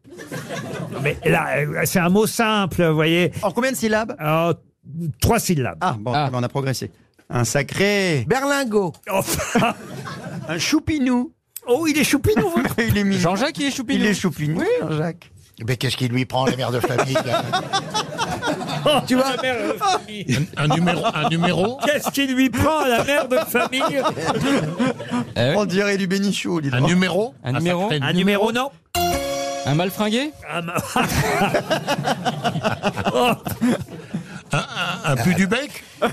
Mais là, euh, c'est un mot simple, vous voyez.
En combien de syllabes
Trois syllabes.
Ah, bon, eh ben, on a progressé. Un sacré.
Berlingot.
un choupinou.
Oh, il est choupinou.
il est mignon.
Jean-Jacques, il est choupinou.
Il est choupinou,
Oui.
Jean-Jacques.
Mais qu'est-ce qui lui prend, la mère de famille là
tu vois Oh,
Un numéro. Un numéro.
euh, Qu'est-ce qui lui prend la mère de famille
On dirait du bénichou. dis
Un
donc.
numéro. Ah,
Un numéro
sacré
Un numéro, non
Un malfringué
Ah,
bah.
ma-
Un pu du bec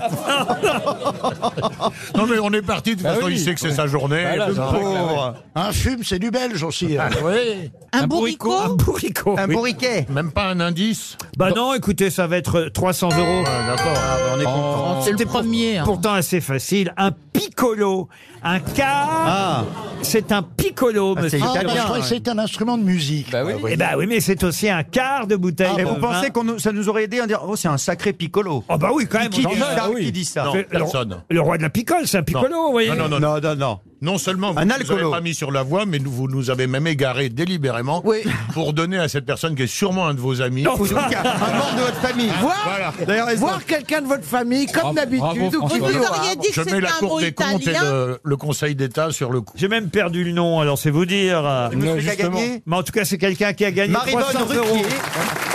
Non mais on est parti, de toute
Bah
façon
oui.
il sait que c'est sa journée.
Bah là,
Le
c'est vrai que là,
pauvre.
Un fume, c'est du belge aussi. hein.
Oui.
Un, bourricot.
Un bourricot.
Un
oui.
bourriquet.
Même pas un indice.
Bah non, écoutez, ça va être 300 euros.
D'accord.
Ah, bah, On est content.
C'est le premier. Pourtant assez facile. Un piccolo. Un quart.
Ah.
C'est un piccolo,
Ah, c'est
monsieur.
Ah, bah, je
italien,
croyais que
ouais.
c'était un instrument de musique.
Bah oui.
Eh ben oui, mais c'est aussi un quart de bouteille.
Mais
de
Ah, vous
vin.
pensez que ça nous aurait aidé à dire Oh, c'est un sacré piccolo.
Oh bah oui, quand même.
Qui,
on
dit
en a.
ça, qui dit ça
Non,
C'est-
personne.
Le roi de la picole, c'est un piccolo, vous voyez.
Non, non, non, non.
Non, non, non.
Non seulement vous
Un
ne nous
alcoolo.
avez pas mis sur la voie, mais nous, vous nous avez même égaré délibérément
Oui.
pour donner à cette personne qui est sûrement un de vos amis.
Non,
Un membre de votre famille.
Voir,
Voilà.
D'ailleurs, est-ce
voir quelqu'un de votre famille,
Bravo,
comme d'habitude,
bravo,
ou qui
Vous
vous
auriez
aura-
dit
Je
que
mets
c'était
la
un
Cour
mot
des comptes et
italien.
le, le Conseil d'État sur le coup.
J'ai même perdu le nom, alors c'est vous dire.
Je me
Non,
suis fait
justement.
gagner.
Mais en tout cas, c'est quelqu'un qui a gagné
Marie-Bonne
300 euros.
Ruquier.
Ah.